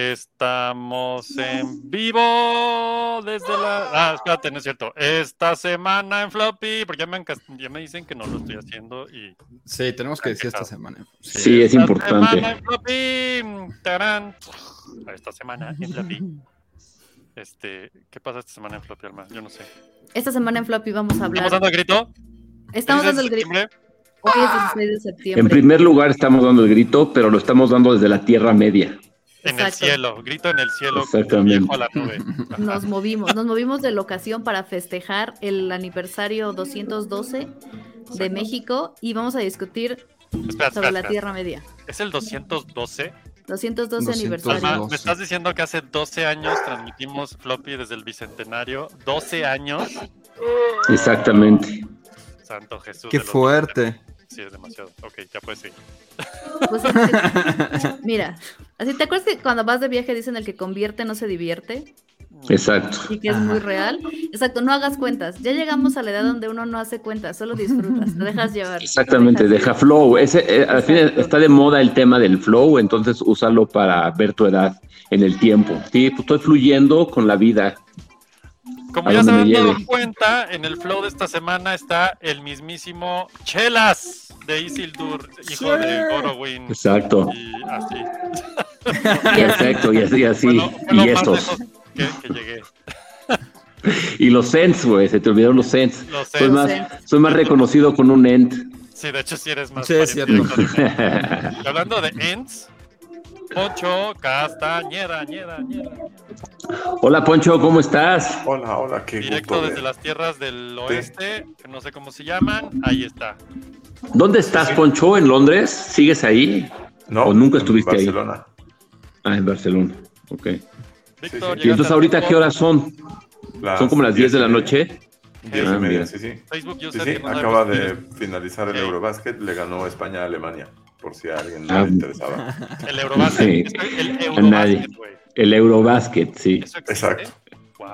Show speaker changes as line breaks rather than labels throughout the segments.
Estamos en vivo desde la. Ah, espérate, no es cierto. Esta semana en Floppy, porque ya me, han cas- ya me dicen que no lo estoy haciendo y.
Sí, tenemos que decir esta
Quejado.
semana. Sí.
Sí, es
Esta
importante.
semana en Floppy. Tarán. Esta semana en Floppy. Este, ¿Qué pasa esta semana en Floppy, Alma? Yo no sé.
Esta semana en Floppy vamos a hablar.
¿Estamos dando el grito?
Estamos dando el grito.
¿Septiembre?
Hoy es 16 de septiembre.
En primer lugar estamos dando el grito, pero lo estamos dando desde la Tierra Media.
En el
Exacto.
cielo, grito en el cielo.
Exactamente.
Viejo a la nube. Ajá.
Nos movimos, nos movimos de locación para festejar el aniversario 212 de México y vamos a discutir
Espera, espera,
sobre la
espera.
Tierra Media.
Es el 212.
212
Alma,
aniversario.
me estás diciendo que hace 12 años transmitimos floppy desde el bicentenario. 12 años.
Exactamente.
Santo Jesús.
Qué
de los-
fuerte.
Sí, es demasiado. Ok, ya puedes seguir.
Pues es que- mira, así te acuerdas que cuando vas de viaje dicen el que convierte no se divierte
Exacto.
y que es muy real. Exacto, no hagas cuentas. Ya llegamos a la edad donde uno no hace cuentas, solo disfrutas, te dejas llevar.
Exactamente,
Te dejas-
deja flow. Ese, eh, al fin
Exacto.
está de moda el tema del flow, entonces úsalo para ver tu edad en el tiempo. Sí, pues estoy fluyendo con la vida.
Como
¿A
ya se
dónde me
han dado
lleve?
cuenta, en el flow de esta semana está el mismísimo Chelas de Isildur, hijo de Gorowin.
Exacto.
Y así.
Y así.
Perfecto, y así, y así.
Bueno, fue lo
y
más
estos.
lejos que, que llegué.
Y los cents, güey, se te olvidaron los cents.
Lo sé.
Soy
los
Pues más,
cents.
soy más reconocido con un ent.
Sí, de hecho, sí eres más.
Sí, es
pariente
cierto.
directo de- Y hablando de ends, Poncho Castañeda, ñeda, ñeda,
Hola, Poncho, ¿cómo estás?
Hola, hola, qué
directo
gusto.
desde
ver.
las tierras del oeste, que no sé cómo se llaman, ahí está.
¿Dónde estás, Poncho? ¿En Londres? ¿Sigues ahí?
No,
¿O nunca
en
estuviste ahí?
Barcelona.
Ah, en Barcelona. Ok.
Víctor,
¿Y
sí.
entonces
llegaste
ahorita
a
qué horas son? Son
Ah,
como las 10 de la noche.
Diez
Ah,
y media,
mira.
sí, sí.
Eh, Facebook
Sí,
user
sí,
que no sabe
acaba
por qué
de finalizar el
Ok.
Eurobasket, le ganó España a Alemania, por si a alguien
Ah.
le interesaba.
es El Eurobasket.
Sí.
Esto es El
nadie.
Eurobasket, güey.
El Eurobasket, sí.
Eso existe.
Exacto.
Wow.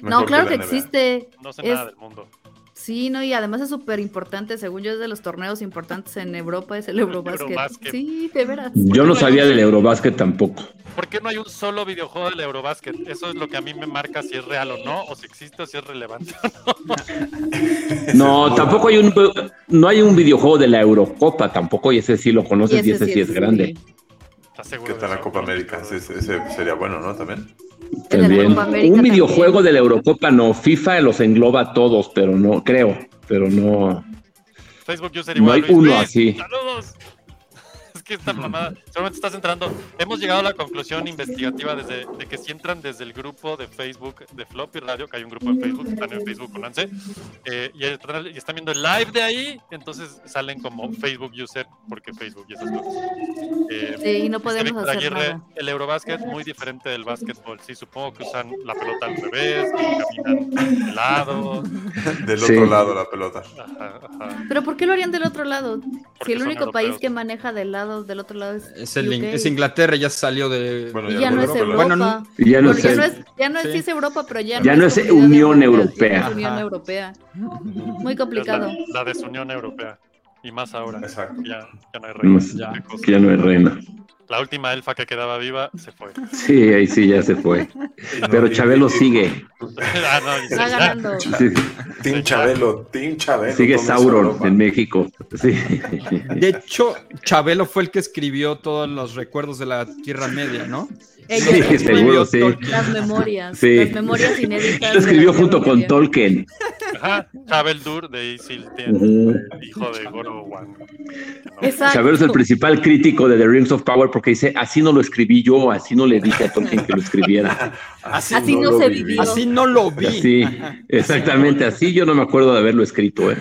No,
Mejor
claro que
la NBA.
existe.
No sé
Es-
nada del mundo.
Sí, no, y además es súper importante, según yo es de los torneos importantes en Europa, es el Eurobasket.
Eurobasket.
Sí, de veras.
Yo no sabía del Eurobasket tampoco.
¿Por qué no hay un solo videojuego del Eurobasket? Eso es lo que a mí me marca si es real o no, o si existe o si es relevante.
No, tampoco hay un no hay un videojuego de la Eurocopa tampoco, y ese sí lo conoces y ese, sí es grande.
¿Estás seguro?
¿Qué
de
tal la
eso?
Copa América? Ese, ese sería bueno, ¿no? También.
Es de la
También.
Copa América
Un
también.
videojuego de la Eurocopa no, FIFA los engloba a todos, pero no, creo, pero no.
Facebook user
No
igual.
hay
Luis
uno
Ruiz,
así.
Saludos. Es que esta mamada. Solamente estás entrando. Hemos llegado a la conclusión investigativa desde, de que si entran desde el grupo de Facebook de Floppy Radio, que hay un grupo en Facebook, están en Facebook, únanse, eh, y, están, y están viendo el live de ahí, entonces salen como Facebook user, porque Facebook y esas cosas. Eh,
Sí, y no
Dice
podemos
Víctor
hacer
Aguirre,
nada.
el Eurobásquet muy diferente del básquetbol. Sí, supongo que usan la pelota al revés, que caminan de lado.
Del
Sí.
otro lado la pelota.
Ajá, ajá.
Pero ¿por qué lo harían del otro lado? Si
Porque
el
son
único país
europeos.
que maneja del lado del otro lado es,
Es, el,
UK.
es Inglaterra, ya salió de.
Bueno,
y ya no es
Europa,
Europa.
pero-
Bueno, no-
Y ya no
Porque
sé.
no es, ya no es,
Sí.
sí es Europa, pero ya,
Ya no es
Comunidad
Unión
ya
Europea.
es Unión
Ajá.
Europea.
Ujú.
Muy
Es la,
complicado.
la desunión europea. Y más ahora.
Exacto.
Ya, ya no hay
No,
reglas.
ya.
Qué cosa.
que ya no es reina.
La última elfa que quedaba viva se fue.
Sí, ahí sí ya se fue.
Y no-
Pero
y-
Chabelo
y-
sigue.
Ah, no, dice,
Va
ya.
ganando.
Ah,
Sí,
Team Chabelo, Team Chabelo.
sigue
toma esa
Sauron
Europa.
en México. Sí.
De hecho, Chabelo fue el que escribió todos los recuerdos de la Tierra Media, ¿no?
Ella
Sí,
escribió
seguro, sí.
Las memorias.
Sí.
Las memorias inéditas. de
Lo
la
escribió
Unión
junto con
Europea.
Tolkien.
Ajá, Dur de Isildur,
Ujú.
hijo de Gorowang.
Exacto.
Chabelo es el principal crítico de The Rings of Power porque dice, así no lo escribí yo, así no le dije a Tolkien que lo escribiera.
Así,
Así no
lo
se
viví.
vivió.
Así no lo vi.
Así, exactamente así, yo no me acuerdo de haberlo escrito. ¿eh?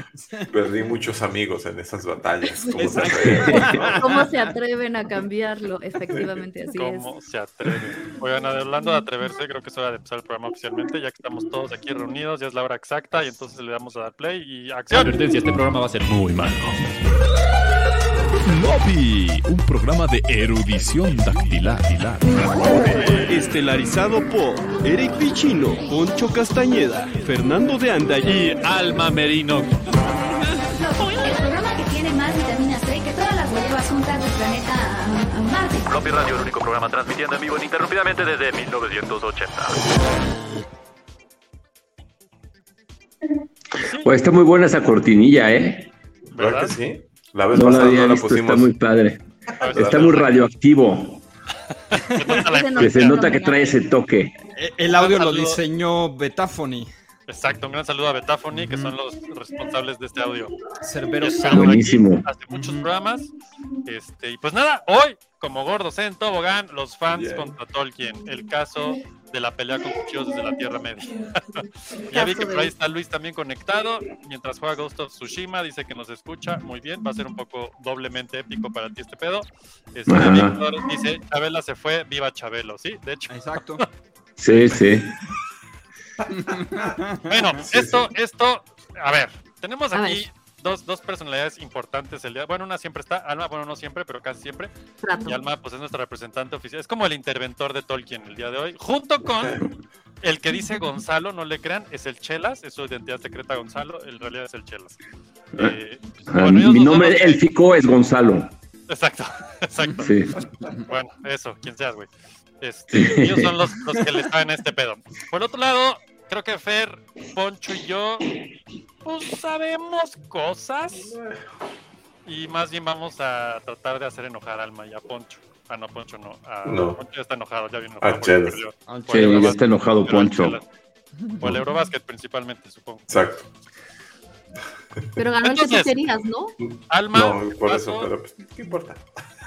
Perdí muchos amigos en esas batallas. como se
Exacto.
ve.
¿Cómo se atreven a cambiarlo? Efectivamente, así es.
¿Cómo se atreven? Oigan, hablando de atreverse, creo que es hora de empezar el programa oficialmente, ya que estamos todos aquí reunidos, ya es la hora exacta, y entonces le damos a dar play y acción.
Advertencia, este programa va a ser muy malo. Lobby, un programa de erudición dactilar.
Estelarizado por Eric Pichino, Poncho Castañeda, Fernando de Anda y
Alma Merino.
El programa que tiene más vitamina C que todas las huevas juntas del planeta Marte.
Floppy Radio, el único programa transmitiendo en vivo ininterrumpidamente desde 1980.
Pues está muy buena esa cortinilla, ¿eh?
¿Verdad que sí? La vez
No la
pasada
había
no la
visto, está
pusimos.
muy padre.
A ver,
Está
a ver,
muy radioactivo,
se nota la
que
Que se
se
influencia.
nota que trae ese toque.
Eh, El audio lo
Saludo.
diseñó Betafony,
Exacto, un gran saludo a Betafony, que son los responsables de este audio.
Cerbero
Ya
Sound.
estamos
Buenísimo.
aquí Hace muchos
Ujú.
programas. Este, y pues nada, hoy, como gordos en tobogán, los fans
Yeah.
contra Tolkien. El caso de la pelea con cuchillos desde la Tierra Media. ya vi que por ahí está Luis también conectado. Mientras juega Ghost of Tsushima, dice que nos escucha muy bien. Va a ser un poco doblemente épico para ti este pedo. Este,
Ajá.
Víctor dice: Chabela se fue, viva Chabelo. Sí, de hecho.
Exacto.
Sí, sí.
Bueno, esto, esto, a ver, tenemos
A
aquí dos, dos personalidades importantes el día. Bueno, una siempre está, Alma, bueno, no siempre, pero casi siempre.
Trato.
Y Alma, pues es nuestra representante oficial. Es como el interventor de Tolkien el día de hoy, junto con el que dice Gonzalo, no le crean, es el Chelas, es su identidad secreta Gonzalo, en realidad es el Chelas. Eh,
Ah,
ellos
Mi
dos
nombre
son los-
élfico es Gonzalo.
Exacto, exacto.
Sí.
Bueno, eso, quien seas, güey. Este, ellos son los, los que le saben a este pedo. Por otro lado, creo que Fer, Poncho y yo, pues sabemos cosas. Y más bien vamos a tratar de hacer enojar a Alma y a Poncho. Ah, no, Poncho no. A,
No.
Poncho ya está enojado, ya viene enojado. porque
Chelas.
perdió.
Ah,
Por
Sí,
el
ya
Eurobasket,
está enojado
pero a
Poncho.
Chelas. Por el Eurobasket principalmente, supongo.
Exacto.
Pero ganó el que tú
Entonces-
querías, ¿no?
Alma,
No,
te
por eso,
paso-
pero pues, ¿qué importa?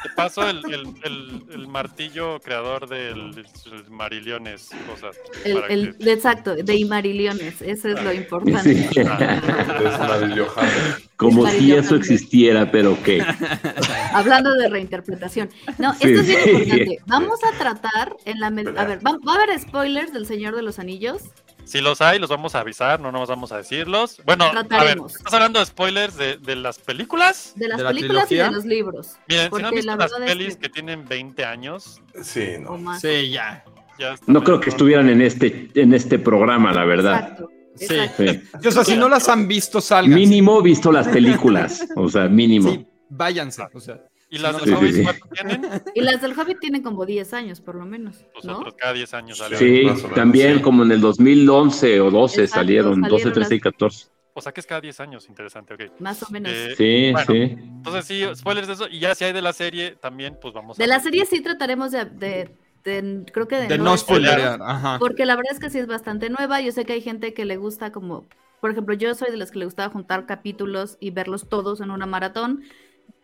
te paso el, el- el- el martillo creador del, del Mariliones. Cosas,
El,
para que-
el- exacto, de Imariliones. Eso es lo importante.
Sí.
Es Marilio Hanna.
Como si eso existiera, pero ok.
Hablando de reinterpretación. No,
Sí,
esto es bien
sí.
importante. Vamos a tratar en la... me- A ver, ¿va, va a haber spoilers del Señor de los Anillos?
Si los hay, los vamos a avisar, no nos vamos a decirlos. Bueno, a ver,
Trataremos.
¿estás hablando de spoilers de, de las películas?
De las
¿De la
películas y de
trilogía?
los libros.
Miren, si
Porque
no han visto
la
las
verdad es
pelis que...
que-
tienen 20 años,
Sí,
O
no.
más.
Sí, ya.
ya está
No creo que
mejor.
estuvieran en este, en este programa, la verdad.
Exacto.
Sí.
exacto.
Sí.
O sea, si no las han visto, salgan.
Mínimo visto las películas. O sea, mínimo.
Sí, váyanse. O sea,
¿Y las
Sí,
del Hobbit
sí, sí.
cuánto tienen?
Y las del Hobbit tienen como 10 años, por lo menos,
Pues
¿no?
otros cada 10 años salen.
Sí,
Más o menos,
también
sí.
como en el 2011 o 12
Exacto,
salieron, 12,
salieron
13 y
las-
14.
O sea que es cada 10 años, interesante, ok.
Más o menos.
Eh,
Sí,
bueno,
sí.
Entonces sí, spoilers de eso. Y ya si hay de la serie, también pues vamos a...
De la serie sí trataremos de, de- de- creo que de,
de no
spoiler,
spoilerear. Ajá.
Porque la verdad es que sí es bastante nueva. Yo sé que hay gente que le gusta como, por ejemplo, yo soy de las que le gustaba juntar capítulos y verlos todos en una maratón.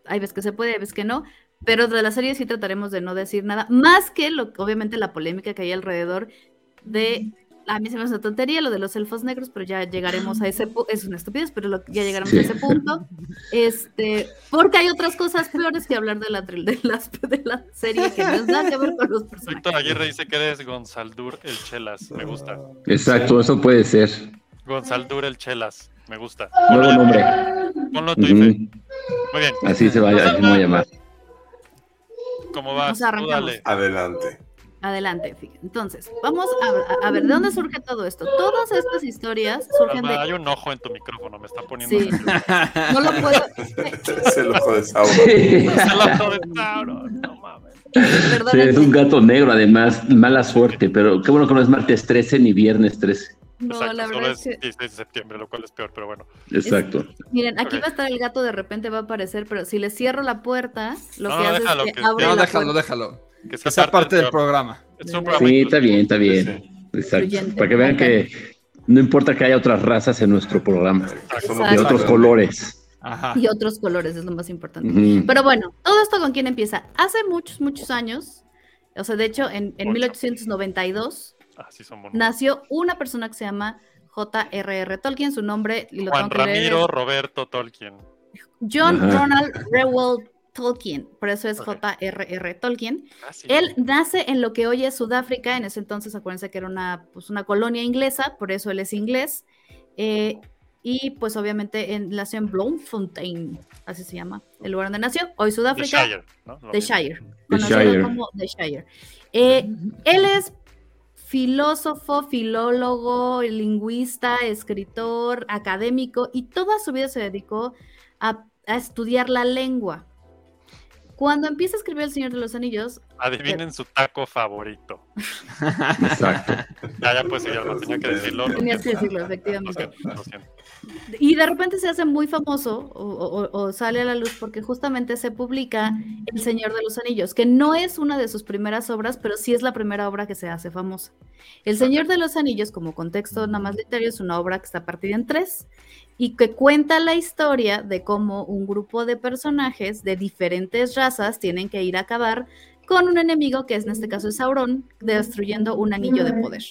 Hay veces que se puede, hay veces que no. Pero de la serie sí trataremos de no decir nada. Más que, lo, obviamente, la polémica que hay alrededor de... A mí se me hace una tontería lo de los elfos negros, pero ya llegaremos a ese punto. Es una estupidez, pero lo- ya llegaremos
Sí.
a ese punto. Este, porque hay otras cosas peores que hablar de la, tril- de las- de la serie que no es nada que ver con los personajes.
Víctor Aguirre dice que eres Gonzaldur el Chelas, me gusta.
Exacto, eso puede ser.
Gonzaldur el Chelas, me gusta.
Nuevo nombre.
Ponlo en tu IFE.
Ujú,
Muy bien,
Así se va a así me voy a llamar.
¿cómo vas?
Nos
Tú
arrancamos.
dale.
Adelante.
Adelante, fíjate. Entonces, vamos a, a- a ver, ¿de dónde surge todo esto? Todas estas historias surgen
Alma, hay
de...
un ojo en tu micrófono, me está poniendo.
Sí, no lo puedo...
Es el ojo de Sauron.
Sí,
Es el ojo de Sauron, no mames.
es un
Perdónenme.
gato negro, además, mala suerte, pero qué bueno que no es martes 13 ni viernes 13.
No,
Exacto,
la
solo
verdad es
es
que...
16 de septiembre, lo cual es peor, pero bueno.
Exacto.
Miren, aquí
Ok.
va a estar el gato, de repente va a aparecer, pero si le cierro la puerta, lo
No,
que
no,
hace
déjalo,
es que
que-
abre
no,
No,
la
déjalo,
puerta.
déjalo.
Que sea,
Que sea parte del
programa.
programa.
Es un
Sí,
programa
Sí,
inclusivo.
está bien, está bien.
Sí,
Exacto.
Incluyente.
Para que vean que no importa que haya otras razas en nuestro programa,
exacto.
de otros colores.
Ajá.
Y otros colores, es lo más importante.
Ujú.
Pero bueno, todo esto con quién empieza. Hace muchos, muchos años, o sea, de hecho, en, en
Ocho.
1892
Así Ah, son bonitos.
nació una persona que se llama J.R.R. Tolkien, su nombre, y lo
Juan
tengo que leer,
Ramiro Roberto Tolkien.
es John
Ajá.
Ronald Reuel Tolkien, por eso es
Ok.
J.R.R. Tolkien.
Casi.
Él nace en lo que hoy es Sudáfrica, en ese entonces acuérdense que era una, pues, una colonia inglesa, por eso él es inglés. Eh, y pues obviamente en, nació en Bloemfontein, así se llama el lugar donde nació. Hoy
The
Sudáfrica,
Shire, ¿no? Lo
The
mismo.
Shire,
The
conocido
Shire.
como The Shire. Eh, él es filósofo, filólogo, lingüista, escritor, académico y toda su vida se dedicó a, a estudiar la lengua. Cuando empieza a escribir El Señor de los Anillos,
Adivinen su taco favorito.
Exacto.
Ya, ya pues, ya no tenía que decirlo. lo
Tenías que
siento,
decirlo,
lo
efectivamente.
siento, lo siento.
Y de repente se hace muy famoso o, o- o sale a la luz porque justamente se publica El Señor de los Anillos, que no es una de sus primeras obras, pero sí es la primera obra que se hace famosa. El Señor de los Anillos, como contexto nada más literario, es una obra que está partida en tres y que cuenta la historia de cómo un grupo de personajes de diferentes razas tienen que ir a acabar con un enemigo que es, en este caso es Sauron, destruyendo un anillo de poder.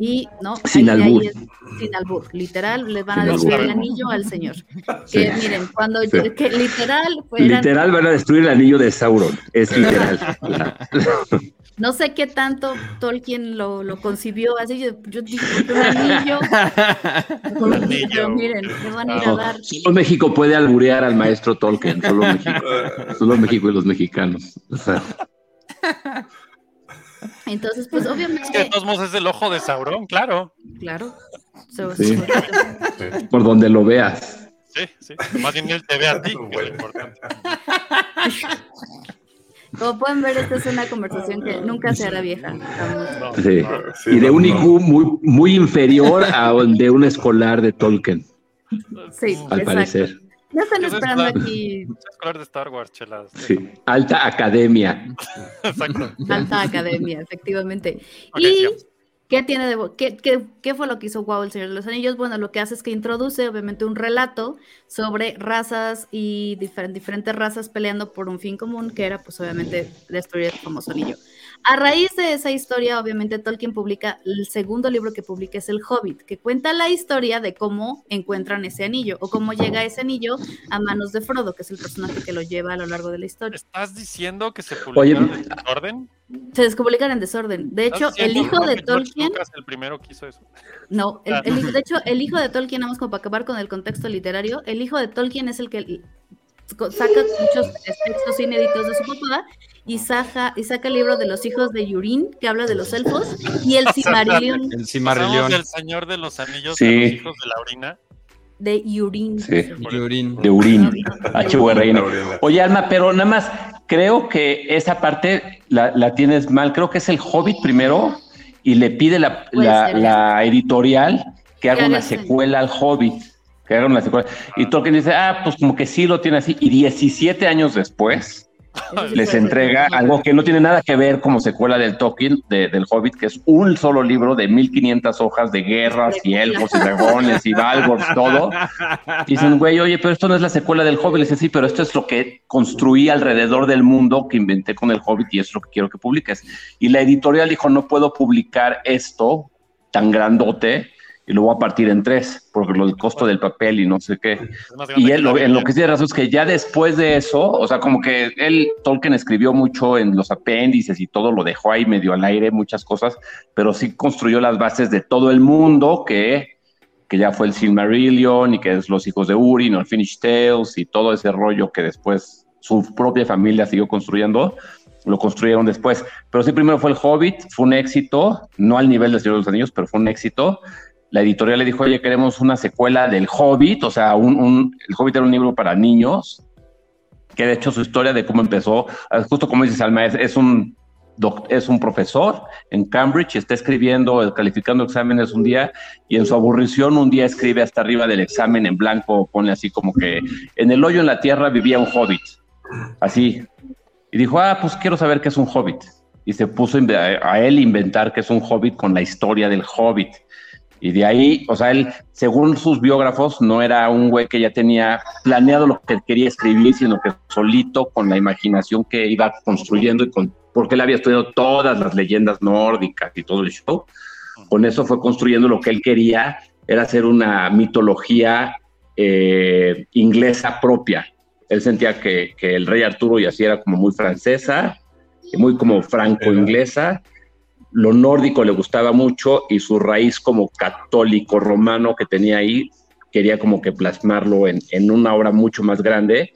Y no,
Sin
ahí- ahí
albur.
es- sin albur, literal, les van a
Sin
destruir
albur.
el anillo al señor.
Sí.
Que miren, cuando
Sí.
yo- que literal, pues, eran-
Literal van a destruir el anillo de Sauron. Es literal. La-
no sé qué tanto Tolkien lo, lo concibió, así yo, yo dije, "Porque un anillo,
anillo.
pero miren, le van a ir a
No,
dar.
solo México puede alburear al maestro Tolkien. Solo México. Solo México y los mexicanos. O sea,
Entonces, pues
Es que de
obviamente,
todos modos es el ojo de Sauron, claro.
claro. so-
Sí.
so-
por donde lo veas.
Sí, sí. Más bien él te ve a ti, que es lo
Bueno.
importante.
como pueden ver, esta es una conversación que nunca se hará vieja. jamás.
No,
Sí.
no.
Ah, Sí,
Y de
no,
un
no.
IQ muy, muy inferior a de un escolar de Tolkien,
Sí,
al
exacto.
parecer.
No están
Eso es
esperando
plan.
aquí
escolar de Star Wars, chelas.
Sí. Alta academia.
Exacto.
alta academia, efectivamente.
Ok,
y
sigamos.
¿Qué tiene de bo- qué, qué- qué fue lo que hizo Wow el Señor de los Anillos? Bueno, lo que hace es que introduce obviamente un relato sobre razas y difer- diferentes razas peleando por un fin común, que era pues obviamente destruir el famoso anillo. A raíz de esa historia, obviamente Tolkien publica el segundo libro que publica es El Hobbit, que cuenta la historia de cómo encuentran ese anillo o cómo llega ese anillo a manos de Frodo, que es el personaje que lo lleva a lo largo de la historia.
¿Estás diciendo que se
Oye,
publicaron en orden?
Se despublican en desorden. De hecho, el hijo de Tolkien
el primero que hizo eso.
No, el-
Ah.
el hijo- de hecho, el hijo de Tolkien, vamos como para acabar con el contexto literario, el hijo de Tolkien es el que l- co- saca muchos textos inéditos de su papá y, saca- y saca el libro de los hijos de Yurin, que habla de los elfos, y el Simarillion
El
Pasamos
Cimarrillón.
del Señor de los Anillos
Sí.
a los hijos de la orina.
de Yurin.
Sí.
Yorin.
De Urín. H.U.R.N.
Gabriela.
Oye, Alma, pero nada más, creo que esa parte la, la tienes mal. Creo que es el Hobbit primero y le pide la,
Puede
la-
ser.
la editorial que haga
haga
una
el señor.
secuela al Hobbit. Que haga una secuela. Y Tolkien dice, ah, pues como que sí lo tiene así. Y 17 años después
Eso sí
les
puede ser.
entrega algo que no tiene nada que ver como secuela del Tolkien, de- del Hobbit, que es un solo libro de 1500 hojas de guerras y elfos y dragones y Valgors, todo. Dicen, güey, oye, pero esto no es la secuela del Hobbit. Le dicen, sí, pero esto es lo que construí alrededor del mundo que inventé con el Hobbit y eso es lo que quiero que publiques. Y la editorial dijo, no puedo publicar esto tan grandote y lo voy a partir en tres porque lo, el costo del papel y no sé qué.
Es más grande
Y
que
él,
la
lo, en
Biblia.
lo que sí tiene razón es que ya después de eso, o sea, como que él, Tolkien escribió mucho en los apéndices y todo, lo dejó ahí medio al aire, muchas cosas, pero sí construyó las bases de todo el mundo que, que ya fue el Silmarillion y que es los hijos de Uri, no el Finish Tales y todo ese rollo que después su propia familia siguió construyendo, lo construyeron después. Pero sí, primero fue el Hobbit, fue un éxito, no al nivel de Señor de los Anillos, pero fue un éxito la editorial le dijo, oye, queremos una secuela del Hobbit, o sea, un, un- el Hobbit era un libro para niños, que de hecho su historia de cómo empezó, ah, justo como dices Alma, es, es un, doc- es un profesor en Cambridge, está escribiendo, eh, calificando exámenes un día, y en su aburrición un día escribe hasta arriba del examen en blanco, pone así como que en el hoyo en la tierra vivía un hobbit, así, y dijo, ah, pues quiero saber qué es un hobbit. Y se puso a inve- a él inventar que es un hobbit con la historia del hobbit. Y de ahí, o sea, él, según sus biógrafos, no era un güey que ya tenía planeado lo que quería escribir, sino que solito con la imaginación que iba construyendo y con, porque él había estudiado todas las leyendas nórdicas y todo el show, con eso fue construyendo lo que él quería, era hacer una mitología eh, inglesa propia. Él sentía que, que el rey Arturo y así era como muy francesa, y muy como franco-inglesa lo nórdico le gustaba mucho y su raíz como católico romano que tenía ahí quería como que plasmarlo en, en una obra mucho más grande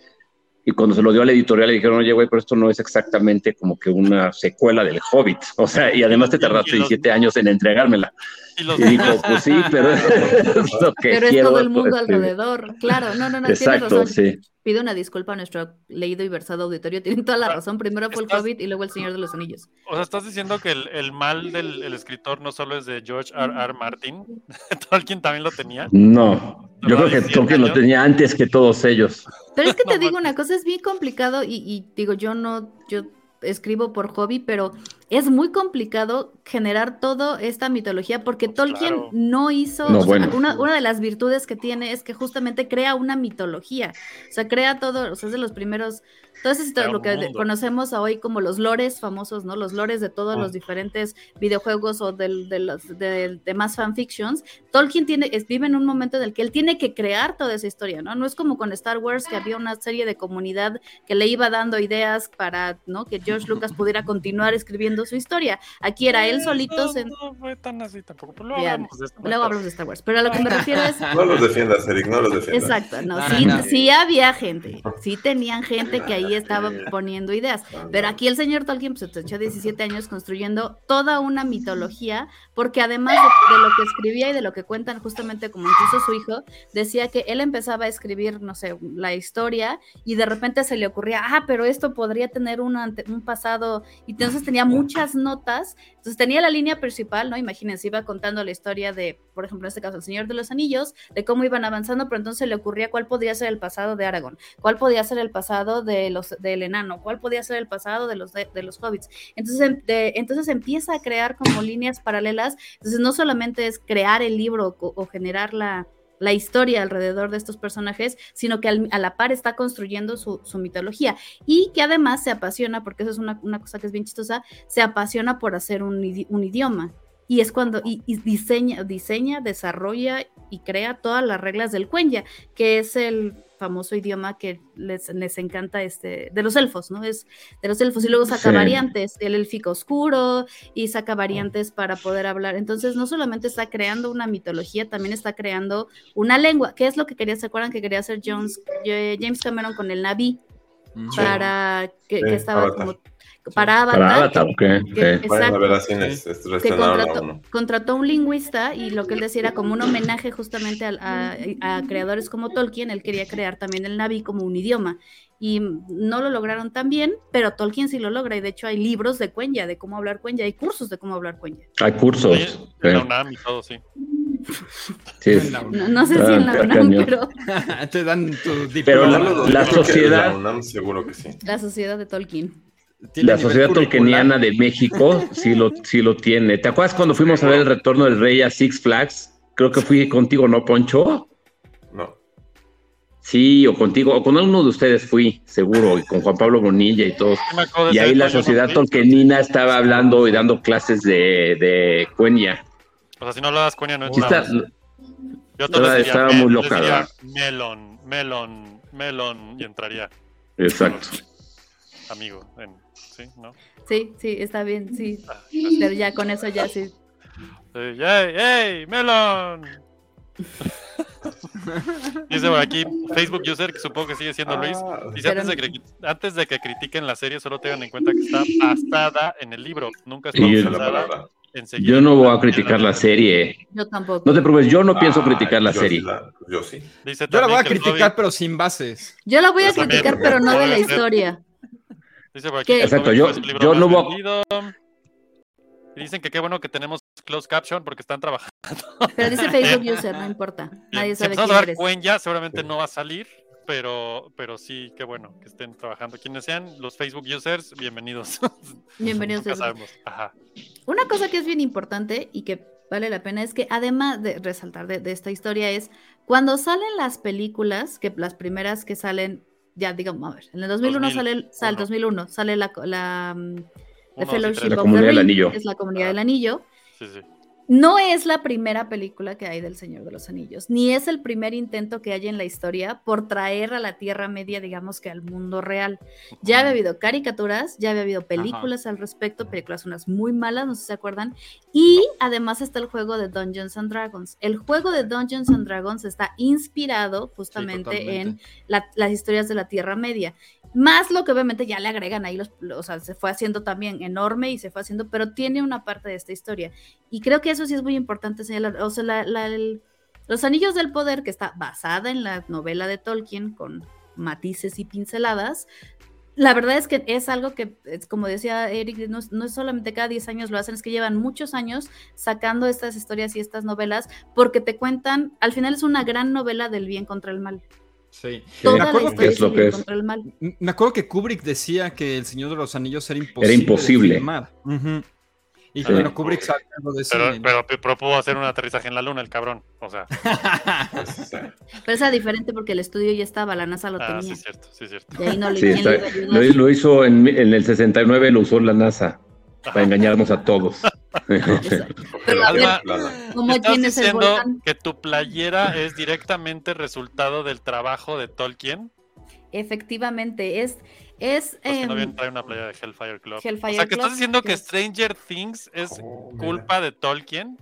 Y cuando se lo dio a la editorial le dijeron, oye, güey, pero esto no es exactamente como que una secuela del Hobbit. O sea, y además te tardaste
Y los-
17 años en entregármela.
Y los
Y dijo, pues sí, pero es lo que
Pero es
quiero,
todo el mundo
pues,
alrededor. Claro, no, no, no, tienes
Exacto,
razón.
sí.
Pido una disculpa a nuestro leído y versado auditorio. Tienen toda la razón. Primero fue el
Ah, Estás-
Hobbit y luego el Señor de los Anillos.
O sea, estás diciendo que el, el mal del el escritor no solo es de George R. R. Martin, Tolkien también lo tenía.
No, yo creo que
17
Tolkien lo
años.
tenía antes que todos ellos.
Pero es que
No
te digo
mames.
una cosa, es bien complicado y, y digo, yo no, yo escribo por hobby, pero es muy complicado generar toda esta mitología porque
Pues
Tolkien
claro.
no hizo,
No,
o sea,
bueno.
una, una de las virtudes que tiene es que justamente crea una mitología, o sea, crea todo, o sea, es de los primeros, todo eso
Crea
lo
un
que
mundo.
conocemos hoy como los lores famosos, ¿no? Los lores de
Mm.
todos los diferentes videojuegos o del, de los de, de más fanfictions, Tolkien tiene, es- vive en un momento en el que él tiene que crear toda esa historia, ¿no? No es como con Star Wars que había una serie de comunidad que le iba dando ideas para, ¿no? Que George Lucas pudiera continuar escribiendo su historia. Aquí era él solito.
No,
se-
no fue tan así tampoco. pero Luego
Ya,
hablamos de esto.
Luego hablamos de Star Wars, pero a lo que me refiero es
No los defiendas, Eric, no los defiendas.
Exacto, no,
No,
sí,
no, no.
sí había gente, sí tenían gente que ahí estaba poniendo ideas,
Ah,
pero aquí el señor Tolkien pues, se echó 17 años construyendo toda una mitología, porque además de, de lo que escribía y de lo que cuentan justamente como incluso su hijo, decía que él empezaba a escribir, no sé, la historia y de repente se le ocurría, ah, pero esto podría tener un, ante- un pasado, y entonces tenía muchas notas entonces tenía la línea principal, ¿no? Imagínense, iba contando la historia de, por ejemplo, en este caso, el Señor de los Anillos, de cómo iban avanzando, pero entonces le ocurría cuál podría ser el pasado de Aragón, cuál podía ser el pasado de los, del enano, cuál podía ser el pasado de los, de, de los hobbits. Entonces, em- de- entonces empieza a crear como líneas paralelas. Entonces no solamente es crear el libro o, o generar la, la historia alrededor de estos personajes, sino que al- a la par está construyendo su, su mitología y que además se apasiona, porque eso es una, una cosa que es bien chistosa, se apasiona por hacer un, idi- un idioma. Y es cuando y, y diseña, diseña, desarrolla y crea todas las reglas del Cuenya, que es el famoso idioma que les, les encanta este de los elfos, ¿no? Es de los elfos y luego saca
Sí.
variantes, el élfico oscuro y saca variantes para poder hablar. Entonces, no solamente está creando una mitología, también está creando una lengua, que es lo que quería, ¿se acuerdan que quería hacer Jones, eh, James Cameron con el Naví? para que, que
Sí,
estaba
Avatar.
como para Avatar,
Eh, Para Avatar, ¿ok?
que-
ok.
Vayan a
exacto,
ver a cines, est-
este,
que
reestrenaron a
contrató,
uno.
contrató un lingüista y lo que él decía era como un homenaje justamente al- a, a creadores como Tolkien, él quería crear también el Navi como un idioma y no lo lograron tan bien, pero Tolkien sí lo logra y de hecho hay libros de Cuenya, de cómo hablar Cuenya, hay cursos de cómo hablar Cuenya.
Hay cursos.
Oye, en la
ok.
UNAM y todo, sí.
Sí, es-
No, no sé si
Ah,
en la
qué
UNAM,
cañón.
pero
Te dan tu diploma.
Pero la-
Yo
la
creo que
sociedad-
La UNAM seguro que sí.
la sociedad de Tolkien.
Tiene
la
nivel
Sociedad
curricular.
Tolkieniana de México sí lo, sí lo tiene. ¿Te acuerdas cuando fuimos a ver el retorno del rey a Six Flags? Creo que fui contigo, ¿no, Poncho?
No.
Sí, o contigo, o con alguno de ustedes fui, seguro, y con Juan Pablo Bonilla y todos.
Sí me acuerdo de
Y
ese
ahí la
evento, yo no
sociedad
fui.
tolkenina estaba hablando y dando clases de, de cuenya.
O sea, si no hablabas cuña, no
Sí está-
entrabas. Yo tal vez
estaba-
diría
estaba
me-
muy
yo
loca,
diría
¿verdad?
Melon, melon, melon, y entraría,
exacto.
amigo. en- sí, ¿no?
Sí, sí, está bien, sí,
Ah,
pero ya con eso ya sí.
Sí, ¡Ey, ey, melon! Dice por aquí, Facebook user, que supongo que sigue siendo Luis.
Ah,
Dice, antes de, que, antes de que critiquen la serie, solo tengan en cuenta que está basada en el libro. Nunca está
Y
usa la
basada
palabra.
en seguir.
Yo no voy a criticar la serie.
Yo tampoco.
No te preocupes, yo no pienso
Ah,
criticar la
yo
serie.
sí la- yo sí.
Dice
Yo la
también
voy a
que el
criticar,
Hobbit-
pero sin bases.
Yo la voy a
Pues
Yo también,
criticar, pero no de la
puede ser.
historia.
Dice por aquí
¿Qué?
que el
Exacto,
Hobbit
yo-
fue su libro
yo
más
no voy a-
vendido. Y dicen que qué bueno que tenemos closed caption porque están trabajando.
Pero dice Facebook user, no importa. Nadie
si empezamos
sabe quién
pues, a ver
eres.
Cuenya, seguramente no va a salir, pero, pero sí, qué bueno que estén trabajando. Quienes sean los Facebook users, bienvenidos.
Bienvenidos.
Nunca
Facebook.
sabemos. Ajá.
Una cosa que es bien importante y que vale la pena es que además de resaltar de, de esta historia es cuando salen las películas, que las primeras que salen, ya digamos, a ver, en el 2001 sale, el- sale el 2001, sale la, la, mm, The
Uno, dos y
Fellowship
tres.
La
of the
Comunidad del
Ring,
Anillo.
es la Comunidad
Ah.
del Anillo,
Sí, sí.
No es la primera película que hay del Señor de los Anillos, ni es el primer intento que hay en la historia por traer a la Tierra Media, digamos que al mundo real. Ya había habido caricaturas, ya había habido películas al respecto, películas unas muy malas, no sé si se acuerdan, y además está el juego de Dungeons and Dragons. El juego de Dungeons and Dragons está inspirado justamente en
totalmente.
la- las historias de la Tierra Media. Más lo que obviamente ya le agregan ahí, los, o sea, se fue haciendo también enorme y se fue haciendo, pero tiene una parte de esta historia. Y creo que eso sí es muy importante señalar. O sea, la- la- el- Los Anillos del Poder, que está basada en la novela de Tolkien, con matices y pinceladas, la verdad es que es algo que, es como decía Eric, no, es- no es solamente cada 10 años lo hacen, es que llevan muchos años sacando estas historias y estas novelas, porque te cuentan, al final es una gran novela del bien contra el mal.
Sí.
Sí,
Toda
me,
la
acuerdo
historia
que,
es
es
lo
el
que
bien
es.
contra el mal.
me acuerdo que Kubrick decía que El Señor de los Anillos era imposible.
Era imposible.
de filmar. Ujú. Y
Sí.
bueno, Kubrick sabe algo de eso.
Pero,
en-
pero p- propuso hacer un aterrizaje en la luna, el cabrón. O sea,
Pues, o sea,
Pero esa diferente porque el estudio ya estaba, la NASA lo
ah, sí
tenía.
es cierto, sí es cierto.
Y ahí no
Sí,
le ¿quién le
está-
iba a ayudar?
lo, lo hizo en, mi- en el 69, lo usó la NASA para engañarnos a todos.
Exacto.
pero
a ver,
la- la-
¿Cómo
Estás
quién es el
diciendo
volcán?
que tu playera es directamente resultado del trabajo de Tolkien.
Efectivamente, es... es
Los que no
em,
habían traído una playera de Hellfire Club. o
Hellfire
sea, que
Club,
estás diciendo que
que es-
Stranger Things es
oh, mira.
culpa de Tolkien.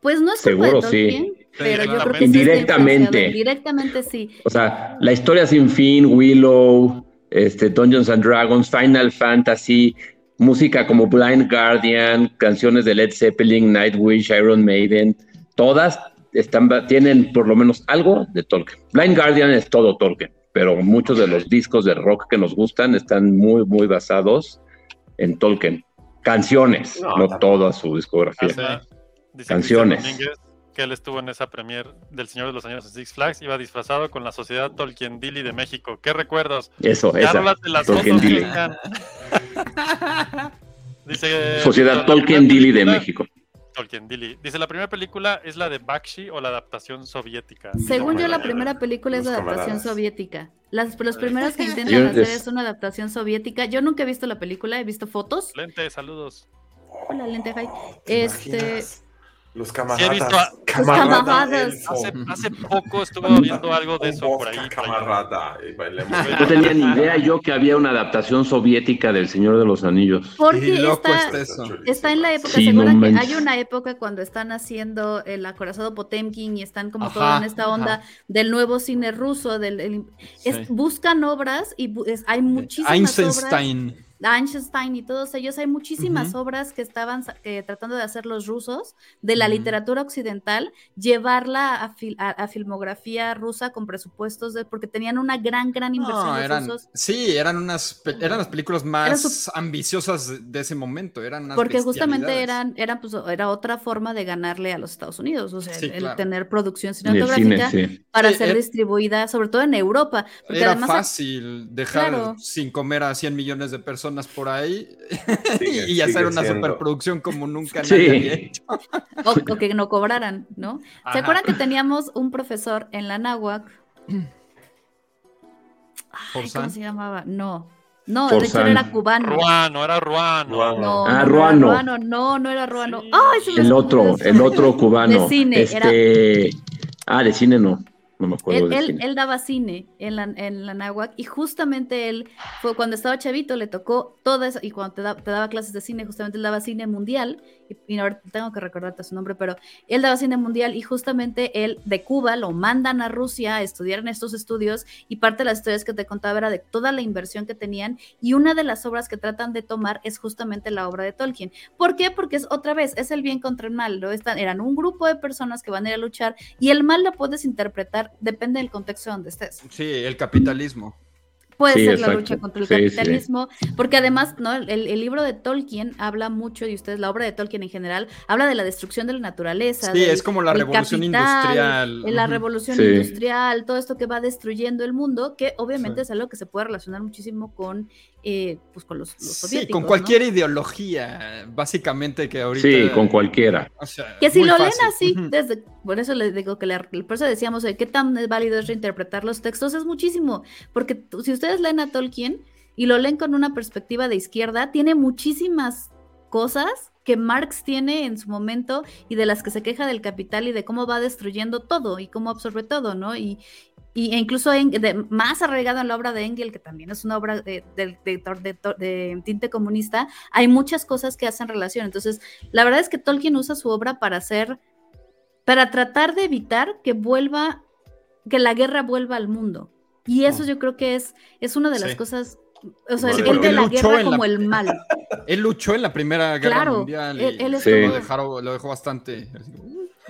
Pues no es culpa de
Seguro sí.
Tolkien, pero yo creo que sí está
Indirectamente.
influenciado. Directamente sí.
O sea, la historia sin fin, Willow, este, Dungeons and Dragons, Final Fantasy, música como Blind Guardian, canciones de Led Zeppelin, Nightwish, Iron Maiden, todas están, ba- tienen por lo menos algo de Tolkien. Blind Guardian es todo Tolkien, pero muchos de los discos de rock que nos gustan están muy, muy basados en Tolkien. Canciones,
No,
no,
tampoco. Ah,
toda su discografía.
Además, dice
Canciones.
Cristian Domínguez que él estuvo en esa premier del Señor de los Anillos en Six Flags, iba disfrazado con la Sociedad Tolkien Dili de México. ¿Qué recuerdos?
Eso,
Ya
esa.
hablas de las
Tolkien
cosas,
Dili.
Cristian. Dice
Sociedad
la
Tolkien
primera
Dilly de
película-
México.
Tolkien Dili. Dice, la primera película es la de Bakshi o la adaptación soviética.
Según yo, la
Los
primera película es la
camaradas.
adaptación soviética. Las, los primeros que
Yo-
intentan hacer
es-
es una adaptación soviética. Yo nunca he visto la película, he visto fotos.
Lente, saludos.
Hola, Lentejay.
¿Te
Este-
imaginas? Los
Sí, he
camaradas.
visto a-
camarada,
camaradas.
elfo.
Hace, hace poco estuve
Un-
viendo algo de
Un
eso por
vodka
ahí.
camarada. Y bailemos.
No tenía ni idea yo que había una adaptación soviética del Señor de los Anillos.
Y
Porque
loco
está,
está eso.
Pues
está en la época,
Sí,
¿se
no
acuerdan que
manches.
hay una época cuando están haciendo el acorazado Potemkin y están como todo
Ajá,
en esta onda
ajá.
del nuevo cine ruso? Del, el- es-
Sí.
buscan obras y bu- es- hay muchísimas obras.
Einstein.
Einstein y todos ellos, hay muchísimas
Ujú.
obras que estaban sa- que tratando de hacer los rusos de la
Ujú.
literatura occidental, llevarla a, fil- a- a filmografía rusa con presupuestos, de, porque tenían una gran, gran inversión
No,
los
eran,
rusos,
sí, eran unas pe- eran las películas más
su-
ambiciosas de ese momento, eran unas
porque justamente
bestialidades.
eran, eran pues, era otra forma de ganarle a los Estados Unidos, o sea,
Sí,
el- el
claro.
tener producción
En el cine,
cinematográfica
sí.
para
Sí,
ser
era-
distribuida, sobre todo en Europa, porque
Era
además
fácil dejar
Claro.
sin comer a 100 millones de personas por ahí
Sigue-
y hacer
sigue
una
siendo.
superproducción como nunca
Sí.
nadie había hecho.
o, o que no cobraran, ¿no? ¿Se
Ajá.
acuerdan que teníamos un profesor en la Náhuac? Ay, ¿Cómo
Forzán.
se llamaba? No. No, de hecho
Forzán.
era cubano.
Ruano, era Ruano.
Ruano.
No,
Ah,
no, no era
ruano.
ruano, No, no era ruano.
Sí.
Ay, se me
El
escapó
otro,
de
el
eso.
otro cubano.
De cine,
este. Ah, de cine no. No me acuerdo
Él,
de
él-
cine.
él daba cine en la, en la náhuac y justamente él fue cuando estaba chavito, le tocó todo eso y cuando te, da- te daba clases de cine, justamente él daba cine mundial y, y ahora tengo que recordarte su nombre, pero él daba cine mundial y justamente él de Cuba lo mandan a Rusia a estudiar en estos estudios y parte de las historias que te contaba era de toda la inversión que tenían y una de las obras que tratan de tomar es justamente la obra de Tolkien. ¿Por qué? Porque es otra vez, es el bien contra el mal, ¿no? Están, eran un grupo de personas que van a ir a luchar y el mal lo puedes interpretar, depende del contexto donde estés.
Sí, el capitalismo.
Puede
Sí,
ser la
exacto.
lucha contra el
Sí, sí.
capitalismo, porque además, ¿no? El, el libro de Tolkien habla mucho, y ustedes, la obra de Tolkien en general, habla de la destrucción de la naturaleza.
Sí,
del-
es como la
del
revolución
capital,
industrial.
en la
Ujú.
revolución
Sí.
industrial, todo esto que va destruyendo el mundo, que obviamente
Sí.
es algo que se puede relacionar muchísimo con, eh, pues, con los, los
Sí,
soviéticos,
con
¿no?
cualquier ideología, básicamente que ahorita.
Sí, con cualquiera.
o sea,
Que si
muy
lo
fácil.
leen así,
Ujú.
desde, por eso les digo que la, por eso decíamos eh, qué tan válido es reinterpretar los textos, es muchísimo, porque tú- si ustedes leen a Tolkien y lo leen con una perspectiva de izquierda, tiene muchísimas cosas que Marx tiene en su momento y de las que se queja del capital y de cómo va destruyendo todo y cómo absorbe todo, ¿no? Y, y- e incluso en- de- más arraigado en la obra de Engel, que también es una obra de, de- de tor- de tor- de tinte comunista, hay muchas cosas que hacen relación. Entonces, la verdad es que Tolkien usa su obra para hacer, para tratar de evitar que vuelva, que la guerra vuelva al mundo. Y
Oh.
eso yo creo que es, es una de las
Sí.
cosas, o sea,
Sí,
él
porque
de la
luchó
guerra
en la-
como el mal.
Él luchó en la Primera Guerra
Claro,
Mundial. y
él- él
Sí.
lo, dejaron- lo dejó bastante.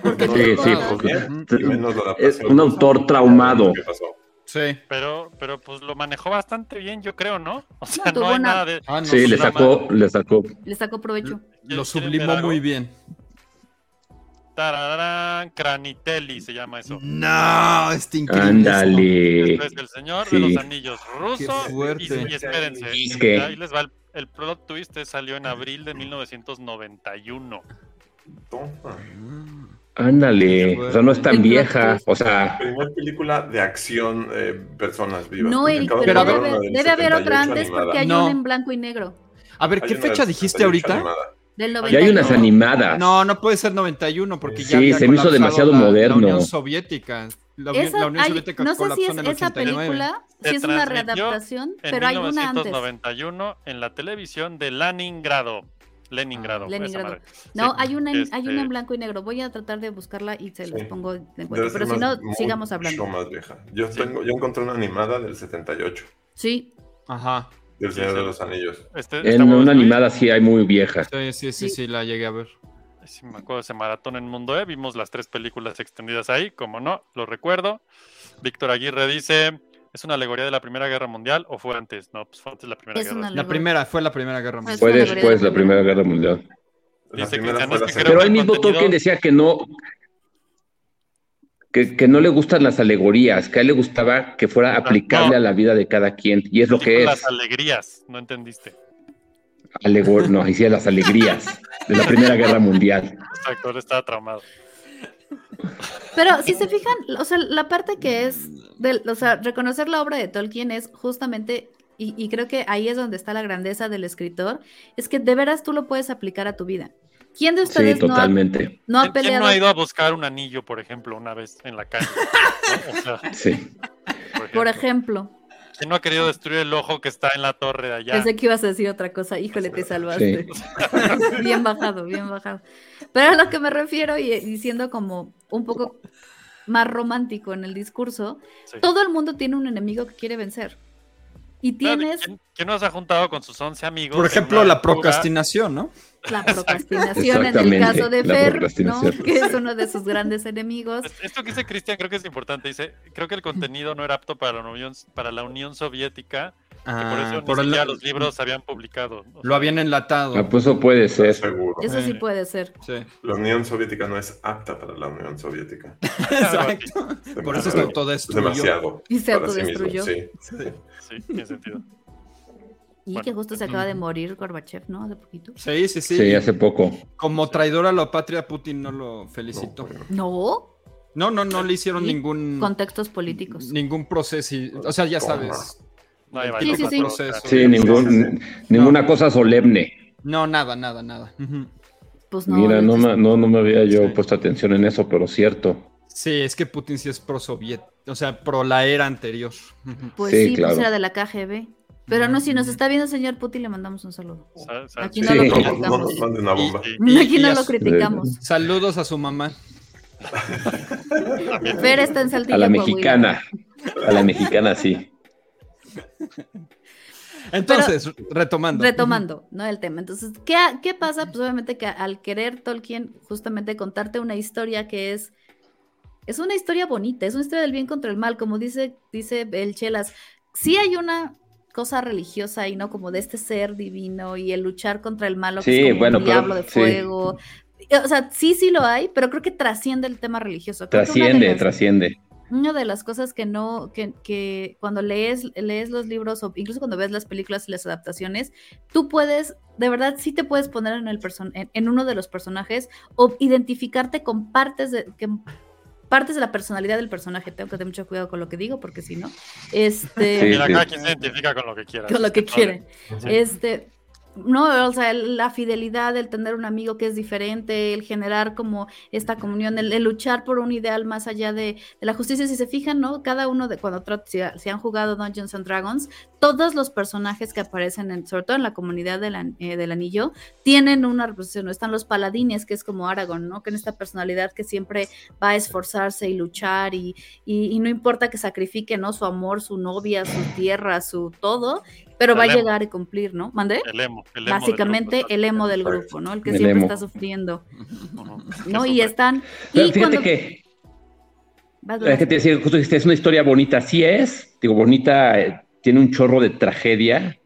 Porque
No,
Sí,
no,
sí,
no,
porque-
no, y menos la
es
adaptación.
un autor traumado.
¿Qué pasó?
Sí.
Pero, pero pues lo manejó bastante bien, yo creo, ¿no? O sea,
No,
no,
tuvo
hay
una-
nada de.
Ah, no,
Sí, le
no,
sacó,
madre.
le sacó.
Le sacó provecho.
Lo
¿Quieren ver
sublimó
algo?
muy bien.
Tararán, Cranitelli se llama eso.
No, este increíble.
Ándale.
Esto es el señor
Sí.
de los anillos ruso.
Qué fuerte.
Y, y espérense.
Es que-
Ahí les va el, el plot twist. eh, Salió en abril de 1991.
Toma.
Ándale. O sea, no es tan
El plot
vieja.
twist.
O sea,
Primera película de acción, eh, personas vivas.
No,
Porque
Eric,
acabo de
pero
ver
encontrar
debe,
una del
debe haber otra
78
antes porque hay
animada.
una
No.
en blanco y negro.
A ver,
Hay
¿qué
una del
fecha dijiste
78
ahorita?
animada.
Del
Hay
y hay unas
91.
Ah.
animadas.
No, no puede ser 91 porque ya
Sí,
había
se me hizo
colapsado
demasiado
la-
moderno.
La Unión Soviética. La, Uni-
Esa
la Unión
hay-
Soviética
no sé si
colapsó
es
en el
esa
89.
película,
Se
si es una
transmitió
readaptación,
En
pero hay una antes.
1991 en la televisión de Leningrado. Leningrado. esa
Ah, Leningrado.
madre.
No,
Sí,
hay una, en- hay una
este,
en blanco y negro. Voy a tratar de buscarla y se los
Sí.
pongo de encuentro.
Debe
Pero
ser
si no,
más-
sigamos
mucho
hablando.
más vieja. Yo, tengo, yo encontré una animada del 78,
Sí,
Ajá.
del Señor
sí.
de los Anillos.
este-
En
esta
una
voz-
animada sí hay muy vieja.
Sí, sí, sí, sí, la llegué a ver.
Sí, me acuerdo de ese maratón en Mundo E. Vimos las tres películas extendidas ahí, como no, lo recuerdo. Víctor Aguirre dice: ¿Es una alegoría de la Primera Guerra Mundial o fue antes? No, pues fue antes de la Primera
Es
Guerra.
una
La primera, fue la Primera Guerra Mundial.
Fue
una
después
alegoría.
la Primera Guerra Mundial.
La
Dice
primera
Cristian,
fue
es
la
que
segunda.
creo
Pero ahí mismo
contenido-
Tolkien decía que no. Que, que no le gustan las alegorías, que a él le gustaba que fuera aplicable
no.
a la vida de cada quien. Y es lo
Dijo
que es.
Las alegrías, no entendiste.
Alegor no, ahí sí las alegrías de la Primera Guerra Mundial.
Este actor estaba traumado.
Pero si se fijan, o sea, la parte que es, del, o sea, reconocer la obra de Tolkien es justamente, y, y creo que ahí es donde está la grandeza del escritor, es que de veras tú lo puedes aplicar a tu vida. ¿Quién de
Sí,
ustedes no, ha,
totalmente.
no ha
¿Quién- ¿Quién
peleado?
no ha ido a buscar un anillo, por ejemplo, una vez en la calle? ¿No? O sea,
Sí.
Por ejemplo,
¿Quién no ha querido destruir el ojo que está en la torre de allá?
pensé que ibas a decir otra cosa, híjole, te salvaste. bien bajado, bien bajado. Pero a lo que me refiero y y siendo como un poco más romántico en el discurso,
Sí.
todo el mundo tiene un enemigo que quiere vencer. Y
Claro,
tienes
¿Quién, quién no se ha juntado con sus 11 amigos?
Por
en
ejemplo,
una
la
fuga?
procrastinación, ¿no?
La procrastinación en el
Exactamente,
caso de
la
Fer, ¿no?
procrastinación.
que es uno de sus grandes enemigos.
Es- Esto que dice Cristian creo que es importante. Dice, creo que el contenido no era apto para la Unión, para la Unión Soviética, que por eso
Ah,
ni
por el-
siquiera los libros se habían publicado. O
lo
sea,
habían
Ah,
enlatado.
pues eso puede ser.
Seguro.
Eso sí
Eh.
puede ser.
Sí.
La Unión Soviética no es apta para la Unión Soviética.
Exacto.
Es
Por eso
demasiado-
se
es
autodestruyó.
demasiado.
Y se
para sí mismo,
autodestruyó.
sí.
sí, tiene sentido.
Y
Bueno.
que justo se acaba de morir Gorbachev, ¿no? Hace poquito.
Sí, sí, sí.
Sí, hace poco.
Como traidor a la patria, Putin no lo felicitó.
pues.
No,
No,
No, no, no le hicieron
Sí,
ningún
contextos políticos.
ningún proceso. y- O sea, ya sabes.
No, ahí va,
Sí, sí, sí.
Proceso.
Sí, ningún, ninguna cosa solemne.
No, nada, nada, nada. Ujú.
Pues no.
Mira, no,
entonces-
ma- no, no me había yo
Sí.
puesto atención en eso, pero cierto.
Sí, es que Putin sí es pro-soviet. O sea, pro la era anterior. Ujú.
Pues
Sí,
sí,
claro.
pues era de la KGB. Pero no, si nos está viendo, señor Putin, le mandamos un saludo.
O sea, o sea,
Aquí
Sí.
no lo
Sí.
no, no,
criticamos.
no, manden una bomba.
y-
Y-
Aquí
y
no
a
lo
su-
criticamos.
Saludos a su mamá.
Fer está en Saltillo,
A la
Coahuila.
mexicana. A la mexicana,
Pues
sí.
Entonces, retomando.
Retomando, ¿no? El tema. Entonces, ¿qué, ha- qué pasa? Pues obviamente que al querer Tolkien justamente contarte una historia que es... Es una historia bonita, es una historia del bien contra el mal, como dice, dice el Chelas. Sí hay una cosa religiosa y no como de este ser divino y el luchar contra el malo, que
Sí,
es como
bueno,
un
pero-
diablo de
sí.
fuego. O sea, sí, sí lo hay, pero creo que trasciende el tema religioso. Creo que una de
Trasciende,
las-
trasciende.
una de las cosas que no, que, que cuando lees, lees los libros o incluso cuando ves las películas y las adaptaciones, tú puedes, de verdad, sí te puedes poner en, el person en, en uno de los personajes o identificarte con partes de, que- partes de la personalidad del personaje. Tengo que tener mucho cuidado con lo que digo porque si no, este,
Sí,
Mira,
sí.
cada quien se identifica con lo que quiera.
con lo que
quieren
quieren. Este, No, o sea, el- la fidelidad, el tener un amigo que es diferente, el generar como esta comunión, el, el luchar por un ideal más allá de, de la justicia. Si se fijan, ¿no? Cada uno de cuando tra- si, ha- si han jugado Dungeons and Dragons, todos los personajes que aparecen, en, sobre todo en la comunidad del an- eh, del anillo, tienen una representación. ¿no? Están los paladines, que es como Aragorn, ¿no? Que en esta personalidad que siempre va a esforzarse y luchar y, y- y no importa que sacrifique, ¿no? Su amor, su novia, su tierra, su todo, pero va a
Talem.
llegar y cumplir, ¿no? ¿Mandé?
El emo. El emo del
básicamente
grupo.
el emo del
Exacto.
grupo, ¿no? El que
El
siempre
emo.
está sufriendo,
Ujú,
¿no?
que
Y este-
sufre.
están...
Pero
y
fíjate
cuando-
que,
Vas,
es que te decía, justo dijiste, es una historia bonita, sí es, digo, bonita, eh, tiene un chorro de tragedia,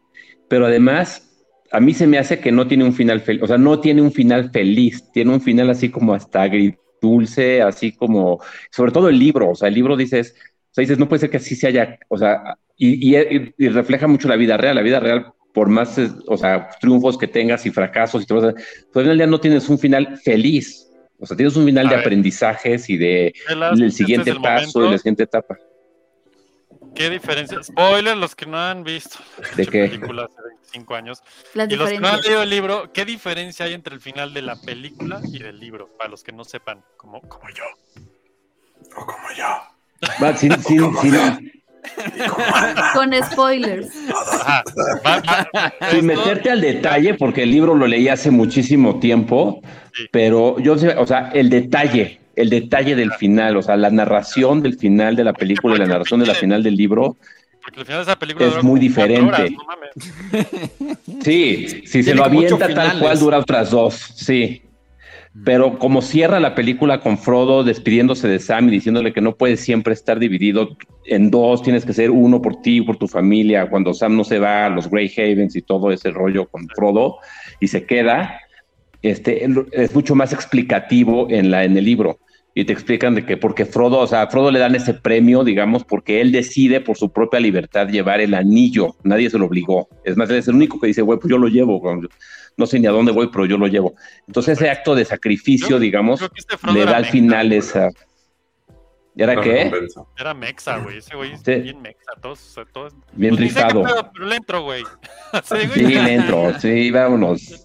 pero además a mí se me hace que no tiene un final feliz, o sea, no tiene un final feliz, tiene un final así como hasta agridulce, así como, sobre todo el libro, o sea, el libro dices, o sea, dices, no puede ser que así se haya, o sea, y, y- y refleja mucho la vida real, la vida real, por más, eh, o sea, triunfos que tengas y fracasos y todo eso, pues, al final ya no tienes un final feliz, o sea, tienes un final
A
de
ver.
aprendizajes y de
Velas,
el
este
siguiente
es el
paso y
momento.
la siguiente etapa.
¿Qué diferencia? Spoiler, los que no han visto
¿De
la
qué?
película hace 25 años.
las
Y los que no han
diferencias.
leído el libro, ¿qué diferencia hay entre el final de la película y del libro? Para los que no sepan, como, como yo.
O como yo.
Va, sin, sin, sin,
Con spoilers.
Ajá. Va- va-
sin
esto-
meterte al detalle, porque el libro lo leí hace muchísimo tiempo,
Sí.
pero yo, sé- o sea, el detalle, el detalle del final, o sea, la narración del final
Este
de la película y la narración de la final del libro,
Porque el final de esa película
Es
dura
muy
como cuatro
diferente.
horas, no mames.
sí, si se
Tiene
lo
como ocho
avienta tal
finales. Mm.
cual dura otras dos, sí. Pero como cierra la película con Frodo despidiéndose de Sam y diciéndole que no puedes siempre estar dividido en dos, tienes que ser uno por ti, por tu familia, cuando Sam no se va a los Grey Havens y todo ese rollo con Frodo y se queda, este, es mucho más explicativo en, la, en el libro. Y te explican de que porque Frodo, o sea, a Frodo le dan ese premio, digamos, porque él decide por su propia libertad llevar el anillo. Nadie se lo obligó. Es más, él es el único que dice, güey, pues yo lo llevo. güey. No sé ni a dónde voy, pero yo lo llevo. Entonces ese acto de sacrificio,
Yo-
digamos,
Creo que este Frodo
le
era
da al
mexa,
final
güey.
esa. ¿Era
No me
qué?
convenzo.
Era mexa, güey. Ese güey es
Sí.
bien mexa. Todos, o sea, todos.
Bien
Pues ni sé qué
rifado.
pedo, Pero le entro, güey. Sí, güey.
Sí, le entro, sí, vámonos.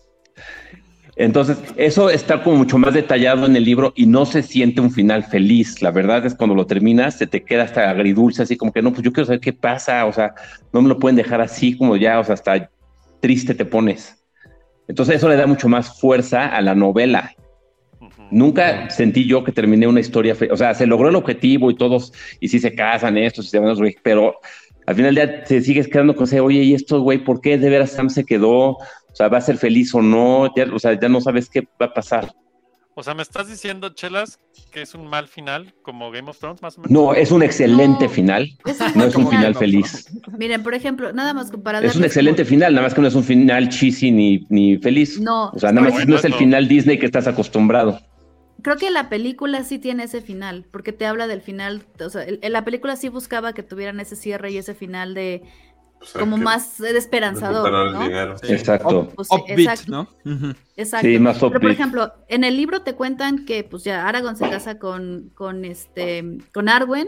Entonces, eso está como mucho más detallado en el libro y no se siente un final feliz. La verdad es cuando lo terminas, se te queda hasta agridulce, así como que no, pues yo quiero saber qué pasa, o sea, no me lo pueden dejar así como ya, o sea, hasta triste te pones. Entonces, eso le da mucho más fuerza a la novela.
Ujú.
Nunca sentí yo que terminé una historia, fe- o sea, se logró el objetivo y todos, y si se casan estos, y se van a los güey, pero al final del día te sigues quedando con ese, oye, y esto, güey, ¿por qué de veras Sam se quedó? O sea, ¿va a ser feliz o no? Ya, o sea, ya no sabes qué va a pasar.
O sea, ¿me estás diciendo, Chelas, que es un mal final como Game of Thrones, más o menos?
No, es un excelente
No.
final,
Es un
no es un
buen
final
final.
feliz.
Miren, por ejemplo, nada más comparado.
Es un excelente final, nada más que no es un final cheesy ni, ni feliz.
No,
O sea, nada
Está
más
bueno
no es el
eso.
final Disney que estás acostumbrado.
creo que la película sí tiene ese final, porque te habla del final, o sea, el- la película sí buscaba que tuvieran ese cierre y ese final de
O sea,
como
que
más eh, esperanzador,
recuperar el
¿no?
dinero.
Exacto.
Pues,
Upbeat, ¿no? Ujú.
Exacto.
Sí, más
Pero por
upbeat.
ejemplo, en el libro te cuentan que pues ya Aragorn se casa con, con este con Arwen,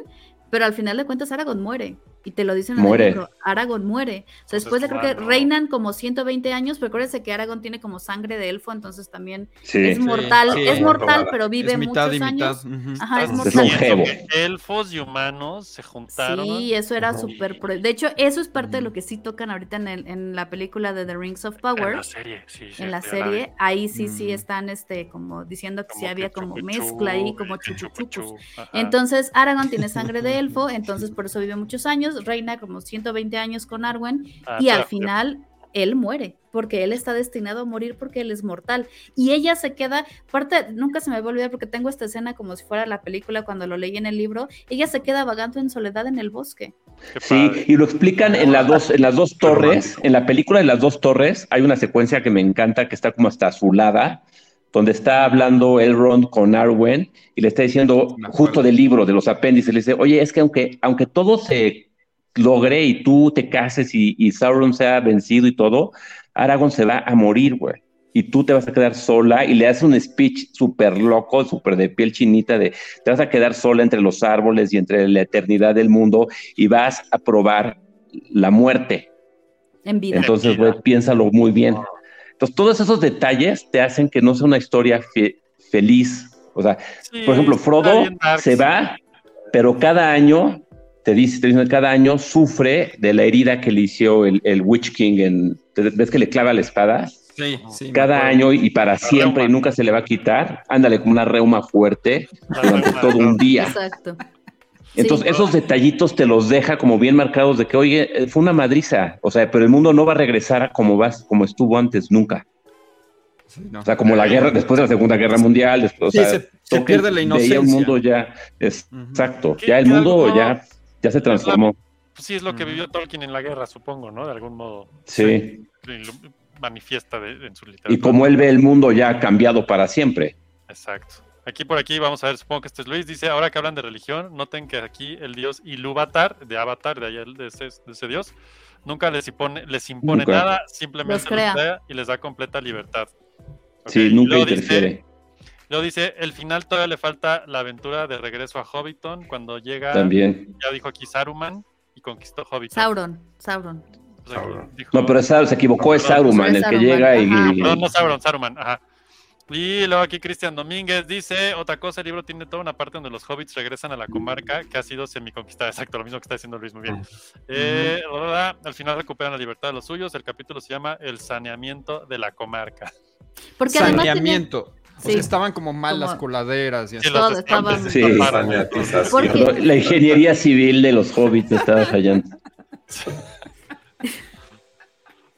pero al final de cuentas Aragorn muere. Y te lo dicen en
Muere.
el libro, Aragorn muere. O sea,
Entonces,
después de creo que
claro.
reinan como 120 años, pero acuérdense que Aragorn tiene como sangre de elfo, entonces también
Sí.
es mortal,
sí.
es mortal, pero
Es
vive
mitad
muchos
y mitad.
años.
ujú.
Ajá, es
Estás
Es
mortal.
diciendo
longevo.
que Elfos y humanos se juntaron.
Sí, eso era
Ujú.
súper. pro- De hecho, eso es parte de lo que sí tocan ahorita en, el- en la película de The Rings of Power.
En la serie, sí, sí,
en la
ya vi.
serie, ahí sí, sí
Mm.
están este, como diciendo que sí
Como
había
que
como
chupa
mezcla ahí,
chup,
como
y que chupa chup,
chuchuchucos.
ajá.
pues. Entonces, Aragorn tiene sangre de elfo, entonces por eso vive muchos años, reina como 120 años con Arwen,
Ah,
y al
espera,
final él muere, porque él está destinado a morir porque él es mortal. Y ella se queda, parte, nunca se me va a olvidar porque tengo esta escena como si fuera la película cuando lo leí en el libro, ella se queda vagando en soledad en el bosque.
qué
Sí,
padre.
y lo explican en las dos, en las dos torres, en la película de las dos torres, hay una secuencia que me encanta que está como hasta azulada, donde está hablando Elrond con Arwen y le está diciendo
Me acuerdo.
justo del libro, de los apéndices, le dice, oye, es que aunque, aunque todo se logre y tú te cases y, y Sauron sea vencido y todo, Aragorn se va a morir, güey. Y tú te vas a quedar sola y le hace un speech súper loco, súper de piel chinita de te vas a quedar sola entre los árboles y entre la eternidad del mundo y vas a probar la muerte.
En vida.
Entonces,
vida.
güey, piénsalo muy bien. Entonces, todos esos detalles te hacen que no sea una historia fe- feliz. O sea,
Sí,
por ejemplo,
está
Frodo
bien dark,
se
sí.
va, pero cada año, te dice, te dicen que cada año sufre de la herida que le hizo el, el Witch King en. ¿te- ¿Ves que le clava la espada?
Sí, sí. me
Cada
acuerdo.
año y para siempre y
reuma.
nunca se le va a quitar. Ándale, como una reuma fuerte durante todo un día.
Exacto.
Entonces,
Sí.
esos detallitos te los deja como bien marcados de que, oye, eh, fue una madriza. O sea, pero el mundo no va a regresar a como, vas, como estuvo antes, nunca.
Sí, no.
O sea, como la guerra, después de la Segunda Guerra Mundial, después, o
Sí,
sea,
se- se
Tolkien
pierde la
veía
inocencia.
el mundo ya, es-
Ujú.
exacto,
¿Qué-
ya el
qué
mundo
algo-
ya, ya se transformó.
Pues sí, es lo que
Mm.
vivió Tolkien en la guerra, supongo, ¿no? De algún modo.
Sí.
Y lo manifiesta de- en su literatura.
Y como él ve el mundo ya cambiado para siempre.
Exacto. Aquí por aquí vamos a ver, supongo que este es Luis. Dice, ahora que hablan de religión, noten que aquí el dios Ilúvatar, de Avatar, de, allá, de, ese, de ese dios, nunca les impone, les impone
Nunca.
nada, simplemente los
Los crea.
crea. y les da completa libertad. Ok,
Sí,
y
nunca
luego dice-
interfiere.
Luego dice, el final todavía le falta la aventura de regreso a Hobbiton, cuando llega,
También.
ya dijo aquí Saruman, y conquistó Hobbiton.
Sauron, Sauron.
O sea, que
Sauron.
dijo-
No, pero es Sauron, se equivocó, es
No, no,
Saruman,
es
el que
Saruman,
llega y...
ajá.
Ah, perdón, no Sauron, Saruman, ajá. Y luego aquí Cristian Domínguez dice, otra cosa, el libro tiene toda una parte donde los hobbits regresan a la comarca que ha sido semiconquistada. Exacto, lo mismo que está diciendo Luis, muy bien. Eh, bla, bla, bla, al final recuperan la libertad de los suyos. El capítulo se llama El saneamiento de la comarca.
Porque además tiene...
Saneamiento. O sea,
Sí.
estaban como mal las
Como-
coladeras y así.
Sí, los
Todo estaba-
estantes
Sí.
taparon.
Saneatización.
Porque-
Perdón, La ingeniería civil de los hobbits estaba fallando.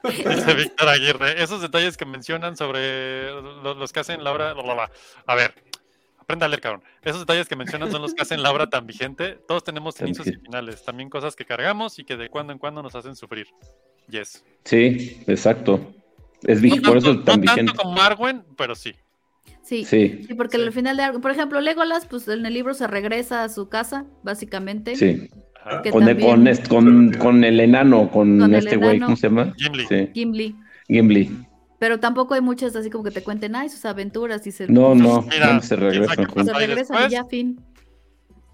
Dice Víctor Aguirre. Esos detalles que mencionan sobre lo- los que hacen la obra. bla, bla, bla. A ver, aprenda a leer, cabrón. Esos detalles que mencionan son los que hacen la obra tan vigente. Todos tenemos
Tan
inicios y
vigente.
finales. También cosas que cargamos y que de cuando en cuando nos hacen sufrir. Yes.
Sí, exacto. Es vi-
No
por
tanto-
eso es tan
no tanto
vigente.
como Arwen, pero sí.
Sí,
Sí,
sí, porque al final de algo... Por ejemplo, Legolas, pues en el libro se regresa a su casa, básicamente.
sí.
Ajá.
Que
Con, el-
también-
con, este- con, con el enano, con,
Con el
este güey,
enano.
¿cómo se llama?
Gimli.
Sí,
Gimli.
Gimli.
Pero tampoco hay muchas así como que te cuenten, ay, sus aventuras y se,
No, no,
Mira,
no se regresan
quién sabe qué pasa.
juntos.
se
Ahí
regresan
después.
y ya, fin.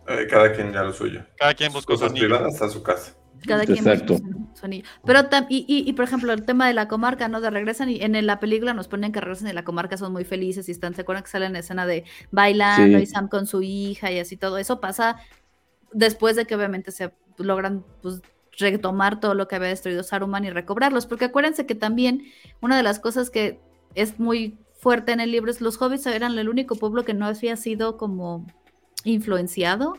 Eh, cada quien ya lo suyo.
Cada quien
Sus
buscó su
cosas
anillo.
privadas a su casa.
Cada quien busca
Exacto.
su- su anillo. Pero tam- y, y, y, por ejemplo, el tema de la comarca, ¿no? De regresan y en el- la película nos ponen que regresan y la comarca son muy felices y están, ¿se acuerdan que sale en la escena de bailando
Sí.
y Sam con su hija y así todo? Eso pasa después de que obviamente se logran pues, retomar todo lo que había destruido Saruman y recobrarlos. Porque acuérdense que también una de las cosas que es muy fuerte en el libro es los hobbits eran el único pueblo que no había sido como influenciado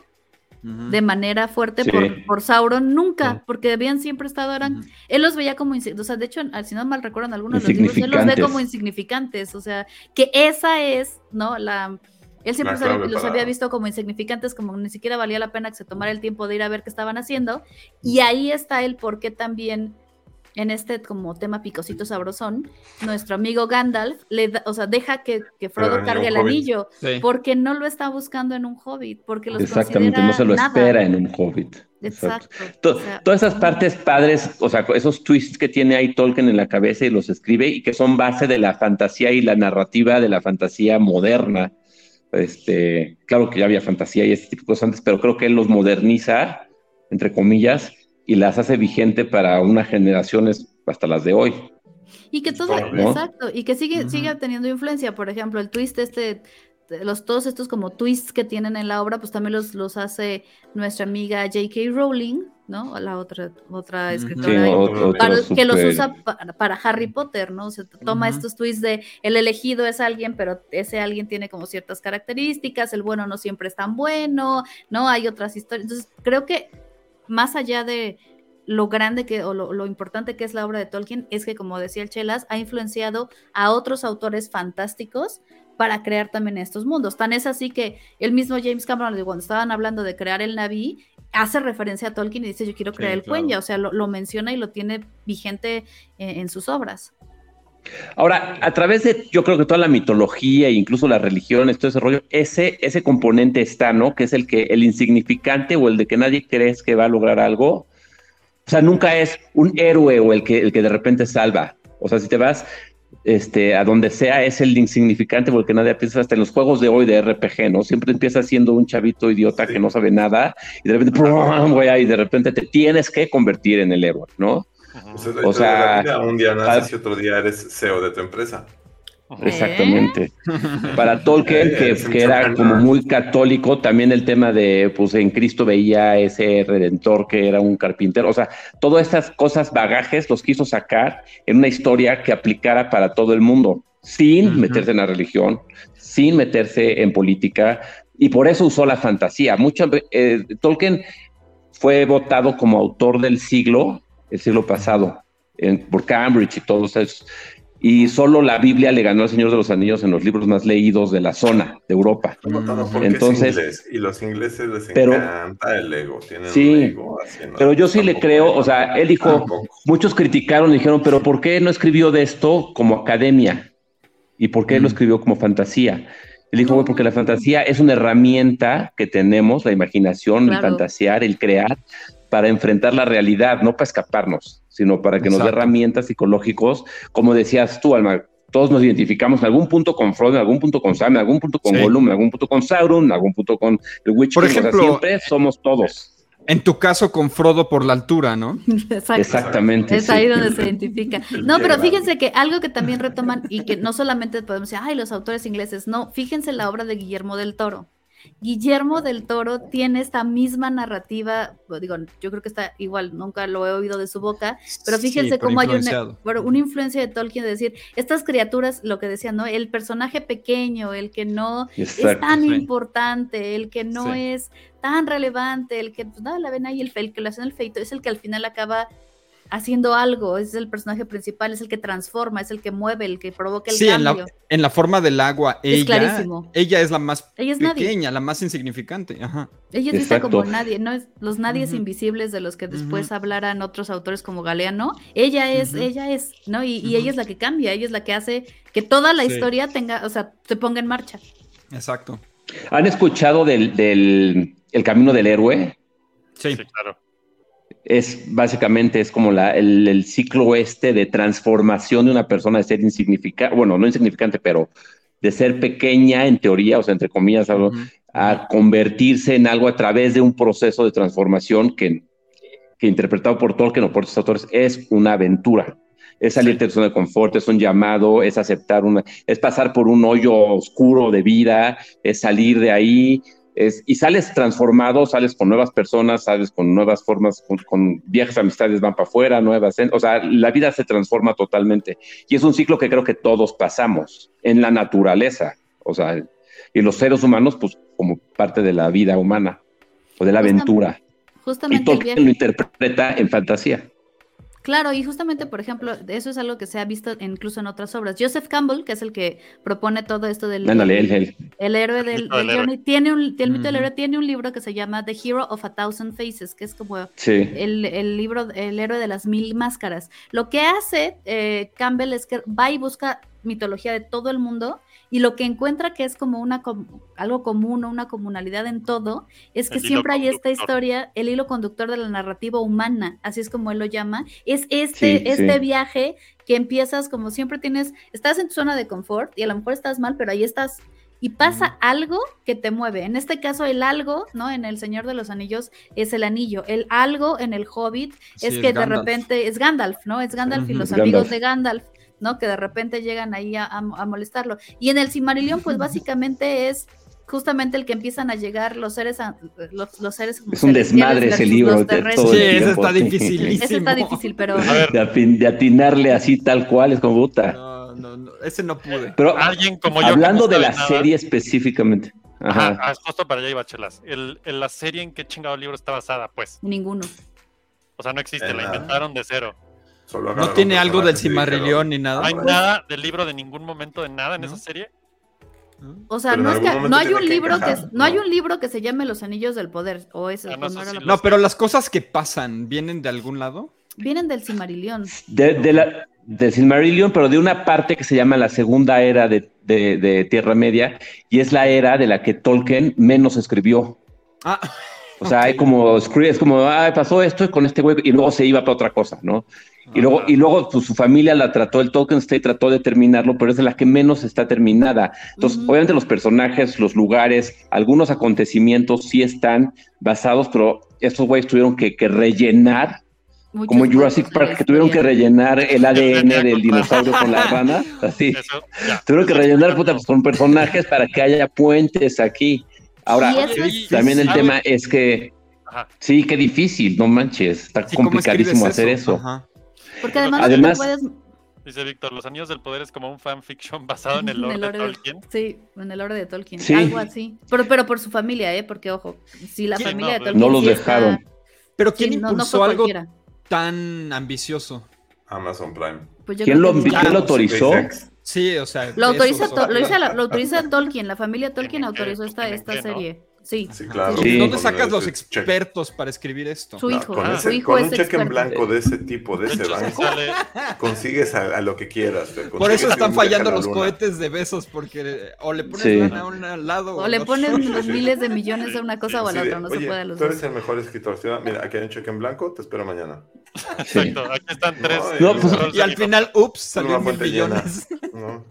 Ujú.
de manera fuerte
Sí.
por, por Sauron nunca,
Ujú.
porque habían siempre estado, eran,
Ujú.
él los veía como, insi- o sea, de hecho, al- si no mal recuerdan algunos de los libros, él los ve
Insignificantes.
como insignificantes, o sea, que esa es, ¿no? La, él siempre
La
sabe-
clave
los
para-
había visto como insignificantes, como ni siquiera valía la pena que se tomara el tiempo de ir a ver qué estaban haciendo, y ahí está el por qué también en este como tema picosito sabrosón, nuestro amigo Gandalf, le da- o sea, deja que, que Frodo
anillo
cargue el
hobbit.
anillo,
Sí.
porque no lo está buscando en un hobbit, porque los
Exactamente, no se lo
considera nada.
espera en un hobbit. Exacto.
Exacto.
To-
o sea,
todas esas partes padres, o sea, esos twists que tiene ahí Tolkien en la cabeza y los escribe y que son base de la fantasía y la narrativa de la fantasía moderna. Este, claro que ya había fantasía y este tipo de cosas antes, pero creo que él los moderniza, entre comillas, y las hace vigente para unas generaciones hasta las de hoy.
Y
pues,
que todo,
¿no?
exacto, y que sigue,
Ujú.
sigue teniendo influencia. Por ejemplo, el twist este, los todos estos como twists que tienen en la obra, pues también los, los hace nuestra amiga J.K. Rowling, ¿no? La otra, otra
Ujú.
Sí,
escritora.
o- otro
para- que los
súper-
usa pa- para, Harry Potter, ¿no? Se toma
Ujú.
estos twists de el elegido es alguien, pero ese alguien tiene como ciertas características, el bueno no siempre es tan bueno, ¿no? Hay otras historias. Entonces, creo que más allá de lo grande que o lo, lo importante que es la obra de Tolkien es que como decía el Chelas ha influenciado a otros autores fantásticos para crear también estos mundos. Tan es así que el mismo James Cameron de cuando estaban hablando de crear el Naví hace referencia a Tolkien y dice yo quiero
Sí,
crear el
claro.
Cuenya, o sea, lo, lo menciona y lo tiene vigente en, en sus obras.
Ahora, a través de, yo creo que toda la mitología e incluso las religiones, todo ese rollo, ese, ese componente está, ¿no? Que es el que el insignificante o el de que nadie crees que va a lograr algo. O sea, nunca es un héroe o el que, el que de repente salva. O sea, si te vas este, a donde sea, es el insignificante o el que nadie piensa hasta en los juegos de hoy de RPG, ¿no? Siempre empiezas siendo un chavito idiota
Sí.
que no sabe nada y de repente, ¡prum! güey, y de repente te tienes que convertir en el héroe, ¿no?
Usted
O
o
sea,
sea, un día naces
para-
y otro día eres CEO de tu empresa.
Exactamente. Para Tolkien,
Eh,
que,
es un
que era
chacal.
como muy católico, también el tema de, pues en Cristo veía ese redentor que era un carpintero, o sea, todas estas cosas, bagajes, los quiso sacar en una historia que aplicara para todo el mundo, sin
Ujú.
meterse en la religión, sin meterse en política, y por eso usó la fantasía. Muchas ve- eh, Tolkien fue votado como autor del siglo, el siglo pasado, en- por Cambridge y todos esos y solo la Biblia le ganó al Señor de los Anillos en los libros más leídos de la zona de Europa.
Votado porque es
Entonces-
inglés, y los ingleses les
Pero-
encanta el ego. Tienen
Sí.
un ego así, ¿no?
Pero yo sí le
Tampoco-
creo, o sea, él dijo,
tampoco.
muchos criticaron, dijeron, pero ¿por qué no escribió de esto como academia? ¿Y por
Mm.
qué lo escribió como fantasía? Él dijo, "Güey, porque la fantasía es una herramienta que tenemos, la imaginación, el
Claro.
fantasear, el crear, para enfrentar la realidad, no para escaparnos, sino para que nos dé
Exacto.
herramientas psicológicos, como decías tú, Alma. Todos nos identificamos en algún punto con Freud, en algún punto con Sam, en algún punto con
Sí.
Gollum, en algún punto con Sauron, en algún punto con el Witch.
Por
King. O sea,
ejemplo,
siempre somos todos.
En tu caso con Frodo por la altura, ¿no?
Exacto.
Exactamente.
Es
sí.
ahí donde se identifica.
El
No, pero
Gerard.
fíjense que algo que también retoman y que no solamente podemos decir, ay, los autores ingleses, no, fíjense la obra de Guillermo del Toro. Guillermo del Toro tiene esta misma narrativa, bueno, digo, yo creo que está igual, nunca lo he oído de su boca, pero fíjense
pero
cómo hay una,
influenciado.
bueno, una influencia de Tolkien de decir, estas criaturas, lo que decía, ¿no? El personaje pequeño, el que no es
Exacto.
tan
sí.
importante, el que no
Sí.
es tan relevante, el que pues nada, la ven ahí, el, fe- el que lo hacen el feito, es el que al final acaba haciendo algo, es el personaje principal, es el que transforma, es el que mueve, el que provoca el
Sí, en
cambio.
la, en la forma del agua,
Es
ella es,
clarísimo.
ella es la más
Ella es nadie,
pequeña, la más insignificante. Ajá.
ella es vista como
Exacto.
nadie, no es los nadies
Ujú.
invisibles de los que después
Ujú.
hablaran otros autores como Galeano, ella es,
Ujú.
ella es, ¿no? Y, y
Ujú.
ella es la que cambia, ella es la que hace que toda la
Sí.
historia tenga, o sea, se ponga en marcha.
Exacto.
¿Han escuchado del, del- el camino del héroe?
Sí,
Sí.
claro.
Es básicamente es como la- el, el ciclo este de transformación de una persona de ser insignificante, bueno, no insignificante, pero de ser pequeña en teoría, o sea, entre comillas, algo,
Ujú.
a convertirse en algo a través de un proceso de transformación que, que interpretado por Tolkien o por estos autores es una aventura. Es salir de tu zona de confort, es un llamado, es aceptar una, es pasar por un hoyo oscuro de vida, es salir de ahí, es, y sales transformado, sales con nuevas personas, sales con nuevas formas, con, con viejas amistades van para afuera, nuevas, en- o sea, la vida se transforma totalmente. Y es un ciclo que creo que todos pasamos en la naturaleza, o sea, y los seres humanos, pues como parte de la vida humana o de la
Justamente.
aventura. Y
Justamente el viaje.
Tolkien lo interpreta en fantasía.
Claro, y justamente, por ejemplo, eso es algo que se ha visto incluso en otras obras. Joseph Campbell, que es el que propone todo esto del
Ándale, él, él.
el héroe del,
mito del
del
héroe.
guion, y tiene un, el mito del
Ujú.
héroe tiene un libro que se llama The Hero of a Thousand Faces, que es como
Sí.
el, el libro, el héroe de las mil máscaras. Lo que hace eh, Campbell es que va y busca mitología de todo el mundo y lo que encuentra que es como una com- algo común o una comunalidad en todo es que
El hilo
siempre hay esta
conductor.
historia, el hilo conductor de la narrativa humana, así es como él lo llama, es este,
Sí,
este
sí.
viaje que empiezas como siempre tienes, estás en tu zona de confort y a lo mejor estás mal, pero ahí estás y pasa algo que te mueve. En este caso, el algo, ¿no? En El Señor de los Anillos es el anillo. El algo en el Hobbit
Sí,
es
es
que de
Gandalf.
repente es Gandalf, ¿no? Es Gandalf y
Ujú.
los
Gandalf.
amigos de Gandalf, ¿no? Que de repente llegan ahí a, a- a molestarlo. Y en el Simarillion, pues básicamente es justamente el que empiezan a llegar los seres, a- los, los seres
Es un desmadre ese libro. de todo el
Sí, ese
tiempo,
está
sí.
dificilísimo.
Eso está difícil, pero
A ver,
De, atin- de atinarle así tal cual es como puta.
No, no, no, ese no pude.
Pero
alguien Ah, como yo. que
hablando
no
de
sabe
la
nada-
serie específicamente.
Ajá,
Ajá.
ah, justo para allá iba Chelas. El, el- la serie en qué chingado libro está basada, pues.
ninguno.
O sea, no existe,
En
la
nada.
inventaron de cero.
Solo
No
agarraron
tiene algo del
personajes y
cimarrilión
dijeron,
ni
No
nada.
hay
pues.
nada del libro de ningún momento de nada en
¿No?
esa serie.
O sea,
Pero
no,
en
es que-
algún
no
momento
hay
tiene
un
que
libro que,
encajar,
no hay
¿no?
un libro que se llame Los Anillos del Poder o eso.
Ah, no,
o
eso
no era
sí
lo-
lo
No, pero las cosas que pasan, ¿vienen de algún lado?
Vienen del Simarillion.
De, de la del Silmarillion, pero de una parte que se llama la segunda era de, de- de Tierra Media, y es la era de la que Tolkien menos escribió.
Ah,
O sea, hay como, scre- es como, ah, pasó esto con este güey, y luego se iba para otra cosa, ¿no? Y luego, y luego pues, su familia la trató, el Tolkien State trató de terminarlo, pero es de la que menos está terminada. Entonces,
Ujú.
obviamente los personajes, los lugares, algunos acontecimientos sí están basados, pero estos güeyes tuvieron que, que rellenar
muchos
Como en Jurassic
datos de la
Park, que tuvieron que
historia.
rellenar el ADN
tenía
del
que
dinosaurio con la rana. Así.
Eso, ya.
Tuvieron que rellenar puta, pues, con personajes para que haya puentes aquí. Ahora,
Y eso
es-
también el
Ah,
tema es que
Ajá.
sí, qué difícil, no manches, está
Ah, Sí, ¿cómo
complicadísimo
escribes
hacer eso.
Ajá.
Porque además,
Además-
no puedes-
Dice Víctor, Los Anillos del Poder es como un fanfiction basado en el lore de Tolkien.
Sí, en el lore de Tolkien.
Sí.
Algo así. Pero, pero por su familia, ¿eh? Porque, ojo, si la
Sí, no,
familia de
pero-
Tolkien.
No los
sí está-
dejaron.
Pero
sí,
¿quién
no- no
impulsó
fue
algo
cualquiera.
tan ambicioso?
Amazon Prime.
Pues yo
¿Quién
creo
lo,
que sí.
quién lo
Ah,
autorizó?
SpaceX.
Sí, o sea.
Lo autoriza,
esos-
to- lo, hizo la- lo autoriza Tolkien, la familia Tolkien
Tienen que-
autorizó esta,
tienen
esta
que, ¿no?
serie. Sí,
Sí, claro.
Sí.
¿Dónde
Con
sacas los
ese cheque-
expertos para escribir esto?
su
No,
hijo. ah,
con
su
ese-
hijo
con
es
un cheque en
experto.
blanco de ese tipo, de
De
ese
hecho, sí
banco,
sale,
consigues a, a lo que quieras. te
Por eso
consigues
están
un viaje a
fallando
la
los
luna.
cohetes de besos, porque eh, o le pones
Sí.
lana a un lado
O le
no.
ponen los miles de millones a una cosa o a
Así
la
de,
otra, no se
"Oye,
puede a los
Tú
dos.
eres el mejor escritor. ¿sí? Mira, aquí hay un cheque en blanco, te espero mañana.
Sí.
exacto, aquí están tres.
No,
pues,
dos
Y al
hijos.
final, ups, salió
Una
mil
fuente llena.
millones.
No,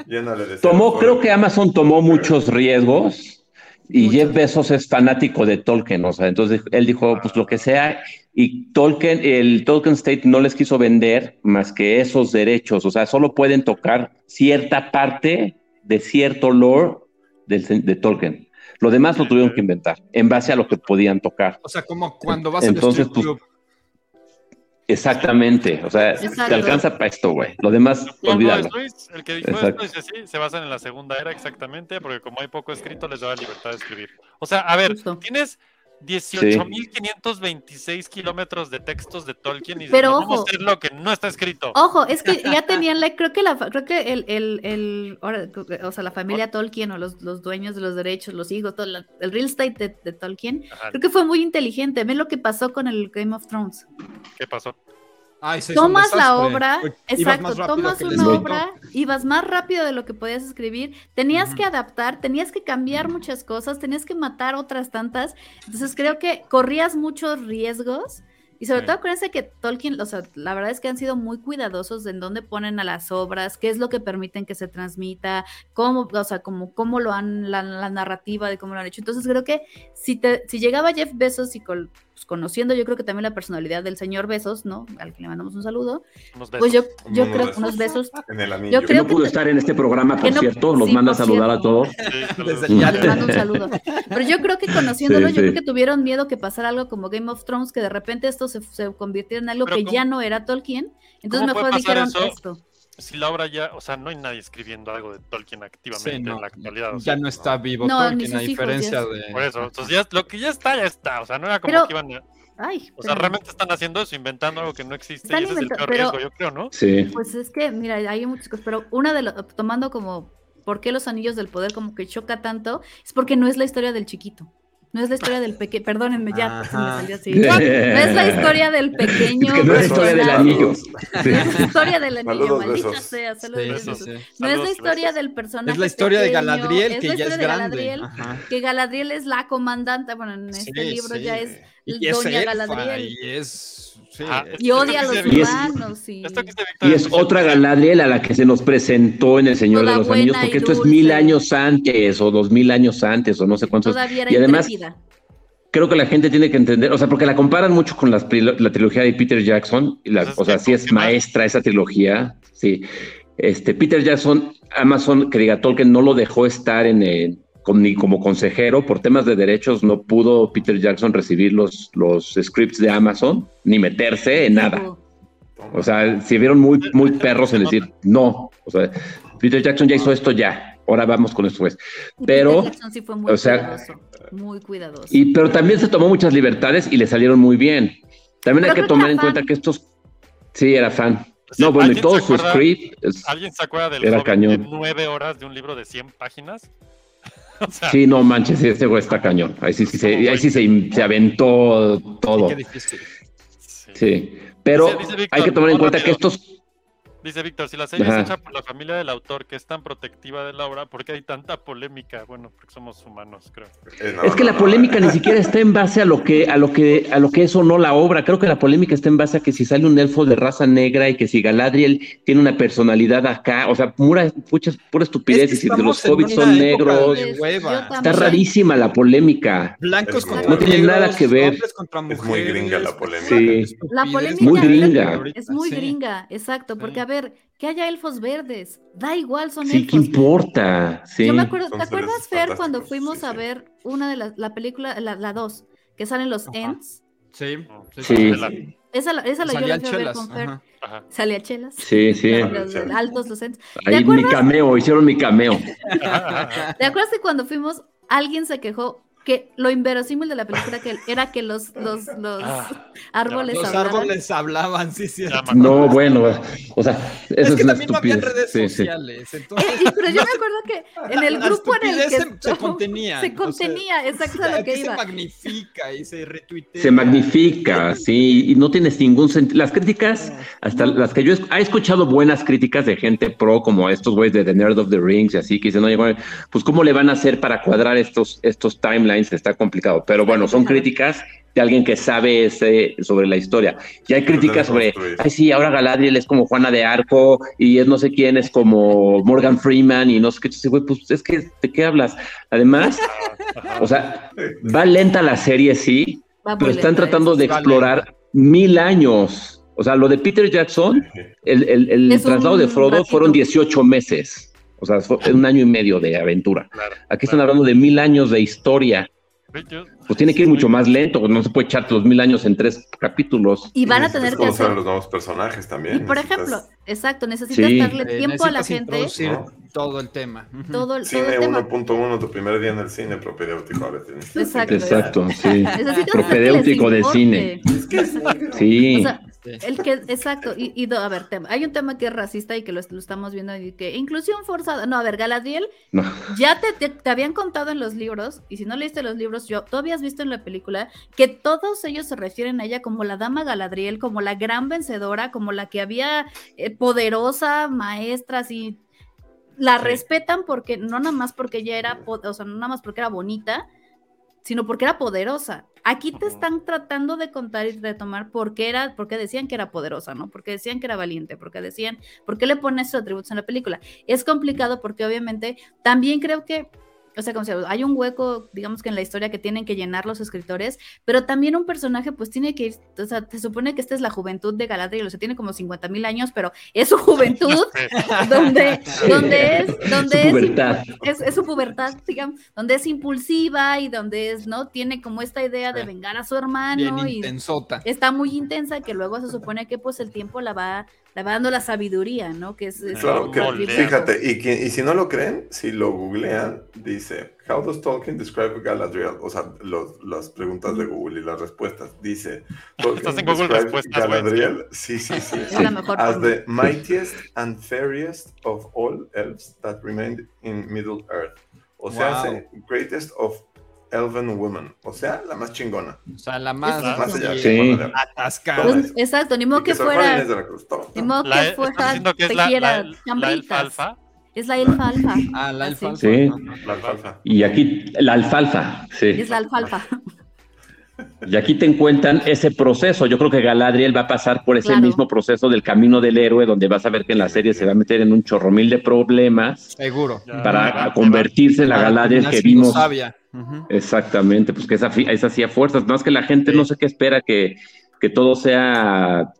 llénale de
Tomó,
cero,
creo
pobre.
que Amazon tomó muchos riesgos y
Muchos.
Jeff Bezos es fanático de Tolkien, o sea, entonces él
Ah.
dijo, pues lo que sea, y Tolkien, el Tolkien State no les quiso vender más que esos derechos, o sea, solo pueden tocar cierta parte de cierto lore de, de Tolkien. Lo demás lo tuvieron que inventar en base a lo que podían tocar.
O sea, como cuando vas al
Entonces,
strip club.
Exactamente, o sea,
Exacto.
te alcanza para esto, güey. Lo demás,
Juan
olvídalo.
Gómez Ruiz, el que dijo
Exacto.
esto dice sí, se basan en la segunda era exactamente, porque como hay poco escrito, les daba libertad de escribir. O sea, a ver,
Justo.
tienes 18.526 kilómetros de textos de Tolkien y dices,
Pero
"No,
ojo. Oh.
vamos a hacer lo que no está escrito.
Ojo, es que ya tenían la, creo que la, fa- creo que el, el, el, ahora, o sea, la familia Tolkien o los, los dueños de los derechos, los hijos, todo la- el real estate de, de Tolkien,
Ajá,
creo que fue muy inteligente. Ven lo que pasó con el Game of Thrones.
¿Qué pasó?
Ay, se hizo un
Tomas la
desastre.
obra,
Uy, ibas
exacto,
más rápido
tomas
que el
una
escritor.
obra y vas más rápido de lo que podías escribir, tenías que adaptar, tenías que cambiar muchas cosas, tenías que matar otras tantas, entonces creo que corrías muchos riesgos y sobre
Sí.
todo acuérdense que Tolkien, o sea, la verdad es que han sido muy cuidadosos de en dónde ponen a las obras, qué es lo que permiten que se transmita, cómo, o sea, como cómo lo han, la, la narrativa de cómo lo han hecho, entonces creo que si, te, si llegaba Jeff Bezos y col- pues, conociendo yo creo que también la personalidad del señor Bezos, ¿no? Al que le mandamos un saludo,
Unos
pues yo,
besos.
yo
Unos
creo
besos.
que unos besos
En el anillo.
Yo creo-
no pudo estar en este programa, por
Que no-
cierto, los
sí,
manda a
por
saludar a
cierto.
todos.
Sí, saludos.
Desde el
le mando
yate.
un saludo. Pero yo creo que conociéndolo,
Sí,
yo creo
sí.
que tuvieron miedo que pasara algo como Game of Thrones, que de repente esto se, se convirtiera en algo
Pero
que
¿cómo-
ya no era Tolkien. Entonces
cómo puede
mejor
pasar
dijeron
eso?
esto.
Si la obra ya, o sea, no hay nadie escribiendo algo de Tolkien activamente
Sí, no,
en la actualidad. o sea,
Ya no está vivo
No, ni
Tolkien, a
sus hijos,
diferencia
Dios.
Por
de...
eso, entonces ya, lo que ya está, ya está. O sea, no era como
Pero-
que iban a-
Ay,
O sea,
pero-
realmente están haciendo eso, inventando algo que no existe.
Están
y ese es el
inventando-
peor
pero-
riesgo, yo creo, ¿no?
Sí.
Pues es que, mira, hay muchas cosas, pero una de los, tomando como, ¿por qué los anillos del poder como que choca tanto? Es porque no es la historia del chiquito. No es la historia del pequeño, perdónenme ya, se me
Ajá.
salió así. No es la historia del pequeño.
que no es la
Besos,
historia del
personaje.
anillo.
No es la historia del anillo,
Saludos,
maldita
besos.
sea. saludos,
Sí,
besos.
sí, sí.
No es la
Saludos,
historia
besos.
del personaje.
Es la historia de
pequeño,
Galadriel,
la
que ya es
historia de
grande.
Galadriel,
Ajá.
que Galadriel es la comandante, bueno, en
Sí,
este libro
sí.
ya es
Y es
Doña
elfa,
Galadriel.
Y es... sí,
Ajá.
es-
Y odia a los
Y
es-
humanos. Y...
Esto que dice Víctor
Y es
muy
otra
cierto.
Galadriel a la que se nos presentó en El Señor
Toda
de los
buena
Anillos,
y
porque esto es
dulce.
mil años antes, o dos mil años antes, o no sé cuántos.
Todavía era
Y además,
intrépida.
creo que la gente tiene que entender, o sea, porque la comparan mucho con las pri- la trilogía de Peter Jackson, y la-
Pues es
o sea,
que
sí es
confirma-
maestra esa trilogía, sí. Este, Peter Jackson, Amazon, que diga Tolkien, no lo dejó estar en el- con- ni como consejero por temas de derechos, no pudo Peter Jackson recibir los, los scripts de Amazon, ni meterse en nada.
Toma.
O sea, se vieron muy, muy perros en decir no. O sea, Peter Jackson ya hizo esto ya. Ahora vamos con esto, pues.
Y
Pero,
Peter Jackson sí fue muy
o sea,
cuidadoso, muy cuidadoso.
Y, pero también se tomó muchas libertades y le salieron muy bien. También
Pero
hay
creo
que
que
tomar
era
en
fan.
cuenta que estos. Sí, era fan.
Sí,
No, bueno, y
¿alguien
todo
se
su
acuerda-
script. es-
¿Alguien se acuerda del
Era
Hobbit
cañón.
de nueve horas de un libro de 100 páginas? o sea,
Sí, no manches, ese güey está cañón. Ahí sí, sí se, ahí sí se, se aventó
sí,
todo.
qué difícil.
sí.
Sí. Pero
Dice- dice Víctor,
hay que tomar en
no,
cuenta
rápido.
que estos.
Dice Víctor, si la serie
Ajá.
es hecha por la familia del autor, que es tan protectiva de la obra, ¿por qué hay tanta polémica? Bueno, porque somos humanos, creo.
Eh, no,
Es que
no,
la
no.
polémica ni siquiera está en base a lo que a lo que a lo que es o no la obra. Creo que la polémica está en base a que si sale un elfo de raza negra y que si Galadriel tiene una personalidad acá, o sea, pura, muchas pura estupidez
que
y si los
estamos en
hobbits
una
son
época
negros.
de hueva.
Yo
Está
también.
rarísima la polémica.
Blancos
Es
contra
muy- No
tiene nada
negros,
que ver.
hombres contra
muy
mujeres,
gringa la polémica.
Sí.
La
estupidez
polémica
Muy
es-
gringa.
es muy
Sí.
gringa, exacto, porque a ver, que haya elfos verdes, da igual, son
Sí, ¿qué
elfos.
importa? Sí.
pues, Yo me acuerdo, ¿te
Son seres
acuerdas, Fer,
fantásticos,
cuando fuimos
sí,
a
sí.
ver una de las, la película, la, la dos, que salen los
Ajá.
Ents?
Sí, sí,
Sí,
Esa, la- esa la yo la
Salían
fui a ver
chelas.
con Fer.
ajá.
Ajá.
Salía chelas.
sí, sí.
Los
Chelas.
altos los Ents. ¿Te
Ahí mi
acuerdas?
cameo, hicieron mi cameo.
¿Te acuerdas que cuando fuimos alguien se quejó que lo inverosímil de la película que era que los, los, los
Ah,
árboles
Los
hablaban?
árboles hablaban, sí, sí.
Ya me acuerdo.
No, bueno, o sea,
Es
eso es,
que
una
también no había
estupidez.
redes
Sí, sí.
sociales,
Eh,
entonces
y- pero yo me acuerdo que en el
la
grupo en el que
estupidez se, se
estábamos-
contenía.
se contenía, exacto a lo que
aquí se
iba.
magnifica y se retuitea.
Se magnifica, sí, y no tienes ningún sentido. Las críticas, hasta las que yo he, he escuchado buenas críticas de gente pro, como estos güeyes de The Nerd of the Rings y así, que dicen, oye, güey, pues cómo le van a hacer para cuadrar estos, estos timelines, está complicado. Pero bueno, son críticas de alguien que sabe ese- sobre la historia. Y hay críticas sobre, ay, sí, ahora Galadriel es como Juana de Arco y es no sé quién, es como Morgan Freeman y no sé qué. Entonces, güey, pues es que, ¿de qué hablas? Además, o sea, va lenta la serie, sí,
Va pues, muy
pero están
lenta,
tratando de
Vale.
explorar mil años. O sea, lo de Peter Jackson, el, el- el
Es un
traslado de Frodo
ratito.
fueron 18 meses. O sea, fue un año y medio de aventura.
Claro,
Aquí están hablando de mil años de historia.
Güey, yo-
Pues tiene que ir mucho más lento, no se puede echar los mil años en tres capítulos.
Y van a
Necesitas
tener que
conocer
hacer.
a los nuevos personajes también.
Y por
necesitas-
ejemplo, exacto, necesitas
Sí.
darle
Eh,
tiempo a la
necesitas
gente
introducir
¿no?
todo el tema. Ujú.
todo, el- todo
Cine
el tema.
1.1, tu primer día en el cine propedéutico. ahora tienes.
Exacto.
Exacto, sí.
Necesitas
Propedéutico
hacer que les
del cine.
importe.
Sí.
O sea,
Este,
el que, exacto, y, y do- a ver, tema. hay un tema que es racista y que lo, lo estamos viendo y que inclusión forzada, no, a ver, Galadriel,
No.
ya te, te- te habían contado en los libros, y si no leíste los libros, yo, tú habías visto en la película que todos ellos se refieren a ella como la dama Galadriel, como la gran vencedora, como la que había eh, poderosa, maestra, así, la respetan porque, no nada más porque ella era, po- o sea, no nada más porque era bonita, sino porque era poderosa. Aquí te
Ujú.
están tratando de contar y retomar por qué era, por qué decían que era poderosa, ¿no? Porque decían que era valiente, porque decían, ¿por qué le pones sus atributos en la película? Es complicado porque obviamente también creo que, o sea, como se llama, hay un hueco, digamos que en la historia que tienen que llenar los escritores, pero también un personaje pues tiene que ir, o sea, se supone que esta es la juventud de Galadriel, o sea, tiene como 50 mil años, pero es su juventud
Sí.
donde, donde es,
Su
donde es
pubertad.
es, es su pubertad, digamos, donde es impulsiva y donde es, ¿no? Tiene como esta idea de
Sí.
vengar a su
Bien
hermano y
intensota.
está muy intensa que luego se supone que pues el tiempo la va, la va dando la sabiduría, ¿no? Que es, es
Claro,
un
que,
Moldeado.
fíjate, y, que- y si no lo creen, si lo googlean, dice, How does Tolkien describe Galadriel? O sea, los- las preguntas de Google y las respuestas. Dice,
Estás en
Tolkien
Google
describes
Respuestas, güey.
Galadriel, sí, sí, sí,
Es la mejor
as
forma.
the mightiest and fairest of all elves that remained in Middle Earth. O sea,
Wow.
hace greatest of elven woman. O sea, la más chingona.
O sea, la más,
Eso
Más allá de
así,
Sí.
Galadriel.
atascada.
Pues, exacto, ni modo
Y
que
Sor Juana
fuera,
Inés de la Cruz, todo,
ni
todo.
modo
La,
que
estás
fuera,
diciendo que es
pues, ah, te
la, la,
quiera,
la
chambritas.
elfa alfa.
Es la elfa alfa.
Ah, la
Así.
alfalfa.
Sí.
ajá.
La alfalfa.
Y aquí, la alfalfa, sí.
Es la alfalfa.
Y aquí te encuentran ese proceso. Yo creo que Galadriel va a pasar por ese
Claro.
mismo proceso del camino del héroe, donde vas a ver que en la serie se va a meter en un chorro mil de problemas
Seguro.
Ya,
para
ya, ya.
convertirse en la
Para
Galadriel
terminar
que
siendo
vimos.
Sabia. Ujú.
Exactamente, pues que esa, fi- esa sí a fuerzas. Más que la gente no sé qué espera que, que todo sea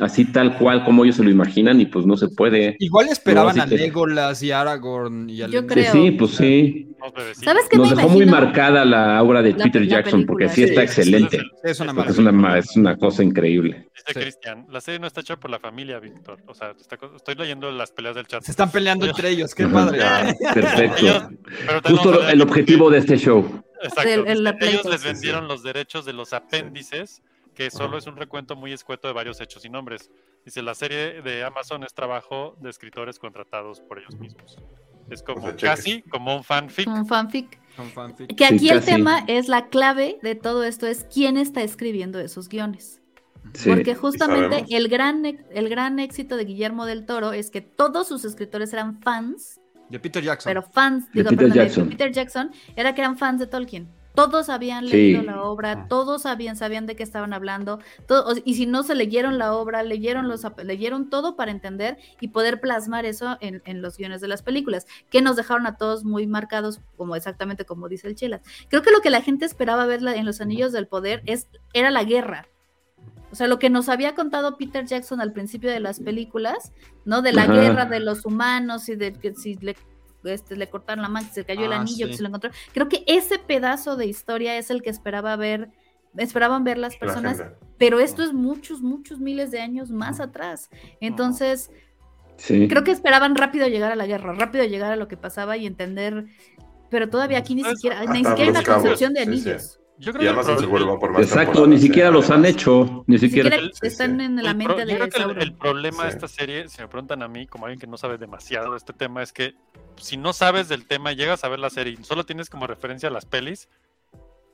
así tal cual como ellos se lo imaginan y pues no se puede.
Igual esperaban
sí
a
que-
Legolas y Aragorn y a
Yo
Legolas.
Sí,
creo.
sí, pues sí.
Unos bebecitos.
¿Sabes qué
Nos
me
dejó muy
imagino?
marcada la obra de
La-
Peter
la
Jackson, porque sí
película,
está
sí.
excelente.
Ese
Es una
Porque es
maravilla.
una, ma- es una cosa increíble.
Dice
Sí.
Cristian, la serie no está hecha por la familia, Víctor. O sea, está co- estoy leyendo las peleas del chat.
Se están peleando entre ellos, qué
Ajá.
padre.
Ya.
Ah, Perfecto.
Pero también vamos a
Justo
leer-
el objetivo de este show.
Exacto,
del-
dice,
el
ellos
pleito.
les
Sí, sí.
vendieron los derechos de los apéndices, que solo es un recuento muy escueto de varios hechos y nombres. Dice, la serie de Amazon es trabajo de escritores contratados por ellos mismos. Es como
O sea, cheques.
casi como un fanfic.
Un fanfic.
Con fanfic.
Que
Sí,
aquí el
casi.
tema es la clave de todo esto es quién está escribiendo esos guiones.
Sí.
Porque justamente
sabemos.
el gran, e- el gran éxito de Guillermo del Toro es que todos sus escritores eran fans,
De Peter Jackson.
pero fans
De
digo,
Peter
perdón, de
Jackson.
Peter Jackson, era que eran fans de Tolkien. Todos habían
Sí.
leído la obra,
Ah.
todos sabían, sabían de qué estaban hablando, todo- o- y si no se leyeron la obra, leyeron, los, ap- leyeron todo para entender y poder plasmar eso en, en los guiones de las películas, que nos dejaron a todos muy marcados, como exactamente como dice el Chelas. Creo que lo que la gente esperaba ver la- en Los Anillos del Poder es, era la guerra. O sea, lo que nos había contado Peter Jackson al principio de las películas, ¿no? De la
Ajá.
guerra de los humanos y de que si le, este, le cortaron la mano, que se cayó el
Ah,
anillo, que
sí.
se lo encontró. Creo que ese pedazo de historia es el que esperaba ver, esperaban ver las
La
personas,
gente. Ah.
pero esto es muchos, muchos miles de años más atrás. Entonces,
Sí.
creo que esperaban rápido llegar a la guerra, rápido llegar a lo que pasaba y entender, pero todavía aquí ni
Eso.
siquiera,
Atar
ni siquiera hay
los
una
cabos,
concepción de
sí, sí.
anillos.
Yo
Y
creo que el
además no se
problema-
vuelva por más
Exacto, ni
temporadas,
siquiera
sí,
los han
además.
hecho. Ni
Ni
siquiera.
siquiera
Sí, sí.
están en la
el
mente
pro- yo
de
creo que el,
Sauron.
el problema de
Sí.
esta serie, si me preguntan a mí, como alguien que no sabe demasiado de este tema, es que si no sabes del tema y llegas a ver la serie y solo tienes como referencia las pelis,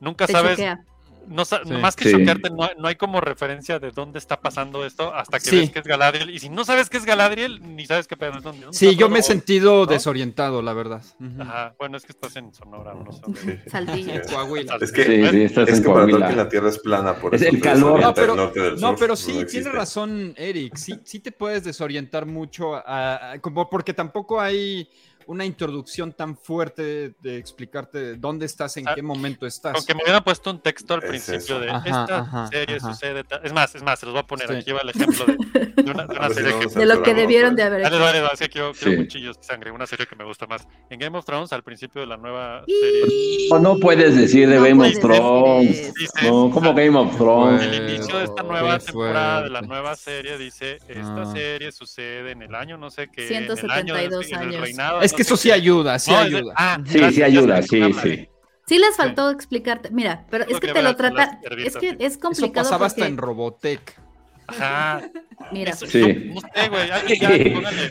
nunca
Te
sabes,
choquea.
no sa-
Sí.
más que
Sí.
choquearte, no, hay- no hay como referencia de dónde está pasando esto hasta que
Sí.
ves que es Galadriel. Y si no sabes que es Galadriel, ni sabes qué pedo es dónde. dónde
Sí,
está
yo me he
Frodo.
sentido
¿no?
desorientado, la verdad. Ujú.
Ajá, bueno, es que estás en Sonora, no sé dónde.
Sí.
Saltillo.
Sí.
Coahuila.
Es que,
Sí, sí, estás
es
en
que para
Coahuila.
Tolkien la Tierra es plana, por
Es
eso
el
te
calor.
desorienta
No, pero-
el norte del
No,
sur,
pero sí,
existe.
tiene razón, Eric. Sí, sí te puedes desorientar mucho, a- a- como porque tampoco hay una introducción tan fuerte de, de explicarte dónde estás, en
Ah,
qué momento estás.
Aunque me hubieran puesto un texto al
Es
principio
eso.
de
Ajá,
esta
ajá,
serie
ajá.
sucede tal. Es más, es más, se los voy a poner.
Sí.
Aquí va el ejemplo de, de una, de
A
una serie
ver si no
que
nos
de lo que
censuramos,
debieron de
pero-
haber
Dale,
hecho.
dale, dale, es que quiero, quiero
Sí.
cuchillos y sangre, una serie que me gusta más. En Game of Thrones, al principio de la nueva
Y-
serie,
No, no puedes decir de
No
Game of
puedes
Thrones.
decir
eso.
No, como Game of
el
Thrones.
Bueno,
inicio de esta
qué
nueva temporada de la
fuerte.
nueva serie dice, esta
Ah.
serie sucede en el año, no sé qué, en el año,
172
en el
años.
reinado,
Es
no
que
sé
eso sí
qué.
ayuda, sí
No, es de-
ayuda.
ah,
Sí,
gracias,
sí ayuda,
ya sé
sí,
habla de-
sí.
Sí les faltó explicarte. Mira, pero
Es lo
es que
que
te
veo
lo
hasta
trata.
las servietas,
Es que
sí.
es
Eso
complicado
pasaba hasta
porque- Eh,
en Robotech.
Ajá.
Mira,
Eso-
Sí.
No sé, güey. Alguien, ya, póngale,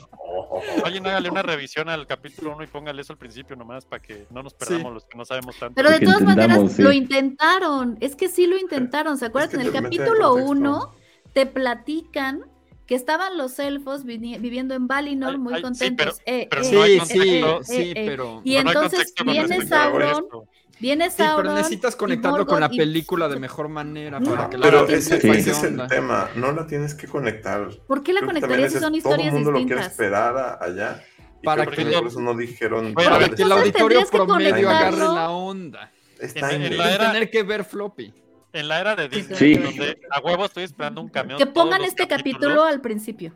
alguien hágale una revisión al capítulo 1 y póngale eso al principio nomás para que no nos perdamos los que no sabemos tanto.
pero de
que
todas maneras
entendamos, sí.
lo intentaron. Es que sí lo intentaron. ¿Se acuerdan?
que
en el
te lo meten en
capítulo
contexto.
1 te platican que estaban los elfos vini- viviendo en Valinor
Ay,
muy
ay, sí,
contentos. Eh,
pero
eh,
Sí,
no hay
eh,
sí,
contexto.
eh,
sí,
eh, eh.
pero...
Y
Pero no hay
entonces
contexto con
viene
respecto a
Sauron,
esto.
viene
Sí,
Sauron.
pero necesitas
y
conectarlo con
Morgoth
la
y-
película de mejor manera
No,
para que la
Pero
gente
ese,
sepa
Sí.
ese
qué
es el
onda.
tema, no la tienes que conectar.
¿Por qué la
Creo que
conectarías si
también
son
ese-
historias
Todo el mundo lo quiere
distintas?
esperar a- allá. Y
Para
creo que,
que-
por eso no dijeron.
Bueno,
"Órale,
Para que el
Entonces
auditorio
tendrías que
promedio agarre
conectarlo.
la onda.
Está
En- en
en
la-
Sin
era-
tener que ver floppy.
En la era de Disney,
Sí.
donde a huevo estoy esperando un camión.
Que
todos
pongan
los
este
capítulos.
capítulo al principio.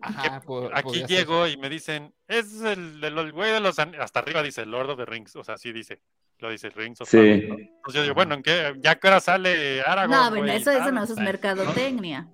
Ajá, po-
Aquí
podría ser.
llego y me dicen, es el, el- el güey de los... an- Hasta arriba dice Lord of the Rings, o sea, sí dice. Lo dice Rings of Power,
Sí.
¿no? Entonces yo digo, bueno, ¿en qué? ¿Ya que ahora sale Aragorn?
No, bueno,
güey?
eso, eso
Ah,
no eso es mercadotecnia.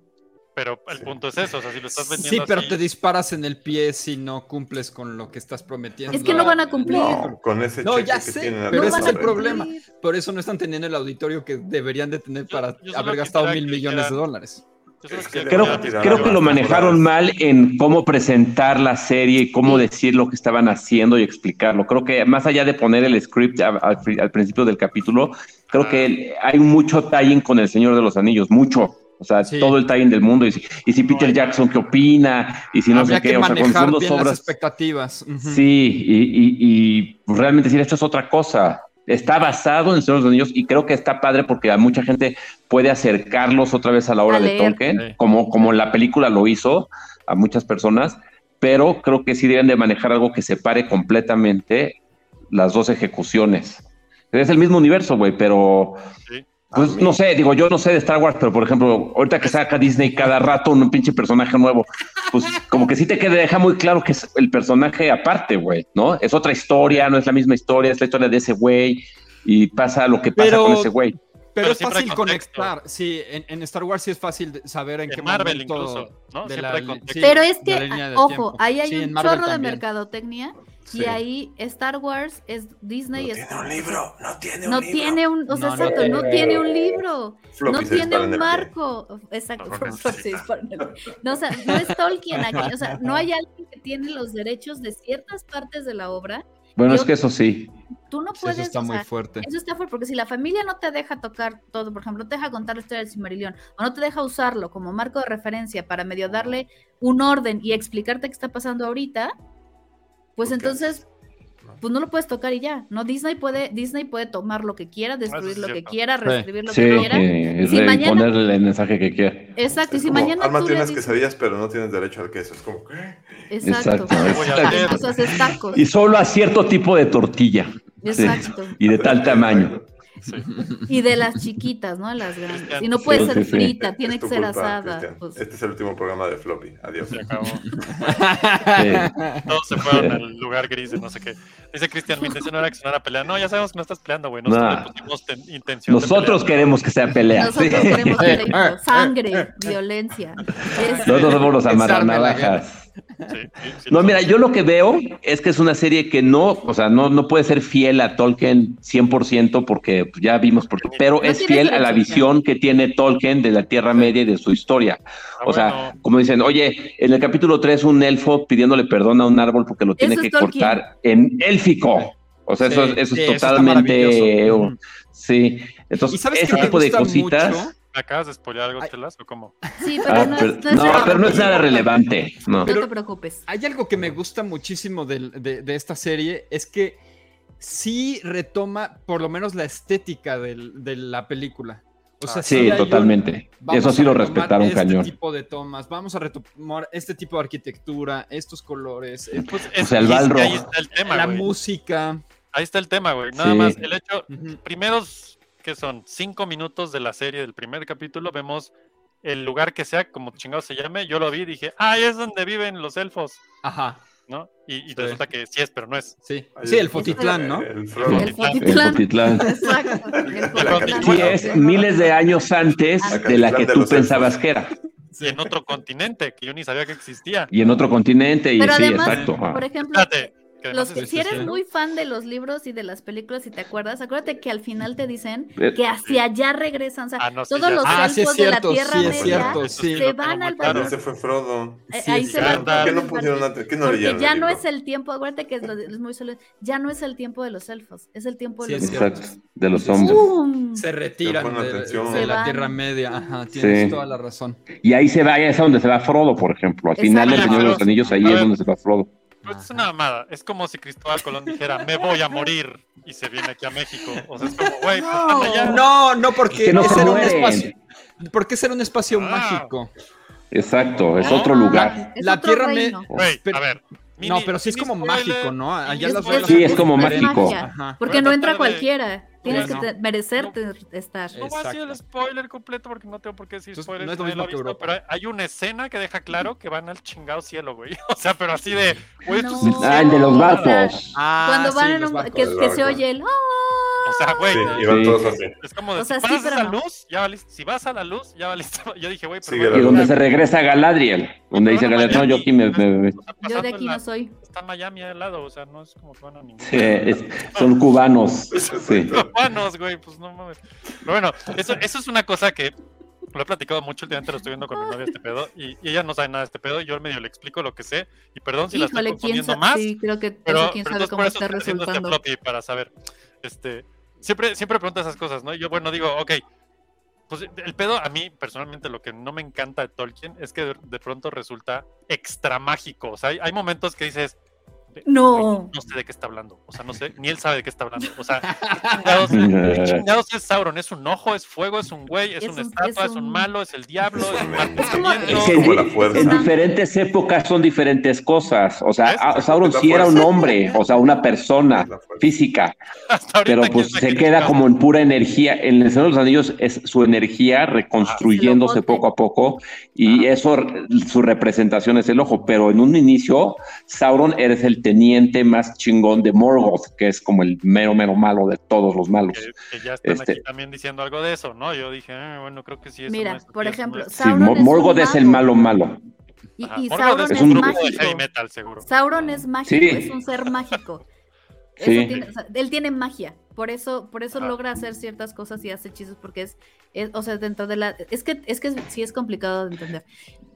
Pero el punto es eso, o sea, si lo estás vendiendo
Sí, pero
así,
te disparas en el pie si no cumples con lo que estás prometiendo.
Es que no van a cumplir.
No, con ese
No,
cheque
ya
que
sé,
tienen
pero
no
ese
van
es
a
el
alrededor.
problema.
cumplir.
Por eso no están teniendo el auditorio que deberían de tener
Yo-
para
yo solo
haber gastado
quisiera
mil
que
millones de
hicieran- yo
dólares.
solo
Es que
quisiera
le
Creo,
que
van a tirar
creo
a
que lo
las
manejaron
temporadas.
mal en cómo presentar la serie y cómo decir lo que estaban haciendo y explicarlo. Creo que más allá de poner el script a- al, pri- al principio del capítulo, creo que
Ah.
hay mucho tie con el Señor de los Anillos, mucho. O sea,
Sí.
todo el tie del mundo. Y si, y si Peter Jackson qué opina, y si no
Habría
sé qué,
que
o sea, con
manejar
dos
bien las
obras.
expectativas. Ujú.
Sí, y, y- y realmente decir esto es otra cosa. Está basado en el Señor de los Anillos y creo que está padre porque a mucha gente puede acercarlos otra vez a la obra
A
de
leer.
Tolkien,
Sí.
como, como la película lo hizo a muchas personas, pero creo que sí deben de manejar algo que separe completamente las dos ejecuciones. Es el mismo universo, güey, pero pues
A mí-
no sé, digo, yo no sé de Star Wars, pero por ejemplo, ahorita que saca Disney cada rato un pinche personaje nuevo, pues como que sí te queda, deja muy claro que es el personaje aparte, güey, ¿no? Es otra historia, no es la misma historia, es la historia de ese güey y pasa lo que pasa
Pero-
con ese güey.
Pero,
Pero
es
siempre hay
fácil
contexto.
conectar. Sí, en, en Star Wars sí es fácil de- saber en,
en
qué
Marvel
momento.
incluso, ¿no?
de
Siempre
la-
hay
sí.
contexto.
Pero es
de
que, ah,
la línea de
ojo,
tiempo.
ahí hay
Sí, en
un
Marvel
chorro de
también.
mercadotecnia
Sí.
y ahí Star Wars es Disney,
No
es-
tiene un libro, no tiene un
no
libro.
tiene un, o sea,
No, no
exacto, no tiene un libro,
Floppy
no
se
tiene
dispara en
un
el
marco, exacto,
No, no,
por
no,
favor,
sí.
se dispara en el pie. no, o sea, no es Tolkien aquí, o sea, no hay alguien que tiene los derechos de ciertas partes de la obra
Bueno,
Yo-
es que eso sí.
Tú no
Sí,
puedes.
eso está
o
muy
sea,
fuerte.
Eso está fuerte, porque si la familia no te deja tocar todo, por ejemplo, no te deja contar la historia del Silmarillion, o no te deja usarlo como marco de referencia para medio darle un orden y explicarte qué está pasando ahorita, pues
Ok.
entonces, pues no lo puedes tocar y ya. No, Disney puede, Disney puede tomar lo que quiera, destruir
es
lo que
cierto.
quiera, reescribir lo
Sí,
que quiera.
eh,
Si
re-
mañana-
ponerle el mensaje que quiera.
Exacto, y
Es
si
como,
mañana tú
ármate
le
unas
dices-
quesadillas, pero no tienes derecho al queso. Es como, ¿qué?
Exacto.
Exacto,
Voy a hacer.
Eso haces tacos.
Y solo a cierto tipo de tortilla. Sí.
Exacto.
Y de tal tamaño.
Sí.
Y de las chiquitas, ¿no? Las grandes.
Cristian.
Y no puede
Sí,
ser
sí, sí.
frita, tiene
Es
que
tu
ser
culpa,
asada.
Cristian.
pues.
Este es el último programa de Floppy. Adiós.
Se acabó.
Sí.
Todos se fueron al lugar gris de no sé qué. Dice Cristian, mi intención no era que sonara pelea. No, ya sabemos que no estás peleando, güey. Nosotros
Nah.
le pusimos ten- intención de
Nosotros
pelear.
queremos que sea pelea.
Nosotros
sí.
queremos
Eh,
pleito,
eh,
sangre, violencia. Es-
Nosotros somos los
Pensarme la
amarranavajas.
Sí, sí, sí,
No,
lo
mira,
somos.
yo lo que veo es que es una serie que no, o sea, no, no puede ser fiel a Tolkien 100% porque pues, ya vimos, por qué, pero
No
es
tiene
fiel a la
derecho,
visión que tiene Tolkien de la Tierra Media y de su historia.
Ah,
O sea,
bueno.
como dicen, oye, en el capítulo 3 un elfo pidiéndole perdón a un árbol porque lo tiene
Eso es
que
Tolkien.
cortar en élfico. O sea, eso,
Sí,
eso
sí,
es
Eh, eso está
totalmente...
maravilloso.
uh,
Ujú.
sí, entonces
¿Y sabes qué
ese
me
tipo de
gusta
cositas...
mucho?
¿Me acabas de spoilear algo,
Ay.
Telas, o cómo?
Sí, pero
Ah,
no,
pero-
es,
no, pero no es nada relevante. No.
No te preocupes.
Hay algo que me gusta muchísimo del- de, de esta serie, es que sí retoma por lo menos la estética del- de la película. O sea,
Ah,
Sí,
hay un-
totalmente.
vamos
Eso sí
a
lo
retomar
respetaron
este
cañón.
tipo de tomas, vamos a retomar este tipo de arquitectura, estos colores, eh,
Pues
O sea, el
y que
Balrog.
Ahí está el tema,
la
güey.
música.
Ahí está el tema, güey. Nada
Sí.
más, el hecho,
Ujú.
primeros, que son cinco minutos de la serie, del primer capítulo, vemos el lugar que sea, como chingado se llame. Yo lo vi y dije, ah, es donde viven los elfos,
Ajá,
¿no? Y, y
Sí.
resulta que sí es, pero no es.
sí.
Ahí
Sí, el
está,
Fotitlán, ¿no?
El
El
Frodo.
El
Fotitlán.
Jotitlán.
Exacto. el Fotitlán.
Sí,
Bueno.
es miles de años antes
Ah.
de la que
De
tú
los elfos.
pensabas que era.
Y en otro continente, que yo ni sabía que existía.
Y en otro continente, y
Pero
sí,
además,
exacto. ah.
Por ejemplo,
Espérate. que además
los-
es-
si
sí,
eres
sí.
muy fan de los libros y de las películas, si te acuerdas, acuérdate que al final te dicen
Eh,
que hacia allá regresan. O sea,
Ah, pues no, sí,
todos
ya.
los
Ah, sí es
elfos de la
cierto,
Tierra
sí es
Media
cierto,
Eso
sí.
lo
se
tengo
van
muy
al
claro.
Ah, ese fue Frodo.
eh,
sí
ahí
es
se
cierto.
van
¿Por qué no
Gandalf.
pusieron antes? ¿Qué no
Porque
leyeron
ya
el
no
libro?
es el tiempo, acuérdate que es, lo- es muy solo, ya no es el tiempo de los elfos, es el tiempo
Sí,
de
es
los
cierto.
Exacto, de los hombres.
¡Bum!
Se retiran
Pon
de,
atención.
de
Se
la
van.
Tierra Media. Ajá, tienes
Sí.
toda la razón.
Y ahí se va, ahí es a donde se va Frodo, por ejemplo. Al final del
Exacto.
Señor de los Anillos, ahí
A
es
ver.
donde se va Frodo.
Pues es una mamada. Es como si Cristóbal Colón dijera, me voy a morir, y se viene aquí a México. O sea, es como, güey, pues,
No.
anda ya.
No, no, porque
Que no
ese
se
era un
mueren.
espacio. Porque ese era un espacio
Ah.
mágico.
Exacto, es
Ah.
otro lugar.
Es
La
otro
Tierra me-
reino.
Güey,
Pero-
a ver.
no,
mini-
pero sí es
mini
como
spoiler.
mágico, ¿no? Allá
Sí,
las
es-
reglas
Sí,
son
es como
diferentes.
mágico.
Ajá.
Porque no entra
Tratar de-
cualquiera. Tienes que
no. Eh,
te- merecerte estar.
No va a ser el
Exacto.
spoiler completo porque no tengo por qué decir
Entonces,
spoilers.
no es lo
nadie
mismo
ha
que Europa.
Pero hay- hay una escena que deja claro que van al chingado cielo, güey. O sea, pero así de. Güey, esto es un
No.
Ah, el de los
cielo.
barcos.
Ah,
Cuando
sí,
van en
los
un-
barcos.
que,
Los
que se
barcos.
oye el ¡ah!
O sea, güey.
Sí, iban
Sí.
todos así.
Es como de.
O sea,
si
sí,
pasas
pero
a
no.
luz, ya valiste. Si vas a la luz, ya valiste. Yo dije, güey, pero.
Sigue
güey,
Y
la
donde
luz.
se regresa a Galadriel. Donde dice Galadriel, no, yo aquí me... me- me-
está
"Oh", yo
pasando
de
en
aquí
la-
no soy.
Está Miami al lado, o sea, no es como que van a ningún
sí, eh, es- son cubanos. Sí.
Cubanos, güey, pues no mames. Pero bueno, eso, eso es una cosa que lo he platicado mucho últimamente, lo estoy viendo con mi novia este pedo, y, y ella no sabe nada de este pedo, y yo medio le explico lo que sé, y perdón si la
Híjole,
estoy
quién
confundiendo
sabe.
más,
Sí, creo que
pero,
eso quién
pero
sabe
entonces
cómo
por eso
está
estoy haciendo este
resultando.
floppy para saber. Este, siempre, siempre pregunta esas cosas, ¿no? Y Yo, bueno, digo, ok, pues el pedo a mí personalmente lo que no me encanta de Tolkien es que de, de pronto resulta extra mágico, o sea, hay, hay momentos que dices... de-
No.
No sé de qué está hablando. O sea, no sé, ni él sabe de qué está hablando. O sea, ¿qué chingados, qué chingados es Sauron? ¿Es un ojo? ¿Es fuego? ¿Es un güey? ¿Es,
Es
una
un-
estatua?
es
¿Es un...
un-
malo? ¿Es el diablo? ¿Es un
Es
como-
artefacto?
Es que
Como la
en-
fuerza.
en diferentes épocas son diferentes cosas. O sea,
Es-
a- Sauron
es la
sí era un
fuerza.
hombre, o sea, una persona
Es la fuerza.
física,
Hasta ahorita,
pero
¿quién
pues
sabe
se
qué
queda
chingados?
como en pura energía. En el Señor de los Anillos es su
Ah,
energía reconstruyéndose
Ah, se lo
poco a poco y eso, re- su representación es el ojo. Pero en un inicio, Sauron eres el teniente más chingón de Morgoth, que es como el mero, mero malo de todos los malos.
Que, que ya están
Este-
aquí también diciendo algo de eso, ¿no? Yo dije, ah, bueno, creo que sí. Eso
Mira,
no es-
por
sí, eso
ejemplo,
no es-
Sí,
Sauron
Mor-
es un
Morgoth es el malo,
mago.
malo.
Y,
Ajá.
y
Morgoth
Sauron
es
es,
un grupo
grupo de heavy
mágico.
metal, seguro.
Sauron es mágico,
Sí.
es un ser mágico. Eso
Sí.
tiene- o sea, él tiene magia, por eso, por eso
Ajá.
logra hacer ciertas cosas y hace hechizos, porque es, es- o sea, dentro de la, es que, es que sí es complicado de entender.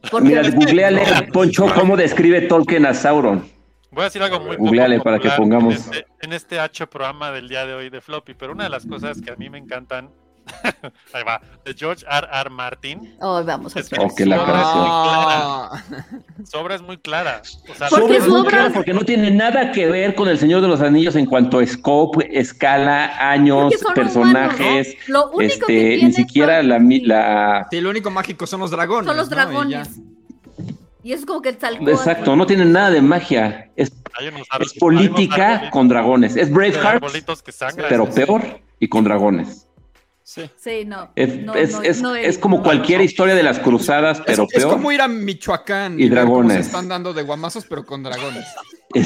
Porque-
Mira, googleale, Poncho, cómo describe Tolkien a Sauron.
Voy a decir algo muy poco
Googleale para que
popular
pongamos-
En este, en este hacho programa del día de hoy de Floppy, pero una de las cosas que a mí me encantan. ahí va. De George R. R. Martin.
Oh, vamos a
Es que
Oh, qué
su
la
obra es muy clara.
Ah,
Su obra es muy clara. O sea,
¿Por qué
Sobre
su
todo,
obra-
claro, porque no tiene nada que ver con El Señor de los Anillos en cuanto a scope, escala, años,
Porque son
personajes,
humanos, ¿no? Lo único que
este, ni
tienen
siquiera
son-
la, mi- la...
sí, lo único mágico son los dragones.
son los
¿no? Y ya.
dragones. Y es como que el salcón. pues.
Exacto, no tiene nada de magia. Es,
hay unos
es
árboles- hay unos
política
arbolitos-
con dragones. Es Braveheart,
arbolitos pues, que sangran.
pero
sí, sí.
peor y con dragones.
Sí.
Sí, no.
Es,
no,
es-
no,
es-
no,
es
Eric,
como
no.
cualquier historia de las cruzadas,
Es,
pero
es
peor.
como ir a Michoacán
Y
ver cómo
dragones.
se están dando de guamazos, pero con dragones.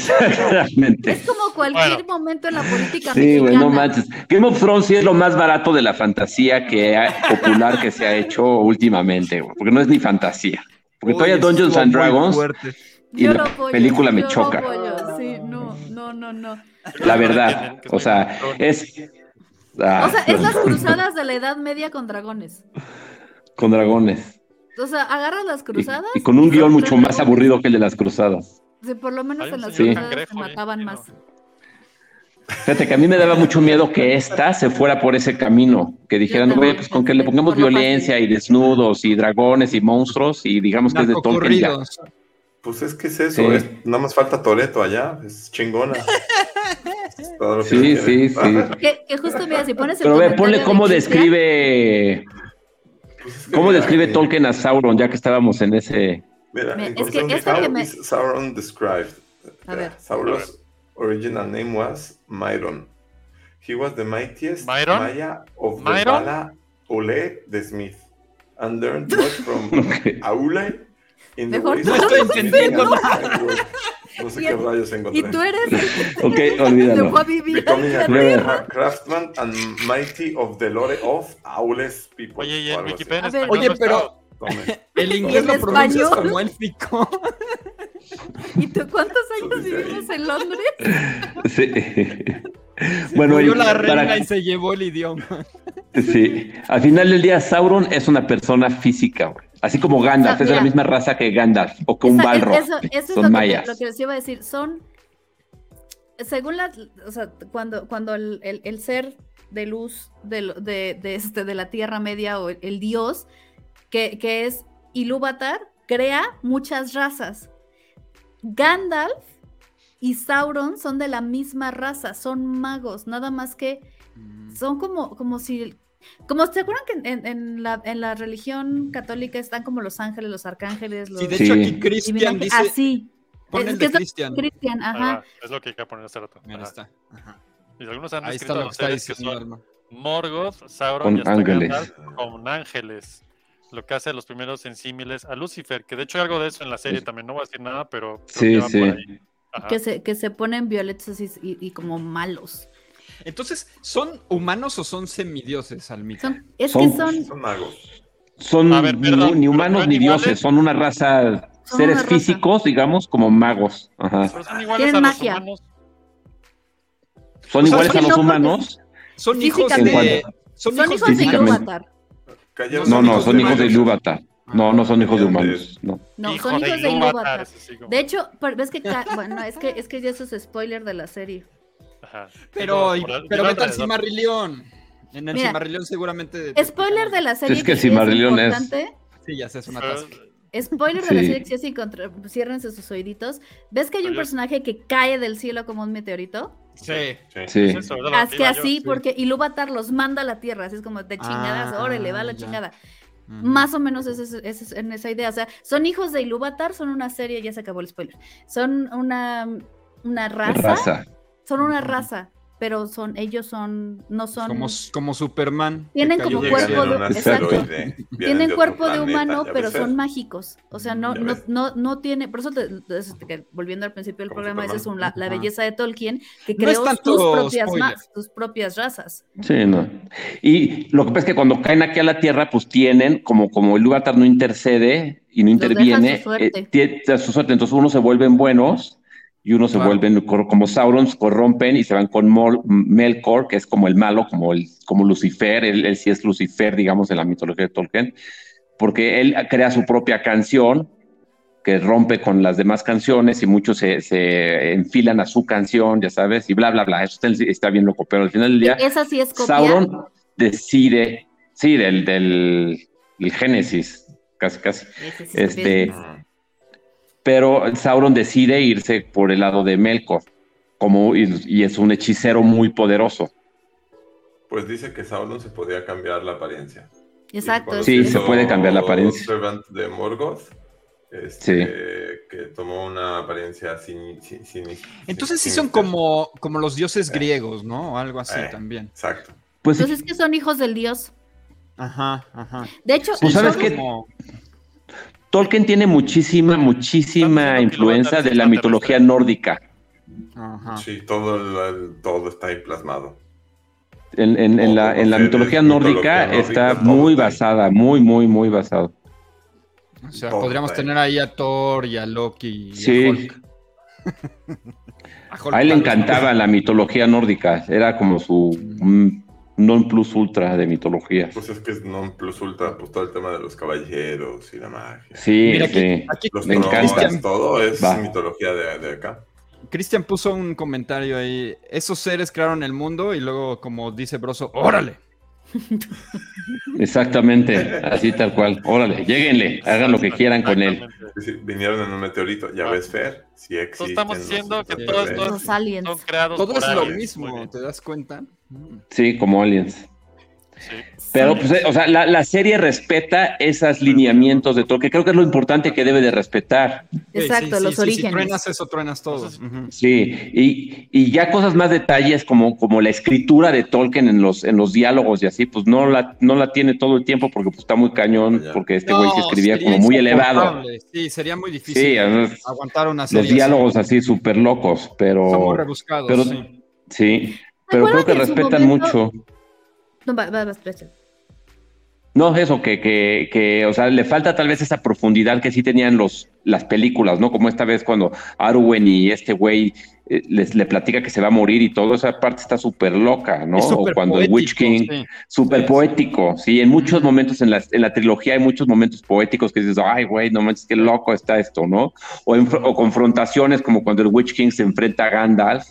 Exactamente.
Es como cualquier
Bueno.
momento en la política.
Sí, güey, no
mexicana.
manches. Game of Thrones sí es lo más barato de la fantasía que ha- popular que se ha hecho últimamente, güey, porque no es ni fantasía. Porque todavía
Oye,
Dungeons
estuvo
and
muy
Dragons,
fuerte.
y
Yo
la
lo apoyo,
película me
yo lo
choca.
apoyo, Sí, no, no, no, no.
la verdad,
Entienden que
o
soy
sea,
cabrón.
es... ah,
O sea, es las cruzadas de la Edad Media con dragones.
Con dragones.
O sea, agarras las
Y,
cruzadas.
y con un guión
son
mucho
dragones.
más aburrido que el de las cruzadas.
Sí, por lo menos
Hay
en
un
las
señor
cruzadas se
cangrejo, ¿eh?
mataban
Sí,
más.
no.
Fíjate que a mí me daba mucho miedo que esta se fuera por ese camino, que dijeran,
también,
güey, pues con que le pongamos
por lo fácil".
violencia y desnudos y dragones y monstruos y digamos que es de Tolkien ya.
Narcocorridos.
Pues es que es eso,
Sí.
es- nada más falta Toreto allá, es chingona. Es todo lo que
Sí,
quiere.
sí, sí.
Que, que justo, mira, si pones el
Pero ve,
comentario
ponle
de
cómo
Cristian,
describe,
Pues es que
cómo
mira,
describe
eh,
Tolkien a Sauron, ya que estábamos en ese.
Mira,
Me- es que
encontré un
esa
how
que me-
is Sauron described.
A ver.
Sauron's original name was Myron. He was the mightiest
Myron?
Maya of the
Myron?
Bala Ole de Smith and learned much from Aule in the
Mejor
ways
no
of
lo
living
entiendo.
and the world. No sé
Y-
qué rayos encontré.
Y tú eres el
Ok,
que te
olvídalo.
dejó a vivir.
Becoming a
Mira.
cra- craftsman and mighty of the lore of Aule's people.
Oye, y
o
en
algo así.
Wikipedia. en
A ver.
español
Oye,
no está.
pero
Tome.
el inglés
¿Y
lo
en
pronuncias
español?
como élfico.
¿Y tú cuántos años
dice ahí.
vivimos en Londres?
Sí. Bueno,
Murió
Eric,
la reina
para-
y se llevó el idioma.
sí. Al final del día, Sauron es una persona física, güey. Así como Gandalf,
O sea,
es de la
Ah, mira.
misma raza que Gandalf o que un
Esa- e,
Balrog.
Eso, eso es
Son
lo que,
mayas.
lo que les iba a decir. Son, según la, o sea, cuando, cuando el, el- el ser de luz de, lo- de- de este, de la Tierra Media o el, el dios, que, que es Ilúvatar, crea muchas razas. Gandalf y Sauron son de la misma raza, son magos, nada más que son como, como si... Como se acuerdan que en, en- en la, en la religión católica están como los ángeles, los arcángeles, los...
Sí, de
Sí.
hecho aquí
Y
Cristian
mira,
dice,
así.
pon
Ah, es
el
que
de
es lo-
Cristian.
Cristian,
Ahí
ajá.
va, Es lo que quería poner hace rato.
Mira,
Ajá.
está. Ajá.
Y algunos han
Ahí
descrito
está
a
lo que
los
está
seres que
diciendo
son
Alma.
Morgoth, Sauron
Con
y hasta
ángeles.
Gandalf con ángeles. Lo que hace a los primeros en símiles a Lucifer, que de hecho hay algo de eso en la serie también, no voy a decir nada, pero creo
Sí,
que va
sí.
por ahí. Ajá.
Que se, que se ponen violetas y, y- y como malos.
Entonces, ¿son humanos o son semidioses, Almita?
Son- es
Son-
que son,
Son magos.
Son
A ver,
ni-
perdón,
ni humanos
¿son
ni
iguales?
dioses, son una raza,
Son
seres
una raza.
físicos, digamos, como magos. Ajá.
Pero son iguales
Tienen
a los
magia.
humanos.
Son
O sea,
iguales
son
a los
no, porque-
humanos.
Son hijos
Físicamente.
de... Son,
son
hijos
hijos de
físicamente.
Ilúvatar.
Cayeron
No, no,
hijos
son hijos de
magos.
Ilúvatar. No, no son hijos de humanos. No.
No,
Hijo
son hijos de Ilúvatar.
sí, sí, como-
De hecho, pero ves que ca- bueno, es que es que ya eso es spoiler de la serie.
Ajá.
Pero,
Por el-
pero
por
vete al
alrededor.
Cimarrillón. En el
Mira.
Cimarrillón seguramente...
Spoiler de la serie.
que
sí
Silmarillion es-
importante.
Sí, ya sé, es una
Pero-
tasca.
Spoiler de la
Sí.
serie que sí es incontra- ciérrense sus oíditos. ¿Ves que hay un
Oye.
personaje que cae del cielo como un meteorito?
Sí.
Sí.
eso, eso es lo
Haz
que
que
iba yo.
así, porque Ilúvatar los manda a la tierra, así es como de chingadas,
Ah,
órale, va a la
ya.
chingada.
Ujú.
Más o menos ese es- ese es- en esa idea. O sea, son hijos de Ilúvatar, son una serie, ya se acabó el spoiler. Son una, una raza,
Raza.
Son una raza, pero son, ellos son, no son.
Como, como Superman. que
Tienen
cayó
como
del
Llegan
cuerpo
cielo.
en
de-
un
exacto.
asteroide, vienen
Tienen
de otro
cuerpo de
planeta,
humano,
ya
pero
ves,
son mágicos. O sea, no,
Ya
no,
ves.
no, no tiene. Por eso, te- es este, que volviendo al principio del
Como
programa, esa es
Superman.
un- la, la
Ajá.
belleza de Tolkien, que
No es
creó
tanto
sus, propias
spoiler.
ma- sus propias razas.
Sí, no. Y lo que pasa es que cuando caen aquí a la Tierra, pues tienen, como, como el Lugatar no intercede y no
Los deja a su
interviene,
suerte.
eh, tie- a su suerte. Entonces unos se vuelven buenos y unos se
Claro.
vuelven cor- como Sauron, se corrompen y se van con Mol- Melkor, que es como el malo, como, el, como Lucifer, él, él sí es Lucifer, digamos, en la mitología de Tolkien, porque él crea su propia canción que rompe con las demás canciones y muchos se, se enfilan a su canción, ya sabes, y bla, bla, bla. Eso está, está bien loco, pero al final del día,
Esa sí es copia.
Sauron decide, sí, del, del, del Génesis, casi, casi.
Ese sí es
Este,
copia.
Mm.
pero Sauron decide irse por el lado de Melkor, como, y, y es un hechicero muy poderoso.
Pues dice que Sauron se podía cambiar la apariencia.
Exacto.
Sí,
sí.
se puede cambiar la apariencia.
Servant de Morgoth, este, que tomó una apariencia sin, sin, sin-
Entonces sí
sin-
son como, como los dioses
Eh.
griegos, ¿no? O algo así
Eh.
también.
Exacto.
Pues sí,
Entonces que son hijos del dios.
Ajá, ajá.
De hecho,
Pues, ¿sabes
Sauron-
qué?
Como-
Tolkien tiene muchísima,
Estamos
muchísima
viendo
influencia
kilovatts
de la mitología
extraterrestres.
nórdica.
ajá.
Sí, todo, el- el- todo está ahí plasmado.
En, en- en
O-
la,
o
en la
sea,
mitología
de-
nórdica
mitología
está
nórdica, todo
muy
está ahí.
basada, muy, muy, muy basado.
O sea,
Todo
podríamos
está ahí.
tener ahí a Thor y a Loki y
Sí.
a Hulk. A Hulk
A él le
tal vez.
encantaba la mitología nórdica, era como su mm, non plus ultra de mitología.
Pues es que es non plus ultra, pues todo el tema de los caballeros y la magia.
Sí,
Mira,
sí.
aquí, aquí
Los
Me encanta.
trolls, todo es
Va.
mitología de, de acá.
Cristian puso un comentario ahí. Esos seres crearon el mundo y luego, como dice Broso, órale.
Exactamente, así tal cual. Órale, lléguenle, hagan lo que quieran con él.
Exactamente.
Es decir, vinieron en un meteorito, ya
Ah.
ves, Fer, si existen.
estamos
los
diciendo que
todo
extraterrestres.
esto
los aliens.
Son creados
Todo
por
es lo
aliens. Muy
mismo,
bien,
¿te das cuenta? Mm.
Sí, como aliens.
sí.
Pero,
Sí.
pues, eh, o sea, la, la serie respeta esos lineamientos de Tolkien. Creo que es lo importante que debe de respetar.
Sí,
Exacto,
sí,
los
sí, Si
orígenes.
truenas eso, truenas todo. Ujú.
Sí, y, y ya cosas más detalles como, como la escritura de Tolkien en los, en los diálogos y así, pues no la, no la tiene todo el tiempo porque pues, está muy cañón,
Ya.
porque este güey se
No,
escribía
sería
como muy elevado.
insoportable. Sí, sería muy difícil
Sí, además,
aguantar una serie.
los
así.
diálogos así súper locos,
Son muy
pero
rebuscados.
pero-
sí.
sí, pero creo que
Acuérdate en su
respetan
momento-
mucho.
No, va- va- vas, Cristian.
No, eso, que, que, que, o sea, le falta tal vez esa profundidad que sí tenían los, las películas, ¿no? Como esta vez cuando Arwen y este güey eh, les, le platica que se va a morir y todo, esa parte está súper loca, ¿no?
Es
o
súper
cuando el
poético,
Witch King,
sí.
súper
Sí, sí.
poético, sí, en muchos momentos en la, en la trilogía hay muchos momentos poéticos que dices, ay, güey, no manches, qué loco está esto, ¿no? O, en- o confrontaciones como cuando el Witch King se enfrenta a Gandalf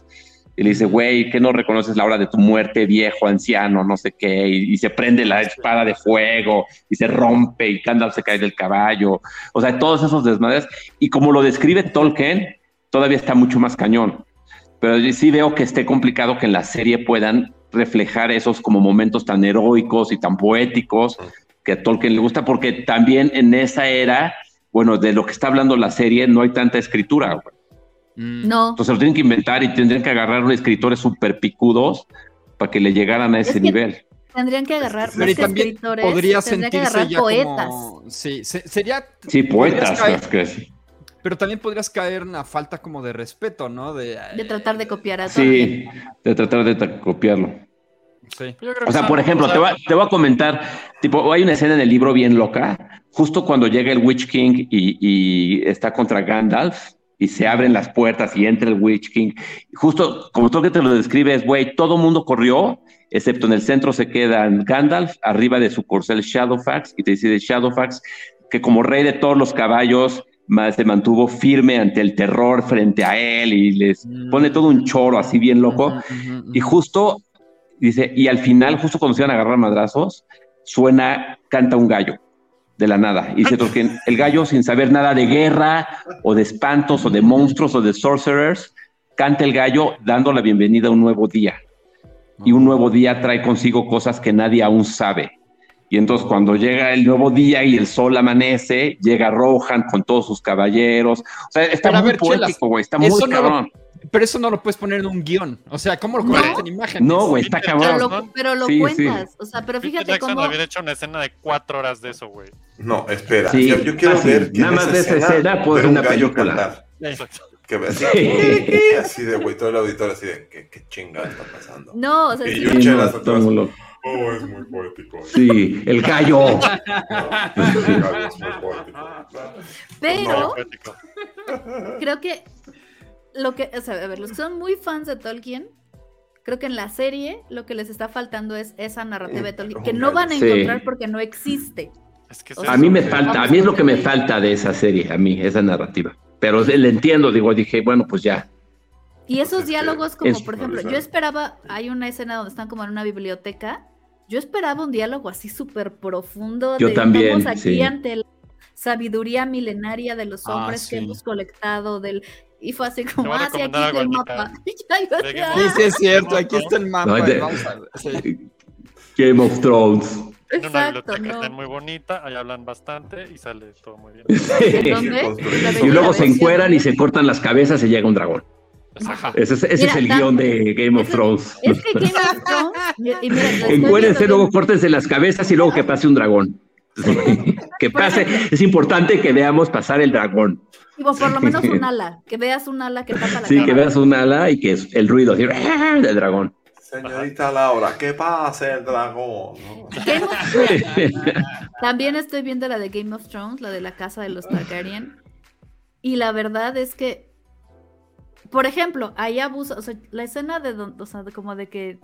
y le dice, güey, ¿qué no reconoces la hora de tu muerte, viejo, anciano, no sé qué? Y, y se prende la espada de fuego y se rompe y Gandalf se cae del caballo. O sea, todos esos desmadres. Y como lo describe Tolkien, todavía está mucho más cañón. Pero yo sí veo que esté complicado que en la serie puedan reflejar esos como momentos tan heroicos y tan poéticos que a Tolkien le gusta, porque también en esa era, bueno, de lo que está hablando la serie, no hay tanta escritura. güey.
Mm.
No.
Entonces lo tienen que inventar y tendrían que agarrar unos escritores súper picudos para que le llegaran a
Es
ese
que-
nivel.
Tendrían que agarrar más
Pero
Pero y también
escritores.
podría
tendrían que
sentirse
agarrar
ya
poetas.
como... Sí, se- sería...
Sí, poetas.
podrías
pues,
caer-
que sí.
pero también podrías caer en la falta como de respeto, ¿no? De, eh,
De tratar de copiar a Tolkien.
Sí, de tratar de tra- copiarlo.
sí.
Yo creo
O
que
sea,
no,
por ejemplo,
o sea,
te voy, a, te voy a comentar, tipo, hay una escena en el libro bien loca, justo cuando llega el Witch King y, y está contra Gandalf y se abren las puertas y entra el Witch King. Justo como tú que te lo describes, güey, todo mundo corrió, excepto en el centro se quedan Gandalf arriba de su corcel Shadowfax y te dice Shadowfax que como rey de todos los caballos más se mantuvo firme ante el terror frente a él y les pone todo un choro así bien loco.
Ujú, ujú,
Y
ujú.
justo, dice, y al final, justo cuando se iban a agarrar madrazos, suena, canta un gallo de la nada. Y dice Tolkien, el gallo sin saber nada de guerra o de espantos o de monstruos o de sorcerers, canta el gallo dando la bienvenida a un nuevo día. Y un nuevo día trae consigo cosas que nadie aún sabe. Y entonces cuando llega el nuevo día y el sol amanece, llega Rohan con todos sus caballeros. O sea, está
Pero a
muy
ver, Chelas,
poético, güey, está muy
eso no lo-
cabrón.
Pero eso no lo puedes poner en un guión. O sea, ¿cómo lo
No.
conviertes en imágenes?
No, güey, está
Pero
Pero
cabrón.
Cabrón.
lo, pero lo
Sí, sí.
cuentas. O sea, pero
Peter
fíjate
Jackson
cómo.
hubiera hecho una escena de cuatro horas de eso, güey.
No, espera,
Sí,
yo, yo quiero
fácil.
ver que
Nada
en
más de esa escena puedo
ver
hacer
un
una
gallo
película.
cantar.
Exacto.
Que ver-
Sí.
así de güey, todo el auditorio así de qué, qué chingada está pasando.
No, o sea,
Y
sí,
yo-
Sí,
Chelas
no,
atrás.
todo muy loco.
Oh, es muy poético.
Sí, el gallo.
No, el gallo es muy poético.
pero
No.
Poético.
creo que lo que, o sea, a ver, los que son muy fans de Tolkien, creo que en la
Eh,
serie lo que les está faltando es esa narrativa de Tolkien, que no van a
oh Sí.
encontrar porque no existe.
Es que es
A
eso,
A mí me
que-
falta, a mí es lo que me falta de esa serie, a mí, esa narrativa. Pero le entiendo, digo, dije, bueno, pues ya.
Y esos
es que
diálogos, como
es-
por ejemplo, yo esperaba, hay una escena donde están como en una biblioteca, yo esperaba un diálogo así súper profundo.
Yo
de,
también,
"Estamos aquí
sí.
ante la sabiduría milenaria de los
Ah,
hombres
sí.
que hemos colectado del... Y fue así como,
voy a
ah, sí, aquí
recomendar
está el
algo, Anita.
mapa. Y yo así,
Ve que-
"Ah".
Sí, sí, es cierto. Aquí
No,
está el mapa.
no, de-
y vamos a ver, sí.
Game of Thrones.
en una
"Ah, Exacto,
biblioteca
no.
está muy bonita, ahí hablan bastante y sale todo muy bien.
¿En dónde?
Y
La de
Y luego
la
se
versión-
encueran y se cortan las cabezas y llega un dragón.
Exacto.
Ese es, ese es
Mira,
el
da-
guión de Game of
ese-
Thrones.
Es que Game of Thrones... y- y mira, la estoy
Encuérense,
viendo
luego
bien.
córtense las cabezas y luego que pase un dragón. que pase, es importante que veamos pasar el dragón.
Y, o por lo menos un ala, que veas un ala que tapa la
Sí, que
cara.
veas un ala y que es el ruido así, del dragón.
Señorita Laura, ¿qué pasa el dragón? ¿No? pues,
Game of- mira, También estoy viendo la de Game of Thrones, la de la casa de los Targaryen. Y la verdad es que, por ejemplo, ahí abusa, o sea, la escena de donde, o sea, de como de que,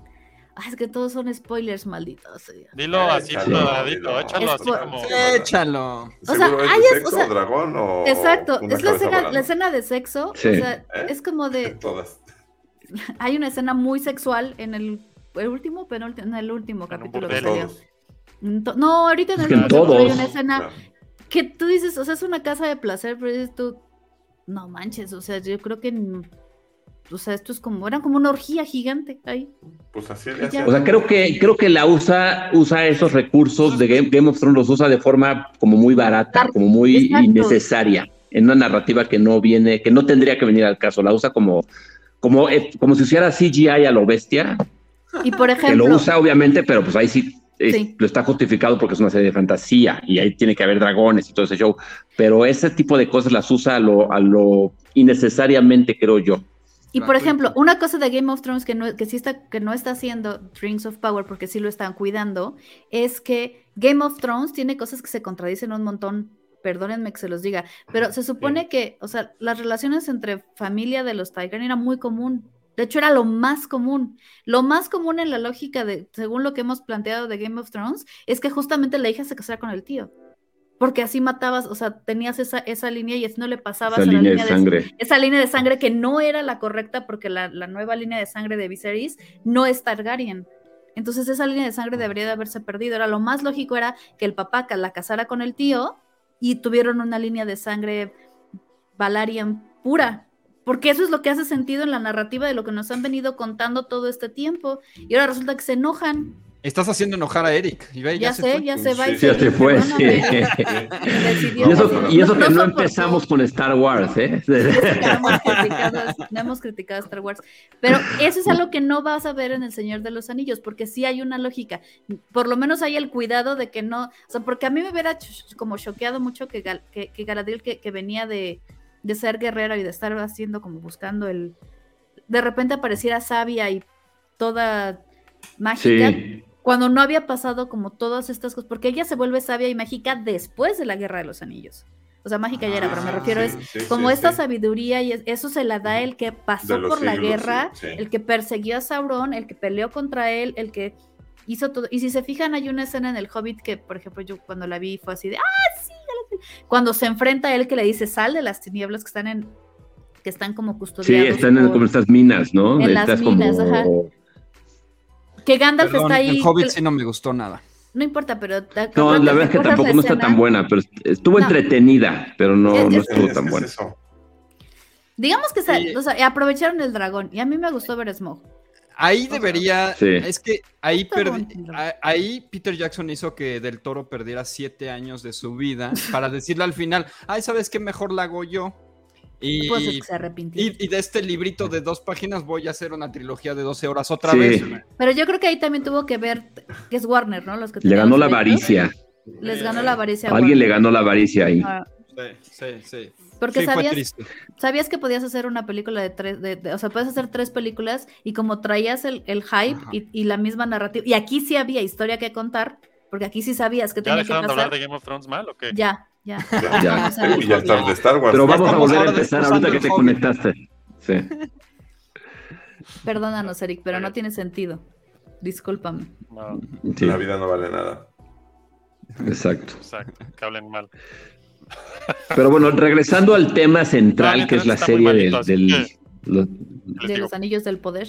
"Ay, es que todos son spoilers, malditos. sea.
Dilo así,
Échalo,
dilo,
dilo.
échalo así
Espo-
como.
Échalo.
sea,
¿Seguro es
hay
de
es-
sexo,
o sea,
dragón
Oh,
o.?
Exacto,
una
es la
cabeza
escena, la
volando?
escena de sexo, o
Sí.
sea, es como de,
Todas.
hay una escena muy sexual en el, el último, penúltimo, en el último
En un
capítulo que
burdel.
salió.
Todos.
En to- No, ahorita en
Es
el
que en
último capítulo hay
todos.
una escena
Claro.
que tú dices, o sea, es una casa de placer, pero dices tú, no manches, o sea, yo creo que, n- o sea, esto es como, era como una orgía gigante ahí.
Pues así
Ya.
le hacen.
O sea, creo que, creo que la usa, usa esos recursos de Game, Game of Thrones, los usa de forma como muy barata, como muy
Exacto.
innecesaria, en una narrativa que no viene, que no tendría que venir al caso. La usa como, como, eh, como si usara CGI a lo bestia,
Y por
que lo
ejemplo,
usa obviamente, pero pues ahí sí, es-
Sí.
lo está justificado porque es una serie de fantasía y ahí tiene que haber dragones y todo ese show. Pero ese tipo de cosas las usa a lo, a lo innecesariamente, creo yo.
y por ejemplo,
gratuito.
una cosa de Game of Thrones que no, que sí está, que no está haciendo Rings of Power porque sí lo están cuidando, es que Game of Thrones tiene cosas que se contradicen un montón. Perdónenme que se los diga, pero se supone que, o sea, las relaciones entre familia de los Tiger era muy común. De hecho, era lo más común. Lo más común en la lógica de, según lo que hemos planteado de Game of Thrones, es que justamente la hija se casara con el tío. Porque así matabas, o sea, tenías esa, esa línea y así no le pasabas
Esa
a la
línea de sangre.
esa línea de sangre que no era la correcta porque la, la nueva línea de sangre de Viserys no es Targaryen. Entonces esa línea de sangre debería de haberse perdido. Era lo más lógico era que el papá ca- la casara con el tío y tuvieron una línea de sangre Valarian pura. Porque eso es lo que hace sentido en la narrativa de lo que nos han venido contando todo este tiempo. Y ahora resulta que se enojan.
Estás haciendo enojar a Eric. Y ve,
Ya,
Eh, se
sé,
fue.
ya se va. y
Sí, ya
se fue, sí.
perdóname. Decidió-
Y eso, y eso que no
soportó.
empezamos con Star Wars, ¿eh?
que no hemos criticado, a- no hemos criticado a Star Wars. Pero eso es algo que no vas a ver en El Señor de los Anillos, porque sí hay una lógica. Por lo menos hay el cuidado de que no. O sea, porque a mí me hubiera ch- como choqueado mucho que, Gal- que, que Galadriel, que, que venía de, de ser guerrera y de estar haciendo como buscando el. De repente apareciera sabia y toda mágica.
Sí.
Cuando no había pasado como todas estas cosas, porque ella se vuelve sabia y mágica después de la Guerra de los Anillos. O sea, mágica ya era,
Ah,
pero me refiero es como esta
sabía
sabiduría y es- eso se la da el que pasó
De los
por la
siglos,
guerra,
sí, sí.
el que persiguió a Sauron, el que peleó contra él, el que hizo todo. Y si se fijan, hay una escena en El Hobbit que, por ejemplo, yo cuando la vi fue así de, ah, sí, Galadriel". cuando se enfrenta a él que le dice, sal de las tinieblas que están en que están como
Sí,
custodiados.
están en
por-
como estas minas, ¿no?
En las
Estás
minas, ajá.
como...
Que Gandalf
Perdón,
está ahí.
el Hobbit
que-
sí no me gustó nada.
No importa, pero te
No,
acuerdas-
la verdad es
¿te
que
acuerdas
tampoco
la
no está
escena?
tan buena, pero estuvo
No.
entretenida, pero no,
Es-
no
es-
estuvo tan buena.
Digamos que se-
Sí.
o sea, aprovecharon el dragón y a mí me gustó ver Smog.
Ahí debería.
Sí.
Es que ahí
Está
perdi-
bonito.
a- ahí Peter Jackson hizo que Del Toro perdiera siete años de su vida para decirle al final, ay, ¿sabes qué? Mejor la hago yo. Y,
Pues es que se arrepintió.
y- y de este librito de dos páginas voy a hacer una trilogía de 12 horas otra
Sí.
vez.
Pero yo creo que ahí también tuvo que ver que es Warner, ¿no? Los que
Le
tenían
ganó
los
la
derechos.
avaricia.
Les ganó la avaricia. a
Alguien le
Warner.
ganó la avaricia ahí.
Ah,
Sí, sí, sí.
Porque
Sí, fue
sabías,
triste.
sabías que podías hacer una película de tres, de- de- o sea, puedes hacer tres películas y como traías el, el hype
Ajá.
y, y la misma narrativa, y aquí sí había historia que contar, porque aquí sí sabías que
¿Ya
tenía que
dejaron de hablar
pasar.
de Game of Thrones mal o qué?
Ya,
Ya.
ya. O sea,
Uy, ya estamos de Star Wars.
Pero vamos a
estamos
volver a
ahora
empezar
Pues,
desglosando
ahorita que
el
te
hobby.
conectaste. Sí.
perdónanos, Eric, pero no tiene sentido. Discúlpame.
No.
sí.
La vida no vale nada.
Exacto.
Exacto, que hablen mal.
Pero bueno, regresando al tema central,
No,
que es la
está muy
serie
malito,
del-
así
del-
que-
los-
Les
de
digo,
los anillos del poder.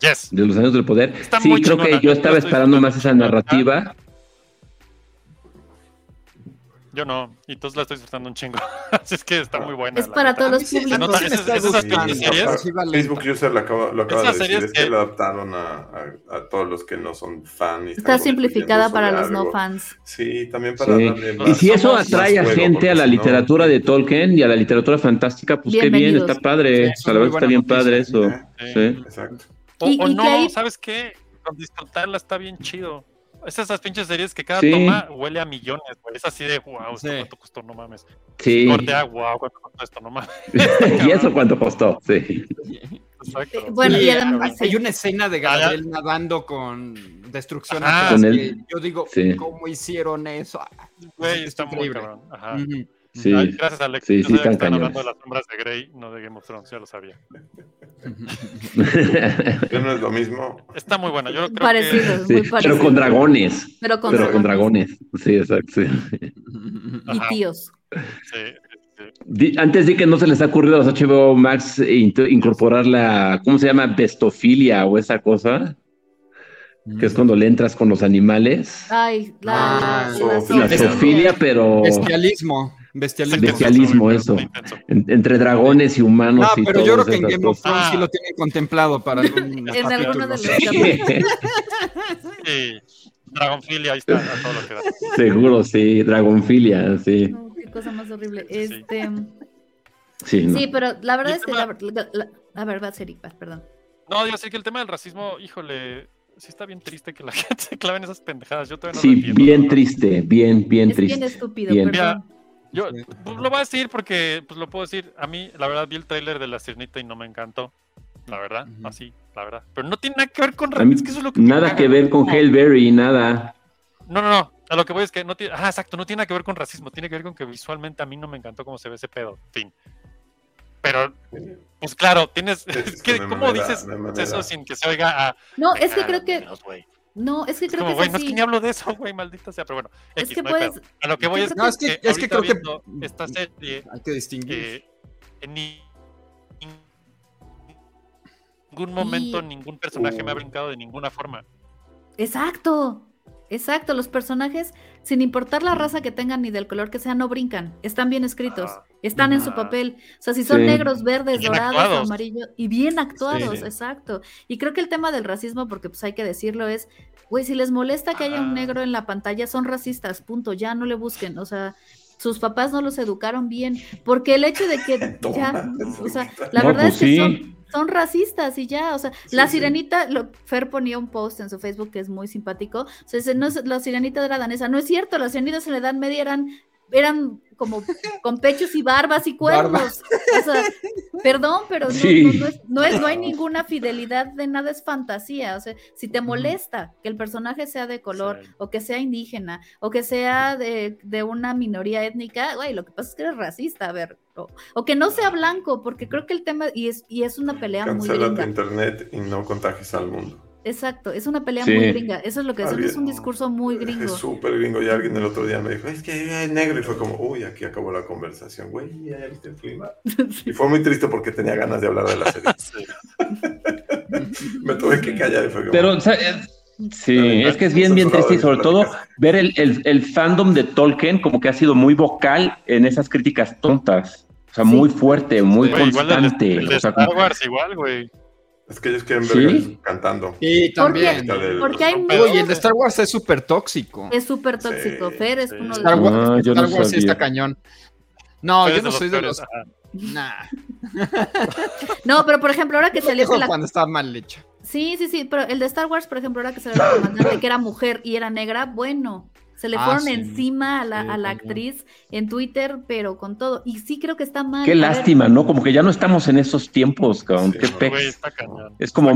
yes.
de los años del poder.
Está
sí,
muy
creo
chingona,
que
yo
yo estaba
estoy
esperando
súper
más esa
chingona.
narrativa.
Yo no, y todos la estoy disfrutando un chingo. Así es que está muy buena.
Es
la
para
neta.
todos los
se nota,
públicos.
ese- ese es aspecto de
Sí,
series.
papá.
Sí, vale.
Facebook User lo acaba, lo acaba
Esas
de decir,
series
es que
que-
la adaptaron a, a- a todos los que no son fan. y
Está
están
simplificada
construyendo
para
sobre
los no
algo.
fans.
Sí, también para
Sí.
darle
Y
más-
si eso
más
atrae a
juego,
gente a
porque
la
si no-
literatura de Tolkien y a la literatura fantástica, pues qué bien,
Bienvenidos.
está padre.
Sí,
O sea, la
muy
verdad
buena
está bien
noticia.
padre eso.
Sí.
Sí.
Exacto.
O,
Y-
o
y que
no,
ahí-
¿sabes qué? Con disfrutarla está bien chido. Es esas pinches series que cada
Sí.
toma huele a millones, güey. Es así de, wow,
Sí.
¿cuánto costó? No mames.
Sí.
Corte a, wow, ¿cuánto costó esto? No mames.
y eso cuánto costó. Sí.
Exacto.
Eh, bueno,
Sí,
y además-
hay una escena de
Ah,
Galadriel nadando con destrucción
Ajá.
atrás,
Con él.
que yo digo,
Sí.
¿cómo hicieron eso? Ah,
Güey,
es
está muy
increíble.
cabrón. Ajá.
Ujú.
Sí.
Ay, gracias, Alex.
Sí,
Yo
sí,
sabía que
están
estaban hablando de
cañones.
las sombras de Grey, no de Game of Thrones, ya lo sabía.
Pero no es lo mismo.
Está muy buena, yo creo que...
Parecidos,
Sí,
muy parecidos.
Pero con dragones.
Pero con
Pero con
dragones
dragones. Sí, exacto. sí.
Y
Ajá.
tíos.
Sí,
Di- antes di que no se les ha ocurrido a los HBO Max int- incorporar la, ¿cómo se llama? Bestofilia o esa cosa, que
Mm.
es cuando le entras con los animales.
Ay, la,
Ah,
la
so-
La zoofilia, pero
Bestialismo,
Está
bestialismo.
Oh.
intenso,
Bestialismo,
güey,
eso.
está intenso.
en- entre dragones y humanos.
No,
y
Ah, pero yo creo
todas
que en
esas
Game of Thrones sí
Ah.
lo tienen contemplado para algún
En alguno de los
capítulo.
capítulos.
cosas.
Sí, Dragonfilia, ahí está, a todo lo que da.
Seguro, sí, dragonfilia, sí.
No, qué cosa más horrible.
Sí, sí.
Este,
Sí, no.
sí, pero la verdad
Y
es que la, la, la- la verdad sería, perdón.
No, yo sé que el tema del racismo, híjole, sí está bien triste que la gente se clave en esas pendejadas. Yo todavía no lo
Sí,
entiendo.
bien triste, bien, bien
es bien
triste.
estúpido,
Bien.
perdón.
Yo pues, lo voy a decir porque pues lo puedo decir. A mí, la verdad, vi el tráiler de La Sirenita y no me encantó. La verdad,
Ujú.
así, la verdad. Pero no tiene nada que ver con
A mí,
racismo. Es que eso es lo que me
nada
caga.
que ver con Hellberry, nada.
No, no, no. A lo que voy es que no tiene. Ah, exacto, no tiene nada que ver con racismo. Tiene que ver con que visualmente a mí no me encantó cómo se ve ese pedo. Fin. Pero, pues claro, tienes. Es que,
de
¿cómo
manera-
dices
de manera-
eso sin que se oiga a.
No, es que
"Ah,
creo que
Dios, güey"?
no, es que
Es
creo
como,
que
güey,
es
no es que
así.
ni hablo de eso, güey, maldita sea. Pero bueno,
Es
X,
que
no hay
puedes,
pedo. A lo que voy
yo
es,
creo que- No, es que- es que
ahorita
creo que-
viendo esta serie
Hay que distinguir.
que en ni- en ningún momento
Y-
ningún personaje
Oh.
me ha brincado de ninguna forma.
exacto, exacto. Los personajes, sin importar la raza que tengan ni del color que sean, no brincan. Están bien escritos,
Ajá.
están en su
Ajá.
papel. O sea, si son
Sí.
negros, verdes,
bien
dorados,
actuados.
amarillos y bien actuados,
Sí.
exacto. Y creo que el tema del racismo, porque pues hay que decirlo, es, güey, si les molesta que haya un
Ah.
negro en la pantalla, son racistas, punto. Ya no le busquen, o sea. Sus papás no los educaron bien, porque el hecho de que ya, o sea, la
No,
verdad
pues
es que
sí.
son, son racistas y ya, o sea,
Sí,
la
sí.
sirenita, lo, Fer ponía un post en su Facebook que es muy simpático, o sea, dice, no, es- la sirenita era danesa, no es cierto, las sirenitas en la edad media eran, eran como con pechos y barbas y cuernos,
Barbas.
o sea, perdón, pero no,
Sí.
no, no es, no es- no hay ninguna fidelidad de nada, es fantasía, o sea, si te molesta que el personaje sea de color
Sí.
o que sea indígena o que sea de, de una minoría étnica, güey, lo que pasa es que eres racista, a ver, o- o que no sea blanco, porque creo que el tema, y es, y es una pelea muy
Cancela tu
gringa.
internet y no contagies al mundo.
Exacto, es una pelea
Sí.
muy gringa. Eso es lo que
Está
eso es un
bien.
discurso muy
Es
gringo.
súper gringo. Y alguien el otro día me dijo, es que es negro. Y fue como, uy, aquí acabó la conversación. Güey, ya viste el clima. Y fue muy triste porque tenía ganas de hablar de la serie. Me tuve que callar y fue como...
Pero, o sea,
eh,
es- sí, es que es bien, bien triste y sobre todo ver el, el- el fandom de Tolkien como que ha sido muy vocal en esas críticas tontas. O sea,
Sí.
muy fuerte, muy
Güey, igual el-
constante.
el de
o sea,
Star
como-
Wars igual, güey.
Es que ellos quieren ver
¿Sí?
gays cantando.
Sí, también.
Está del-
Porque hay
Pero-
Oye, el de
muchos.
Star Wars es súper tóxico.
Es súper tóxico.
Sí,
Fer es
sí.
uno de
Star Wars,
Ah, yo no
Star Wars sí está
sabía.
cañón. No,
Ustedes
yo no soy de
peores,
los.
ajá.
Nah.
No, pero por ejemplo, ahora que salió
Dijo
que la.
cuando está mal hecha.
Sí, sí, sí. Pero el de Star Wars, por ejemplo, ahora que salió la comandante que era mujer y era negra, bueno. Se le
Ah,
fueron
sí.
encima a la,
Sí,
a la
también.
actriz en Twitter, pero con todo. Y sí creo que está mal.
Qué
A ver,
lástima, ¿no? Como que ya no estamos en esos tiempos, cabrón.
Sí,
Qué
no,
pex.
Güey, está cañón.
Es como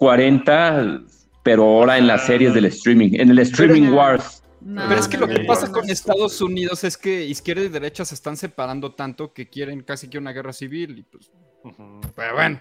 1940, pero ahora en las series del streaming, en el streaming
Pero-
wars.
no,
Pero es que
no,
lo
no,
que
Ah, no,
pasa
no.
con Estados Unidos es que izquierda y derecha se están separando tanto que quieren casi que una guerra civil. Y pues,
Ujú.
pero bueno.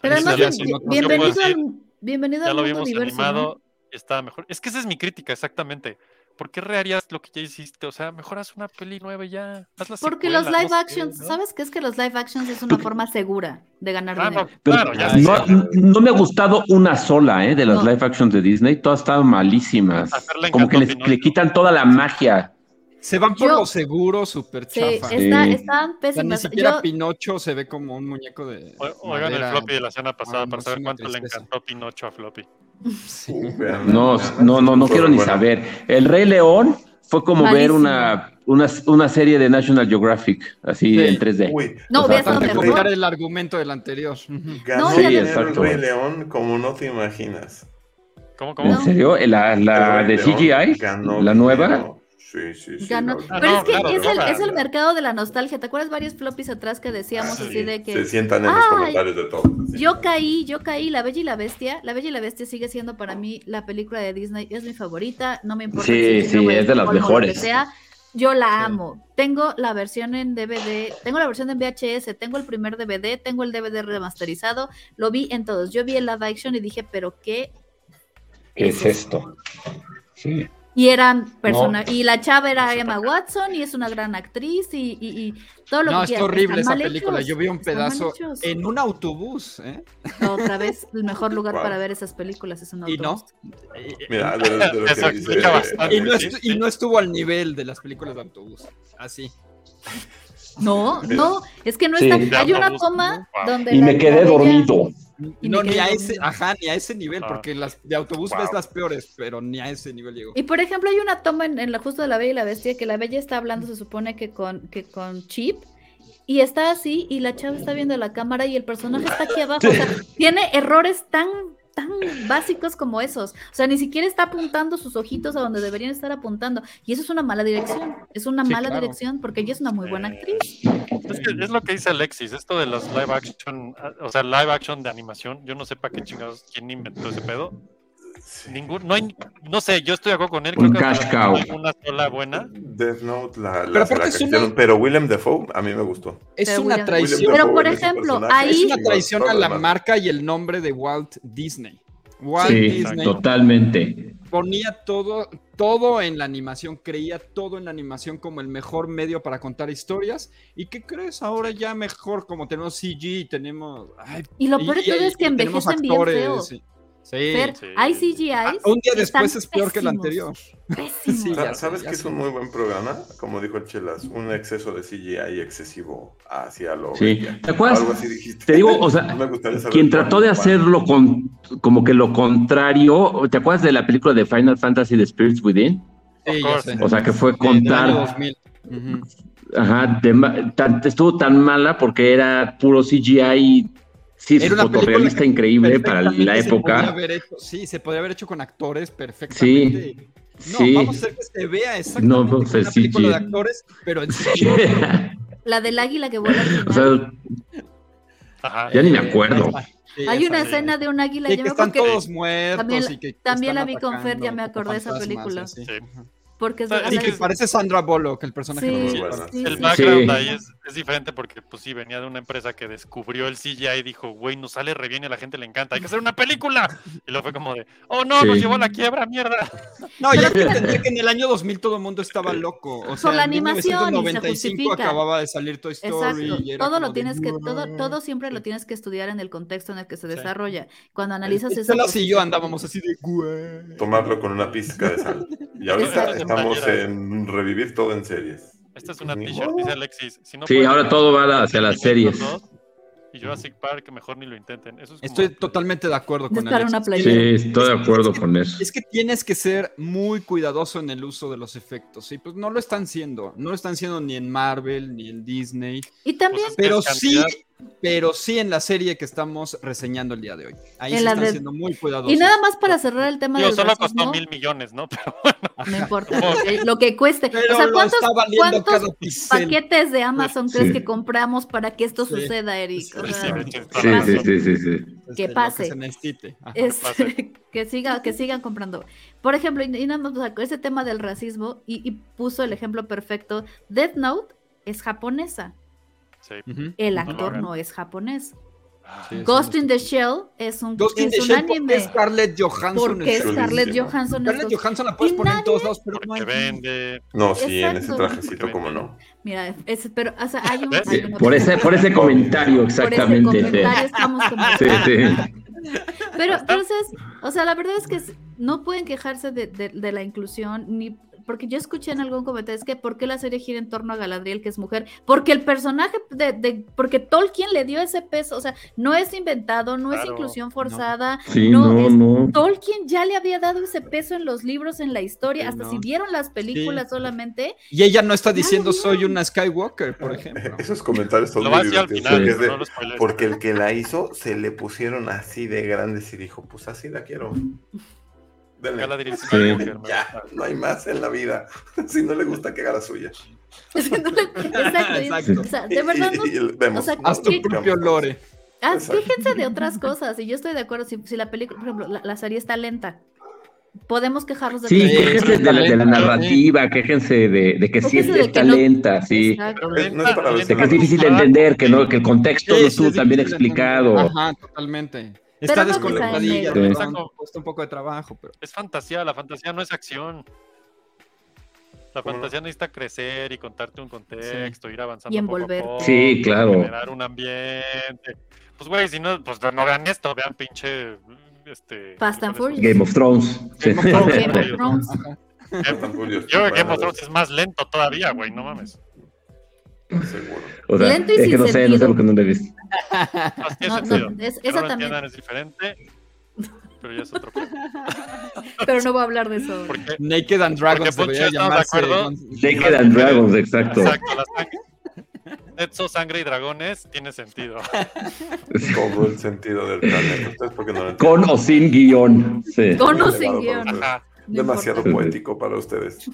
Pero
Ahí
además,
salió
bien-
así, no te puedo
bienvenido
decir.
al, bienvenido
Ya
al
lo
mundo
vimos
diverso. ¿no?
animado, está mejor. Es que esa es mi crítica, exactamente. ¿por qué reharías lo que ya hiciste? O sea, mejor haz una peli nueva y ya. Haz la
Porque
secuela,
los live
no sé,
actions,
¿no?
¿sabes qué es que los live actions es una forma segura de ganar
Ah, no,
dinero?
claro, ya
no,
sé.
no me ha gustado una sola eh, de las
No.
live actions de Disney. Todas estaban malísimas.
Hacerla en
Como que les,
Cantón
le
Pinocho.
quitan toda la magia.
Se van por
Yo-
lo seguro, súper
Sí,
chafa.
es-
está-
Sí.
O
están
sea, ni
pésimas.
siquiera
Yo-
Pinocho se ve como un muñeco de.
O- Oigan
madera. Ah,
el floppy de la semana pasada
no,
para
es
saber
una
cuánto le
tristeza.
encantó Pinocho a floppy.
Sí.
Uh, vean,
No,
vean,
no, no, no
Pero
quiero ni
bueno,
saber. El Rey León fue como ver
Malísimo.
una, una, una serie de National Geographic, así
Sí.
en 3D.
Uy,
No,
O sea,
hubiera
Para
estado
tampoco-
mejor.
completar el argumento del anterior. Ujú.
ganó
No, y
dinero
además-
el Rey León como no te imaginas.
¿Cómo,
¿En
cómo?
No.
serio? ¿La, la
El Rey
de
León
CGI?
ganó
¿La nueva?
dinero. Sí, sí, sí.
Ganó.
la-
Pero
Ah, no,
es que
claro,
es, el,
claro. Ah,
es el mercado de la nostalgia. ¿Te acuerdas varios floppies atrás que decíamos
Sí,
así de que
Se sientan en los
Ay,
comentarios de todos. así.
yo caí, yo caí, La Bella y la Bestia? La Bella y la Bestia sigue siendo para mí la película de Disney, es mi favorita, no me importa.
Sí,
si tiene
sí,
huevos
es de las
o lo que
mejores.
sea, Yo la amo. Tengo la versión en DVD, tengo la versión en VHS, tengo el primer DVD, tengo el DVD remasterizado, lo vi en todos. Yo vi el live action y dije, pero qué
¿Qué es esto? Sí.
Y eran personas. Y la chava era Emma Watson y es una gran actriz y, y- y todo lo
No,
que
es
quieras.
horrible
Están
esa
mal
película.
hechos,
Yo vi un
están mal
pedazo
hechos.
en un autobús. ¿eh?
Otra vez, el mejor lugar
Wow.
para ver esas películas es un
Y no. eh,
autobús.
Mira, de, de lo
Eso
que dice. eh,
explica bastante.
Y no,
Sí,
estu- y
sí.
no estuvo al nivel de las películas de autobús. Así.
No, no, es que no
Sí.
está.
De
Hay una
autobús,
coma
¿no? Wow.
donde.
Y
la-
me
la
quedé
bella-
dormido.
Y
no,
me
ni
quedé
a
dormida.
ese, ajá, ni a ese nivel,
Ah.
porque las de autobús
Wow.
ves las peores, pero ni a ese nivel llegó.
Y por ejemplo, hay una toma en, en la justo de la Bella y la Bestia que la Bella está hablando, se supone que con, que con Chip. Y está así, y la chava está viendo la cámara y el personaje está aquí abajo. O sea, tiene errores tan, tan básicos como esos. O sea, ni siquiera está apuntando sus ojitos a donde deberían estar apuntando. Y eso es una mala dirección. Es una
Sí,
mala
claro.
dirección porque ella es una muy buena
Eh,
actriz.
Es, que es lo que dice Alexis, esto de los live action, ah, o sea, live action de animación, yo no sé para qué chingados quién inventó ese pedo. Ningún, no hay, no sé, yo estoy de acuerdo con él, creo
Un
que hasta
cash
la
cow.
fecha hay una sola buena.
Death Note la,
Pero
la, se
aparte
la
es una-
cajetearon, pero Willem Dafoe a mí me gustó.
Es
Pero
una
William-
traición.
Pero, por
Dafoe es un
ejemplo,
personaje
ahí-
es una
chingón,
traición
todo
a
lo
la
demás.
marca y el nombre de Walt Disney. Walt
sí,
Disney
exacto.
totalmente.
ponía todo, todo en la animación, creía todo en la animación como el mejor medio para contar historias. ¿Y qué crees ahora ya mejor? Como tenemos CG, y tenemos. ay,
Y lo peor de
y-
todo
y-
es que
y tenemos
envejecen bien feo.
actores, sí.
Fer,
sí.
Sí.
hay CGIs.
Ah, Un día
que
después
están
es peor que el
pésimos,
anterior.
pésimos.
Sí, ya
Sa-
sé,
¿Sabes
ya
que es
sé.
un muy buen programa? Como dijo el Chelas, un exceso de CGI excesivo hacia lo
Sí.
bestia.
¿Te acuerdas?
Algo así dijiste.
Te digo, o sea,
Me gustaría saber
Quien trató de
cuándo.
hacerlo con, como que lo contrario, ¿te acuerdas de la película de Final Fantasy The Spirits Within?
Sí, ya sé.
O sea, que fue
Del año
contar,
2000. Ujú.
ajá, de ma- tan- estuvo tan mala porque era puro CGI y sí,
Era una
fotorrealista
película
increíble para la
Perfectamente se podría
época.
haber hecho- sí, se podría haber hecho con actores perfectamente. No,
sí.
vamos a hacer que se vea exactamente
No, pues,
como una
sí,
película de
sí.
actores, pero en
La del águila que vuela. al
o
final.
sea,
Ajá.
Ya ni me acuerdo.
Sí,
hay una
esa, sí.
escena de un águila.
Sí,
yo
que
me
están
acuerdo que-
todos muertos
También-
y que
también la
están
vi con Fer, ya
atacando
me acordé de esa
fantasmas,
película.
así.
Sí.
Ajá.
Porque es
Sí,
verdad,
Sí,
la
que
de-
parece Sandra Bullock, el personaje
Sí,
muy
principal.
buena.
sí,
El
sí,
background
Sí.
ahí es, es diferente porque, pues sí, venía de una empresa que descubrió el CGI y dijo, güey, nos sale re bien y a la gente le encanta, hay que hacer una película. Y luego fue como de, oh no,
Sí.
nos llevó a la quiebra, mierda.
No, yo que entendí que en el año 2000 todo el mundo estaba loco. O sea,
la
en
animación y se
1995
justifica.
acababa de salir Toy Story.
Exacto.
y era
Todo
como
lo
de,
tienes que, todo,
"Wow".
todo siempre lo
Sí.
tienes que estudiar en el contexto en el que se
Sí.
desarrolla. Cuando
El
analizas eso. pues,
Chelas y yo andábamos así de "Güey".
Tomarlo con una pizca de sal. Y ahorita
Exacto.
estamos en revivir todo en series.
Esta es una
Ni
t-shirt,
modo.
dice Alexis. Si no
Sí,
pueden
ahora
ver
todo va
Jurassic
hacia las
Park
series.
2 Y Jurassic Park, mejor ni lo intenten. Eso es como-
Estoy totalmente de acuerdo con
Buscar una
Alexis.
Sí,
playera.
estoy de acuerdo con eso.
Es que tienes que ser muy cuidadoso en el uso de los efectos. Y pues no lo están siendo. No lo están siendo ni en Marvel, ni en Disney.
Y
pues,
también
es que
Pero
es
sí,
cantidad.
pero sí en la serie que estamos reseñando el día de hoy. Ahí
En
sí
la
están
de-
siendo muy cuidadosos.
y nada más para cerrar el tema
Digo,
del
solo
racismo,
costó mil millones, ¿no? Pero
no importa, lo que- lo que cueste.
Pero
o sea,
lo
¿cuántos,
está valiendo
cuántos
cada pixel.
paquetes de Amazon crees
Sí.
que compramos para que esto
Sí.
suceda, Eric? O
Sí,
sea,
sí,
sí,
Sí, sí, sí, sí, sí.
Este,
que
lo
pase.
se necesite. Ajá.
es
pase.
Este, que siga que sigan comprando por ejemplo y, y nada más sacó ese tema del racismo y, y puso el ejemplo perfecto Death Note es japonesa
sí.
Ujú.
el
lo
actor
hagan.
no es japonés Ghost in the Shell es un,
Ghost in
es
the
un
Shell, ¿por qué
anime.
Scarlett Johansson.
porque
es-
Shell?
Scarlett
Chulísimo.
Johansson es
Scarlett
Ghost-
Johansson la puedes
Y
poner en
nadie-
todos lados, pero no
Porque
hay.
vende.
No, sí, en ese
Exacto.
trajecito, como no.
Mira, es- pero o sea, hay un.
¿Ves?
hay una-
Por ese, por ese comentario,
por ese
exactamente. sí.
comentario estamos como-
Sí, sí.
Pero entonces, o sea, la verdad es que s- no pueden quejarse de, de- de la inclusión, ni porque yo escuché en algún comentario, es que ¿por qué la serie gira en torno a Galadriel, que es mujer? Porque el personaje de, de- porque Tolkien le dio ese peso, o sea, no es inventado, no es
Claro,
inclusión
no.
forzada,
Sí,
no,
no,
es-
no.
Tolkien ya le había dado ese peso en los libros, en la historia,
Sí,
hasta
no.
si vieron las películas solamente.
Y ella no está diciendo
vieron.
soy una Skywalker, por ejemplo.
Esos comentarios son
Lo va
muy
hacia al
divertidos.
final,
porque es de-
no lo spoilees.
Porque el que la hizo se le pusieron así de grandes y dijo, pues así la quiero. Denle.
Galadriel es
Sí.
una mujer, me
Ya,
gusta.
no hay más en la vida. si no le gusta que haga la suya.
Exacto,
Exacto.
o sea, de verdad no
Y- y- y vemos,
o sea,
¿no?
Haz tu
Sí.
propio lore.
Ah,
Exacto.
quéjense de otras cosas. Y yo estoy de acuerdo. Si, si la película, por ejemplo, la, la serie está lenta, podemos quejarnos de
Sí,
que-
quéjense de la, de la narrativa, quéjense de, de que
Quéjense
siempre
de
está
que no-
lenta, sí.
Exacto.
Es- no es para
De
De
los
que es difícil de entender, que no, que el contexto no
Sí, sí,
estuvo
es
tan bien
difícil de entender.
explicado.
Ajá, totalmente. Está
no quizá
desconectadilla,
en
el-
perdón,
Sí.
cuesta un poco de trabajo, pero
Es fantasía, la fantasía no es acción. La
¿Cómo no?
fantasía necesita crecer y contarte un contexto, ir avanzando.
Y
poco a
envolverte.
poco,
Sí, claro.
Generar un ambiente. Pues, güey, si no, pues no vean esto, vean pinche. Este,
Fast and
¿cuáles
Game of Thrones. sí.
Game of Thrones.
Game of Thrones.
Ajá.
son?
Están
Game-
furiosos,
Yo creo que
van a
Game of
ver,
Thrones es más lento todavía, güey, no mames.
seguro.
O sea,
Lento y
es
sin
que no sé, no sé
sentido.
lo que no le he visto.
Así es
No,
sentido.
no, es-
Que no
esa
lo
también,
entiendan es diferente, pero ya es otro problema.
pero no voy a hablar de eso.
Porque,
Naked and Dragons
Poncho,
debería
¿estamos de
llamarse.
acuerdo?
Guns-
Naked and Dragons, exacto.
exacto, la sangre. Netso, sangre y dragones tiene sentido.
Todo el sentido del planeta. Ustedes porque no lo entienden.
Con o sin guión. Sí.
Con o sin
Elevado para
guión.
ustedes.
Ajá.
no
Demasiado
importa.
importa.
poético para ustedes.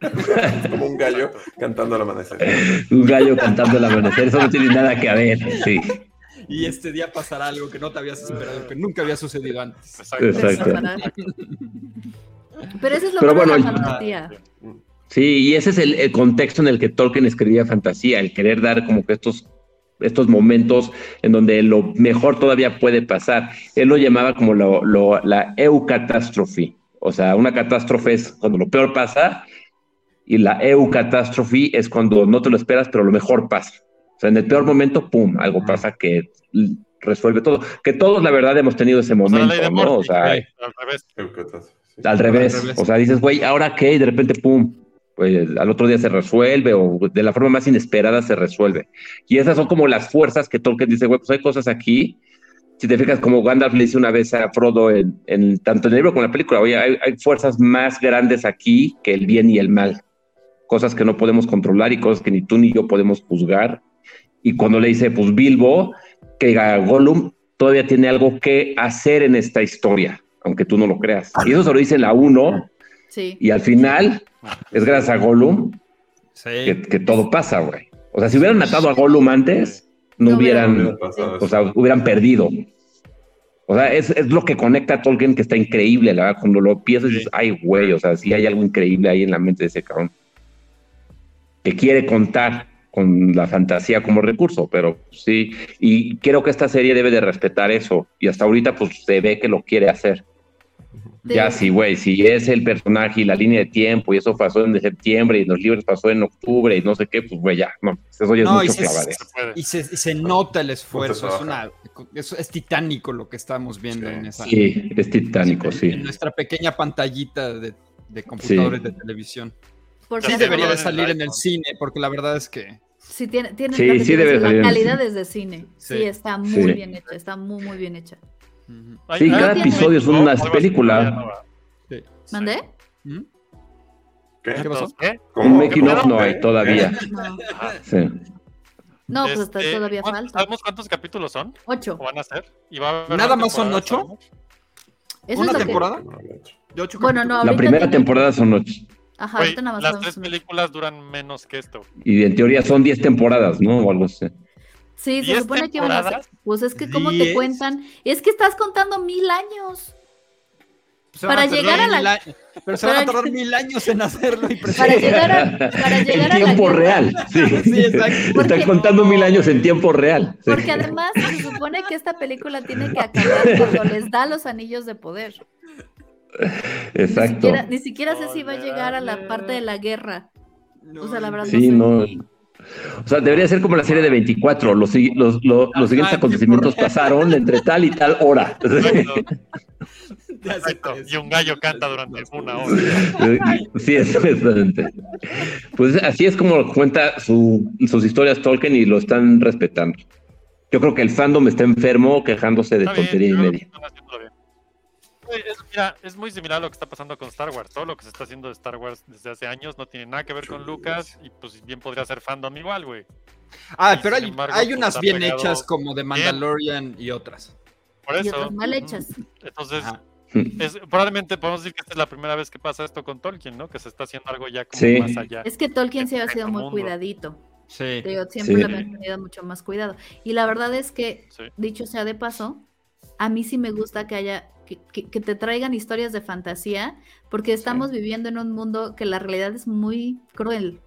Es como un gallo cantando al amanecer.
Un gallo cantando el amanecer, eso no tiene nada que ver. Sí,
Y este día pasará algo que no te habías esperado, que nunca había sucedido antes.
Exacto.
Pero
Exacto.
separar. Pero eso es lo
Pero
bueno de la
bueno, el-
fantasía.
sí y ese es el, el contexto en el que Tolkien escribía fantasía, el querer dar como que estos, estos momentos en donde lo mejor todavía puede pasar. Él lo llamaba como lo- lo- la eucatástrofe. O sea, una catástrofe es cuando lo peor pasa y la eucatástrofe es cuando no te lo esperas, pero lo mejor pasa. O sea, en el peor momento, pum, algo pasa que l- resuelve todo. Que todos, la verdad, hemos tenido ese
O sea, la
momento,
ley de
¿no? O
Morphy,
sea,
güey, al revés.
Eucatástrofes.
Al revés.
Al revés.
O sea, dices, güey, ¿ahora qué? Y de repente, pum, pues, al otro día se resuelve o de la forma más inesperada se resuelve. Y esas son como las fuerzas que Tolkien dice, güey, pues hay cosas aquí. Si te fijas, como Gandalf le dice una vez a Frodo, en, en- tanto en el libro como en la película, oye, hay, hay fuerzas más grandes aquí que el bien y el mal. Cosas que no podemos controlar y cosas que ni tú ni yo podemos juzgar. Y cuando le dice, pues Bilbo, que diga, Gollum todavía tiene algo que hacer en esta historia, aunque tú no lo creas. Y eso se lo dice en la 1,
Sí.
y al final es gracias a Gollum que, que todo pasa, güey. O sea, si hubieran matado a Gollum antes, no,
No
hubieran,
Hubiera pasado
o
eso.
sea, hubieran perdido. O sea, es, es lo que conecta a Tolkien que está increíble, la verdad. Cuando lo piensas, dices, ay, güey, o sea, sí hay algo increíble ahí en la mente de ese cabrón. Que quiere contar con la fantasía como recurso, pero sí. Y creo que esta serie debe de respetar eso. Y hasta ahorita, pues, se ve que lo quiere hacer.
De-
Ya sí, güey, si es el personaje y la línea de tiempo y eso pasó en septiembre y en los libros pasó en octubre y no sé qué, pues güey, ya, no, eso ya es
No, y
mucho ¿eh?
se-
clavadero.
Se puede.
Y se, y se nota el esfuerzo, es,
trabaja.
una- es- es titánico lo que estamos viendo
Sí.
en esa
Sí, es titánico,
en
sí.
nuestra pequeña pantallita de, de computadores de televisión.
por
Sí,
Sí
cierto,
debería de
Sí.
salir en el cine, porque la verdad es que
sí tiene, tiene
Sí,
lo que
sí
quiero
debe
decir,
salir
la
en el
calidad es de cine. Sí,
Sí.
está muy
Sí.
bien hecha, está muy, muy bien hecha.
ujú,
Hay-
Sí,
hay
cada
algo
episodio
es
nuevo,
una
algo así,
película.
ya no va.
sí.
¿Mandé?
¿Mm?
¿Qué?
¿Qué pasó?
¿Qué?
¿Cómo?
Un making of no
¿Qué?
hay todavía.
No,
Ajá.
Sí.
No, pues hasta
Este,
todavía
¿cuántos-
falta.
¿Sabemos cuántos capítulos son?
Ocho.
¿O van a ser? Y va a haber
¿Nada
una
más son
temporada,
ocho?
¿sabemos?
Eso
¿Una
es lo que...
temporada? De ocho
Bueno, no,
capítulos.
ahorita
La primera
tiene-
temporada son ocho.
Ajá,
Güey,
ahorita nada más
las
vamos
tres
a-
películas duran menos que esto.
Y en teoría son diez temporadas, ¿no? O algo así.
Sí, se
¿Diez
supone que van a ser.
temporadas?
Pues es que, ¿cómo te
¿Diez?
cuentan? Es que estás contando mil años.
se
Para
van a
llegar
tardar
a la-
mil a- Pero se van a
para-
tardar mil años en hacerlo y
Para
presentarlo.
llegar a, para llegar
En
a la
tiempo
guerra.
real. Sí.
Sí, exacto.
¿Por
Están
qué?
contando mil años en tiempo real. Sí.
Porque además se supone que esta película tiene que acabar cuando les da los anillos de poder. Ni
Exacto.
siquiera, ni siquiera sé si va a llegar a la parte de la guerra. O sea, la verdad no
Sí,
sé.
no. O sea, debería ser como la serie de 24. Los, sigui- los, los- los siguientes
Ajá,
acontecimientos pasaron entre tal y tal hora.
Exacto,
Te hace
exacto.
tres.
Y un gallo canta durante una hora.
Sí, exactamente. Pues así es como cuenta su- sus historias Tolkien y lo están respetando. Yo creo que el fandom está enfermo quejándose de
Está bien,
tontería y
yo creo que
media.
están haciéndolo bien. Eh, es- mira, es muy similar a lo que está pasando con Star Wars. Todo lo que se está haciendo de Star Wars desde hace años no tiene nada que ver con Lucas y pues bien podría ser fandom igual, güey.
Ah,
Y
pero
sin
hay,
embargo,
hay
pues,
unas
está
bien
pegado.
hechas como de Mandalorian y otras.
Por
Y
eso.
otras mal hechas.
Entonces,
Ah.
Ajá.
es- probablemente podemos decir que esta es la primera vez que pasa esto con Tolkien, ¿no? Que se está haciendo algo ya como
Sí.
más allá.
Es que Tolkien sí ha sido muy
Mundo.
cuidadito.
Sí.
Te digo, siempre le
Sí.
habían tenido mucho más cuidado. Y la verdad es que,
Sí.
dicho sea de paso, a mí sí me gusta que haya, que, que- que te traigan historias de fantasía, porque estamos viviendo en un mundo que la realidad es muy cruel.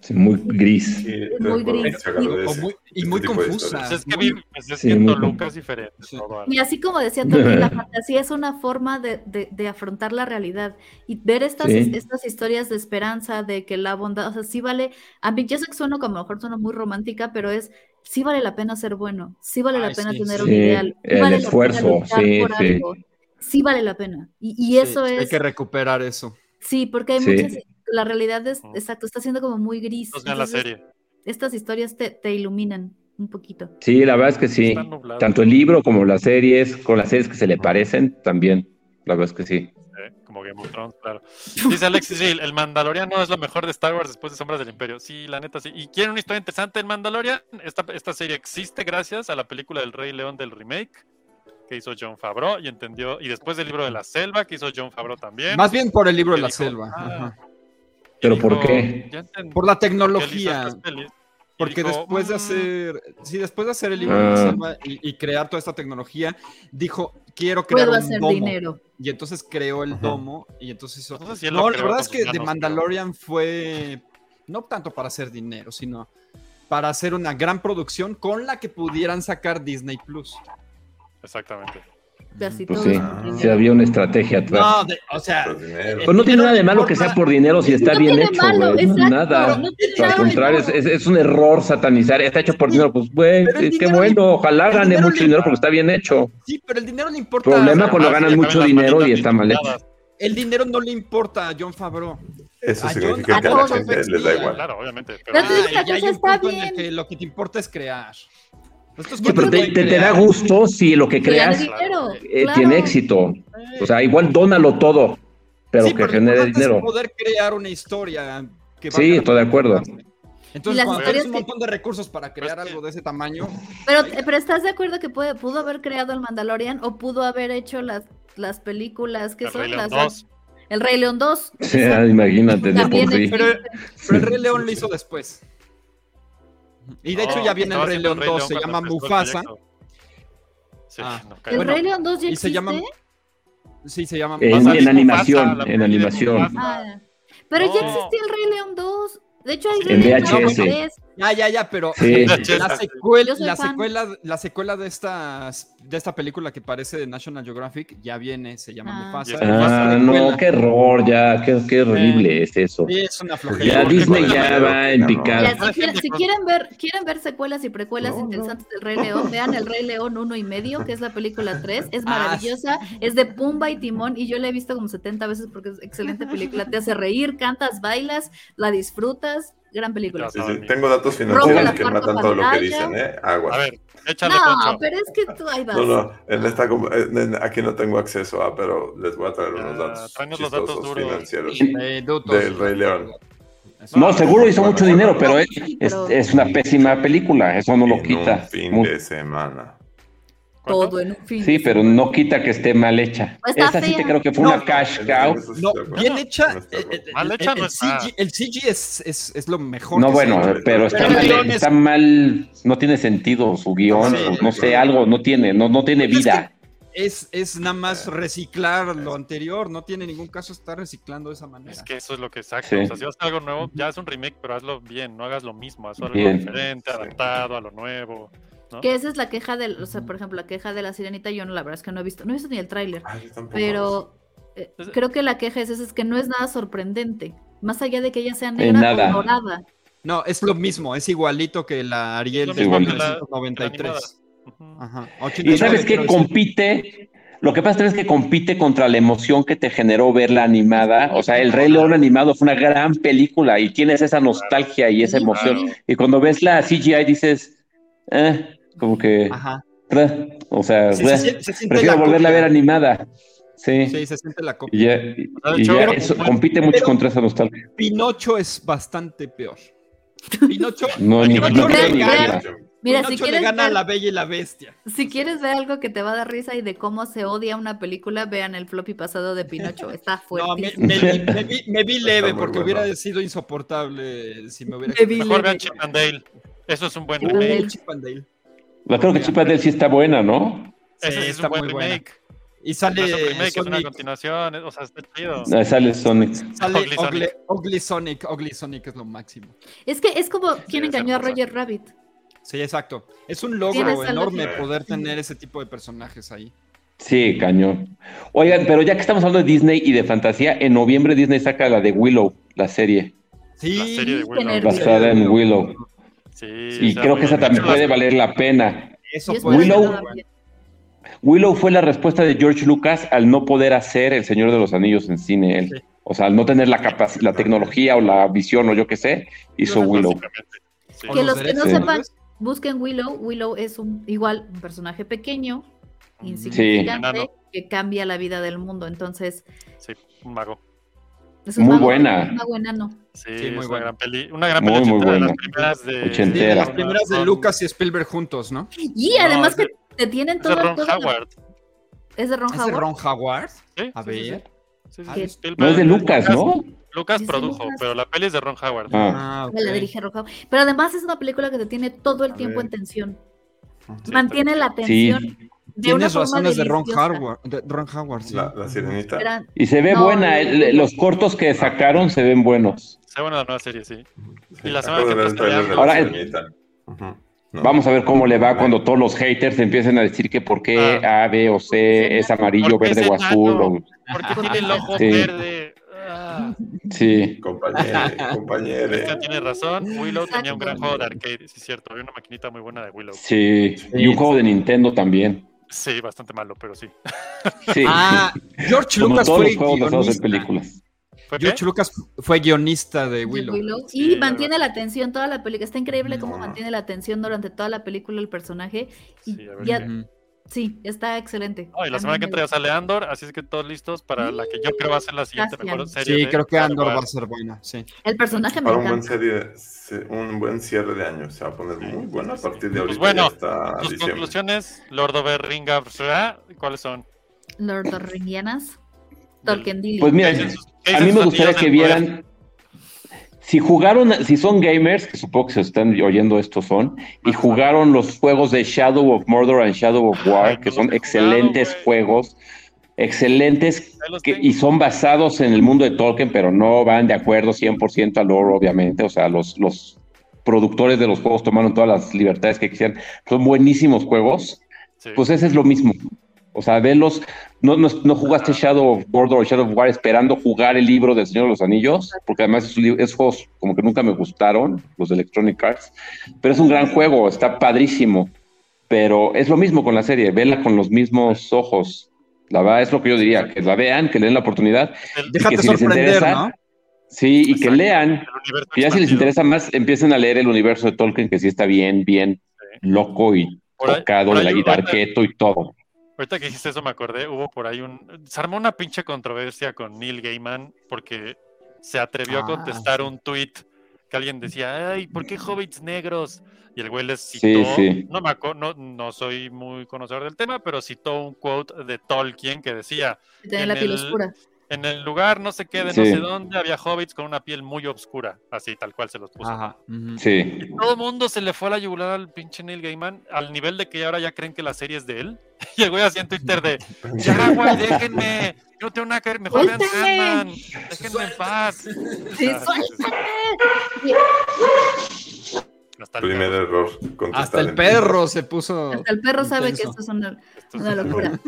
Sí, muy gris.
Sí, de
muy
acuerdo,
gris.
se
O
agradece.
muy- y
Este
muy
tipo de
confusa.
Pues es que,
muy-
vi- pues es
Sí,
que
muy
Toluca es diferente.
Sí.
todo algo.
Ah, Y así como decía Tolkien, la fantasía es una forma de, de- de afrontar la realidad y ver estas,
Sí.
estas historias de esperanza, de que la bondad, o sea, sí vale, a mí yo sé que sueno como a lo mejor suena muy romántica, pero es, sí vale la pena ser bueno, sí vale la
Ay,
pena
sí,
tener
sí.
un
Sí,
ideal, sí
el
vale la
esfuerzo,
pena luchar
sí,
por
sí.
algo, sí vale la pena. Y, y
Sí,
eso
Hay
es,
que recuperar eso.
sí, porque hay
Sí.
muchas, la realidad es,
Ujú.
exacto, está siendo como muy gris.
No sea la
entonces,
serie.
Estas historias te, te iluminan un poquito.
Sí, la verdad es que sí.
Está nublado.
Tanto el libro como las series, con las series que se le parecen, también. La verdad es que sí.
¿eh? Como Game of Thrones, claro. Dice Alexis Real, el Mandaloriano es lo mejor de Star Wars después de Sombras del Imperio. Sí, la neta sí. ¿Y quieren una historia interesante del Mandalorian? Esta, esta serie existe gracias a la película del Rey León del remake que hizo John Favreau y entendió. Y después del libro de la selva que hizo John Favreau también.
Más bien por el libro de la
Dijo,
selva.
ah,
ajá.
Y
¿Pero por
dijo,
qué?
"Ya entendí
Por la
por qué él hizo
tecnología.
estas pelis". Y
Porque
dijo,
después de
"Mm,
hacer, sí, después de hacer el libro de la
Ah.
selva y, y crear toda esta tecnología, dijo, quiero crear
Puedo
un
hacer
domo.
dinero.
Y entonces creó el
Ajá.
domo y entonces hizo...
No, sé si él lo
No, la
creó
verdad
con
es
sus
que The
manos,
Mandalorian fue no tanto para hacer dinero, sino para hacer una gran producción con la que pudieran sacar Disney Plus.
pero- Exactamente.
Así
Pues
todo
sí,
Ah.
es dinero.
sí había una estrategia atrás.
No, de- o sea,
Los dineros.
Pues no tiene nada de malo que sea por dinero si está
No
bien
tiene
hecho,
malo,
güey.
exacto,
Nada.
no
O
tiene
sea, al
nada de
contrario, es,
malo.
es- es un error satanizar. Está hecho por dinero. Pues, güey,
Pero el
es que
dinero
bueno.
le-
Ojalá
el
gane
dinero
mucho
le-
dinero porque está bien hecho.
sí, pero el dinero le importa.
Problema
o sea,
cuando
Además,
ganan
le
mucho
caben las
dinero y
manitas
está mal hecho.
pintadas.
El dinero no le importa a John Favreau.
Eso
a John-
significa
a
que a la
todos
gente
les
le da
guía.
igual.
Claro, obviamente. Pero
Pero tú dices
Ah, y
la
ya
cosa
hay un
está
punto en el
bien.
que lo que te importa es crear. Esto es
Sí, pero te,
cuando
te- te da
crear.
gusto si lo que
Que gane
creas
dinero,
eh,
claro.
tiene éxito. O sea, igual dónalo todo, pero
Sí,
que
lo
genere
importante es
dinero.
poder crear una historia. Que
Sí,
valga
estoy de
la pena
acuerdo.
contarse.
Y
Entonces,
las
cuando
historias
tienes un
que-
montón de recursos para
Pero es
crear
que-
algo de ese tamaño,
Pero, pero estás de acuerdo que puede, pudo haber creado el Mandalorian o pudo haber hecho las, las películas que
El
son
Rey León
las
2.
El Rey León 2.
Sí, ah, imagínate, de
También
por sí.
existe.
Pero- eh, pero el Rey León lo hizo después. Y de hecho
No,
ya viene el
estaba
Rey
haciendo
León 2, se
cuando
llama
empezó el
Mufasa.
proyecto. Sí,
Ah.
no,
El
cállate.
Bueno,
Rey León
y
2 ya
se
existe.
llama- Sí, se llama
En-
Mufasa,
en
Mufasa,
animación,
la
en
peli de
animación.
Mufasa.
Ah, pero ya
No.
existía el Rey León 2. De hecho, hay
Sí,
Rey
en
León 2,
VHS.
3.
Ya, ya, ya, pero
Sí.
la,
Sí.
secuela,
Yo soy
la,
fan.
secuela, la secuela de, estas, de esta película que parece de National Geographic ya viene, se llama
Ah.
Mufasa.
Ya.
Ah, no, qué error, ya, qué, qué horrible es eso.
Sí, es una
Ya
flojera.
Porque
Disney
con el
ya
dinero
va
que
en
ganó.
picada.
Mira, si, quieren, si quieren ver, quieren ver secuelas y precuelas
No, no.
interesantes del Rey León, vean el Rey León 1 y medio, que es la película 3, es
Ah,
maravillosa, es de Pumba y Timón, y yo la he visto como 70 veces porque es excelente película, te hace reír, cantas, bailas, la disfrutas, gran película.
Sí,
Ya
sí,
saben.
Tengo datos
Rompe
financieros
la
que
cuarta
matan todo lo que
pantalla.
dicen, ¿eh?
A
Agua.
ver, échale
No,
poncho.
pero es que tú ahí vas.
No, no, en esta, com- en- en- aquí no tengo acceso a, pero les voy a traer unos
Ya,
datos
tráenos los datos
chistosos
duros.
financieros
Eh, dutos.
del Rey León.
No, seguro hizo
Bueno,
mucho
bueno.
dinero, pero es,
Sí,
es-
pero-
es una pésima película, eso no lo
En
quita.
Un fin
Mu-
de semana.
¿Cuánto?
Todo en un fin.
Sí, pero no quita que esté mal hecha.
Pues está
Esa sí te
fea.
creo que fue
No,
una cash cow.
En eso sí
No,
estoy de acuerdo.
bien
No,
hecha.
no está
eh, eh,
mal
el-
hecha no
el,
está.
CG, el CG es, es, es lo mejor.
No,
que
bueno,
se-
sí.
pero está
Pero el
mal,
guión es-
está mal, no tiene sentido su guión,
Sí.
pues, no sé, algo no tiene, no, no tiene
Pues es
vida.
es, es nada más reciclar lo anterior, no tiene ningún caso estar reciclando de esa manera.
Es que eso es lo que saca.
Sí.
O sea, si vas a hacer algo nuevo, ya es un remake, pero hazlo bien, no hagas lo mismo, hazlo algo
Bien.
diferente, adaptado a lo nuevo. ¿no?
Que esa es la queja del, o sea, por ejemplo, la queja de la sirenita, yo no, la verdad es que no he visto, no he visto ni el tráiler,
Ay, yo tampoco.
pero eh,
Pues-
creo que la queja es esa, es que no es nada sorprendente, más allá de que ella sea
En
negra
nada.
o dorada.
No, es lo mismo, es igualito que la Ariel
Es
de
lo
mismo que
la-
1993.
Ah,
Ujú.
Ajá.
Y
89,
sabes que
creo
compite, lo que pasa es que compite contra la emoción que te generó ver la animada. O sea, El Rey León animado fue una gran película y tienes esa nostalgia y esa emoción.
Claro.
Y cuando ves la CGI dices, eh, como que,
Ajá.
eh, o sea,
Ah. Sí, se,
eh,
sien- se siente
prefiero
la
volverla a
copia.
ver animada. Sí.
Sí, se siente la copia.
Y ya,
Ah, de
y
hecho,
ya
pero-
eso compite mucho
pero-
contra esa nostalgia.
Pinocho es bastante peor. Pinocho,
No,
Hay
ni-
que
no
verlo.
creo ni
Venga.
verla.
Mira, si
Pinocho le
quieres,
Pues gana a
ver,
la Bella y la Bestia.
si quieres ver algo que te va a dar risa y de cómo se odia una película, vean el floppy pasado de Pinocho, está
No, me,
fuerte.
me vi, me vi- me vi leve
muy
porque
bueno.
hubiera sido insoportable si me hubiera.
Me vi
Mejor
leve.
vean Chip and Dale. Eso es un buen
Chip and
remake.
Dale.
Uh, Chip and Dale.
Yo creo que Chip and Dale sí está buena, ¿no?
Ese sí,
Sí,
es un buen
buena.
remake. No
Y
es un
sale
remake, es una
Sonic,
continuación. es- O sea, está chido.
Ah, Sale Sonic.
sale
Ugly
Ugly,
Sonic.
Ugly Sonic. Ugly Sonic es lo máximo.
Es que es como quien
es
engañó a
hermosa.
Roger Rabbit.
Sí, exacto. Es un
Tiene
logro
esa
enorme
lógica.
poder tener ese tipo de personajes ahí.
Sí, cañón. Oigan, pero ya que estamos hablando de Disney y de fantasía, en noviembre Disney saca la de Willow, la serie,
Sí,
La serie de Willow.
tener-
basada en Willow.
Sí,
Y
está
creo
muy
que esa
bien.
también
De hecho,
puede valer la pena.
eso
Yo espero
puede
que
ser
Willow.
nada
bueno.
bien.
Willow fue la respuesta de George Lucas al no poder hacer El Señor de los Anillos en cine. él.
Sí.
O sea, al no tener la capacidad, la tecnología o la visión o yo qué sé, hizo Willow.
básicamente, sí.
O
Que los que no
derechos,
sepan-
tal vez.
Busquen Willow. Willow es un igual un personaje pequeño, insignificante,
Enano.
que cambia la vida del mundo. Entonces,
Sí, un mago.
es
Muy
mago-
buena.
un mago enano.
Sí,
Sí,
es
muy
una
buena.
gran peli. Una gran
Muy,
peli
muy
ochentera, de
buena.
las primeras de.
Sí, de
Ochentera.
las primeras de
Ah,
Ron-
Lucas y Spielberg juntos, ¿no?
Y además que te tienen
Es de
todo.
Ron
todo lo-
Howard.
Es de Ron
¿Es de
Howard.
Ron Howard?
Sí,
A
sí, sí, sí.
ver.
Sí, sí,
Ah,
sí.
es-
Spielberg-
No es de Lucas, ¿no?
Lucas
Sí, sí,
produjo,
Lucas.
pero la peli es de Ron Howard.
Ah,
Ah, ok.
Me la dirige Ron Howard. Pero además es una película que te tiene todo el
A
tiempo
ver.
en tensión.
Sí,
Mantiene la
sí.
tensión de una
Tienes
forma
razones de Ron ah,
deliciosa.
Howard. de Ron Howard, sí.
La, la sirenita.
Era-
Y se ve
No,
buena.
no, no.
el- Los cortos que sacaron se ven buenos.
Se van a la nueva serie, sí.
Sí,
Y la semana
acabo de
que
ver el
entraste
tráiler de la
Ahora,
sirenita. Ujú. No.
Vamos a ver cómo le va cuando todos los haters empiecen a decir que por qué A, B o C es amarillo,
Porque
verde
es
o azul.
enano.
o-
Porque tiene el ojo
Sí.
verde. Ah,
Sí.
Compañere, compañere.
Cristian tiene razón. Willow tenía un gran
Exacto.
juego de arcade, sí es cierto. Había una maquinita muy buena de Willow.
Sí, y un juego de Nintendo también.
Sí, bastante malo, pero sí.
Sí,
Ah, George
como
Lucas
todos
fue
los juegos basados en
guionista.
películas.
¿Fue qué?
George Lucas fue guionista de
de
Willow.
Willow,
Sí,
y
la
mantiene la tensión toda la película. Está increíble cómo
No.
mantiene la tensión durante toda la película el personaje. Y
Sí, a ver
ya,
qué.
Ujú.
sí, está excelente.
No, y
A
la
mí
semana que
me
entra ya sale Andor, así es que todos listos para la que yo creo va a ser la siguiente
Gracias.
mejor serie.
Sí,
de
creo que
Star
Andor va a
Wars.
ser buena, sí.
gusta. El personaje me
Para un buen,
encanta.
serie, se- un buen cierre de año. Se va a poner muy bueno a partir de
Pues
ahorita
bueno,
hasta
Tus
diciembre.
conclusiones, Lordo Berringa, ¿verdad? ah, pues, ¿cuáles son?
Lord of Ringianas, Tolkien Dilly.
Pues mira,
¿Qué dicen sus- qué
a
dicen
mí me
sus
gustaría
anillos
que
del poder?
vieran, si jugaron, si son gamers, que supongo que se están oyendo estos son, y jugaron los juegos de Shadow of Murder and Shadow of
Ay,
War,
no
que
los
son
he
excelentes
jugado, güey.
juegos, excelentes
Ahí los
que-
tengo.
y son basados en el mundo de Tolkien, pero no van de acuerdo 100% al oro, obviamente. O sea, los, los productores de los juegos tomaron todas las libertades que quisieran. Son buenísimos juegos.
Sí.
Pues ese es lo mismo. O sea, verlos. No, no, no jugaste Shadow of Mordor o Shadow of War esperando jugar el libro del Señor de los Anillos, porque además esos, li- esos juegos como que nunca me gustaron, los de Electronic Arts. Pero es un gran juego, está padrísimo. Pero es lo mismo con la serie, vela con los mismos ojos. La verdad es lo que yo diría, que la vean, que le den la oportunidad.
El-
Déjate
si les
sorprender,
interesa,
¿no?
Sí, y que
Exacto.
lean.
el universo
Y ya si les
expandido.
interesa más, empiecen a leer el universo de Tolkien, que sí está bien, bien loco y
Por ahí-
tocado,
por
de la
ahí-
guitarra
ahorita-
arqueto y todo.
Ahorita que dijiste eso me acordé, hubo por ahí un... Se armó una pinche controversia con Neil Gaiman porque se atrevió a
Ah,
contestar un tweet que alguien decía, ay, ¿por qué hobbits negros? Y el güey les
Sí,
citó,
sí.
No, me acuer- no, no soy muy conocedor del tema, pero citó un quote de Tolkien que decía,
Tiene la
en
piel
el-
oscura.
en el lugar no sé qué de no
Sí.
sé dónde había hobbits con una piel muy oscura, así tal cual se los puso.
Ajá. ujú.
pues, Sí.
Todo el mundo se le fue a la yugular al pinche Neil Gaiman al nivel de que ahora ya creen que la serie es de él. Y el güey así en Twitter de, ya, güey, déjenme, yo no tengo nada que ver, mejor vean
Suéltame.
Sandman, déjenme en paz.
Sí,
Ah,
suéltame.
Hasta el
Primer
perro.
error.
pues,
contestar
Hasta el
en-
perro se
Oh,
puso.
Hasta el perro sabe que
Intenso.
esto es una,
Esto es
una locura.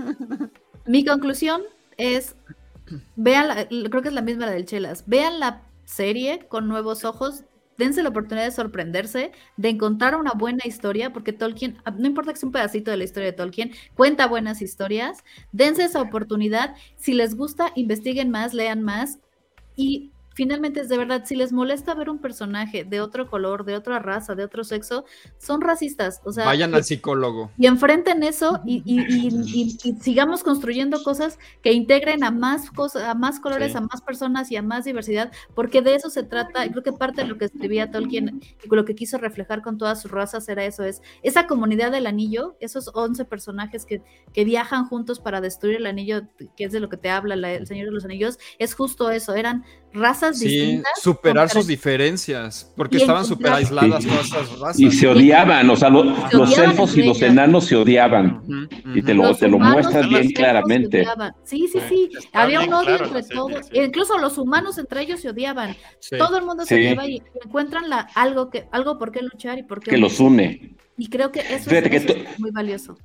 Mi conclusión es, vean, la- creo que es la misma la del Chelas, vean la serie con nuevos ojos, dense la oportunidad de sorprenderse, de encontrar una buena historia, porque Tolkien, ah, no importa que sea un pedacito de la historia de Tolkien, cuenta buenas historias, dense esa oportunidad, si les gusta, investiguen más, lean más y... Finalmente, es de verdad, si les molesta ver un personaje de otro color, de otra raza, de otro sexo, son racistas. O sea,
Vayan al psicólogo.
y enfrenten eso y, y- y- y- y sigamos construyendo cosas que integren a más cosas, a más colores,
Sí.
a más personas y a más diversidad, porque de eso se trata, y creo que parte de lo que escribía Tolkien y con lo que quiso reflejar con todas sus razas era eso, es esa comunidad del anillo, esos 11 personajes que, que viajan juntos para destruir el anillo, que es de lo que te habla la- el Señor de los Anillos, es justo eso, eran razas
Sí,
distintas.
superar
con
sus diferencias, porque
Y
estaban
encontrar-
súper aisladas
Sí.
todas esas razas.
Y se odiaban, o sea, lo-
Se
los
odiaban
elfos y
entre
los
ellos.
enanos se odiaban.
Ujú,
Y te
ujú.
lo,
Los
te lo
humanos
muestran
eran los
bien
que
claramente.
se odiaban. Sí, sí,
Sí,
sí.
está
Había
bien
un odio
claro en la
entre
serie,
todos.
sí.
Incluso los humanos entre ellos se odiaban.
Sí.
Todo el mundo se
Sí.
odiaba y encuentran la, algo que algo por qué luchar y por qué.
que los une.
Y creo que eso,
Fíjate que
es, eso
to-
es muy valioso.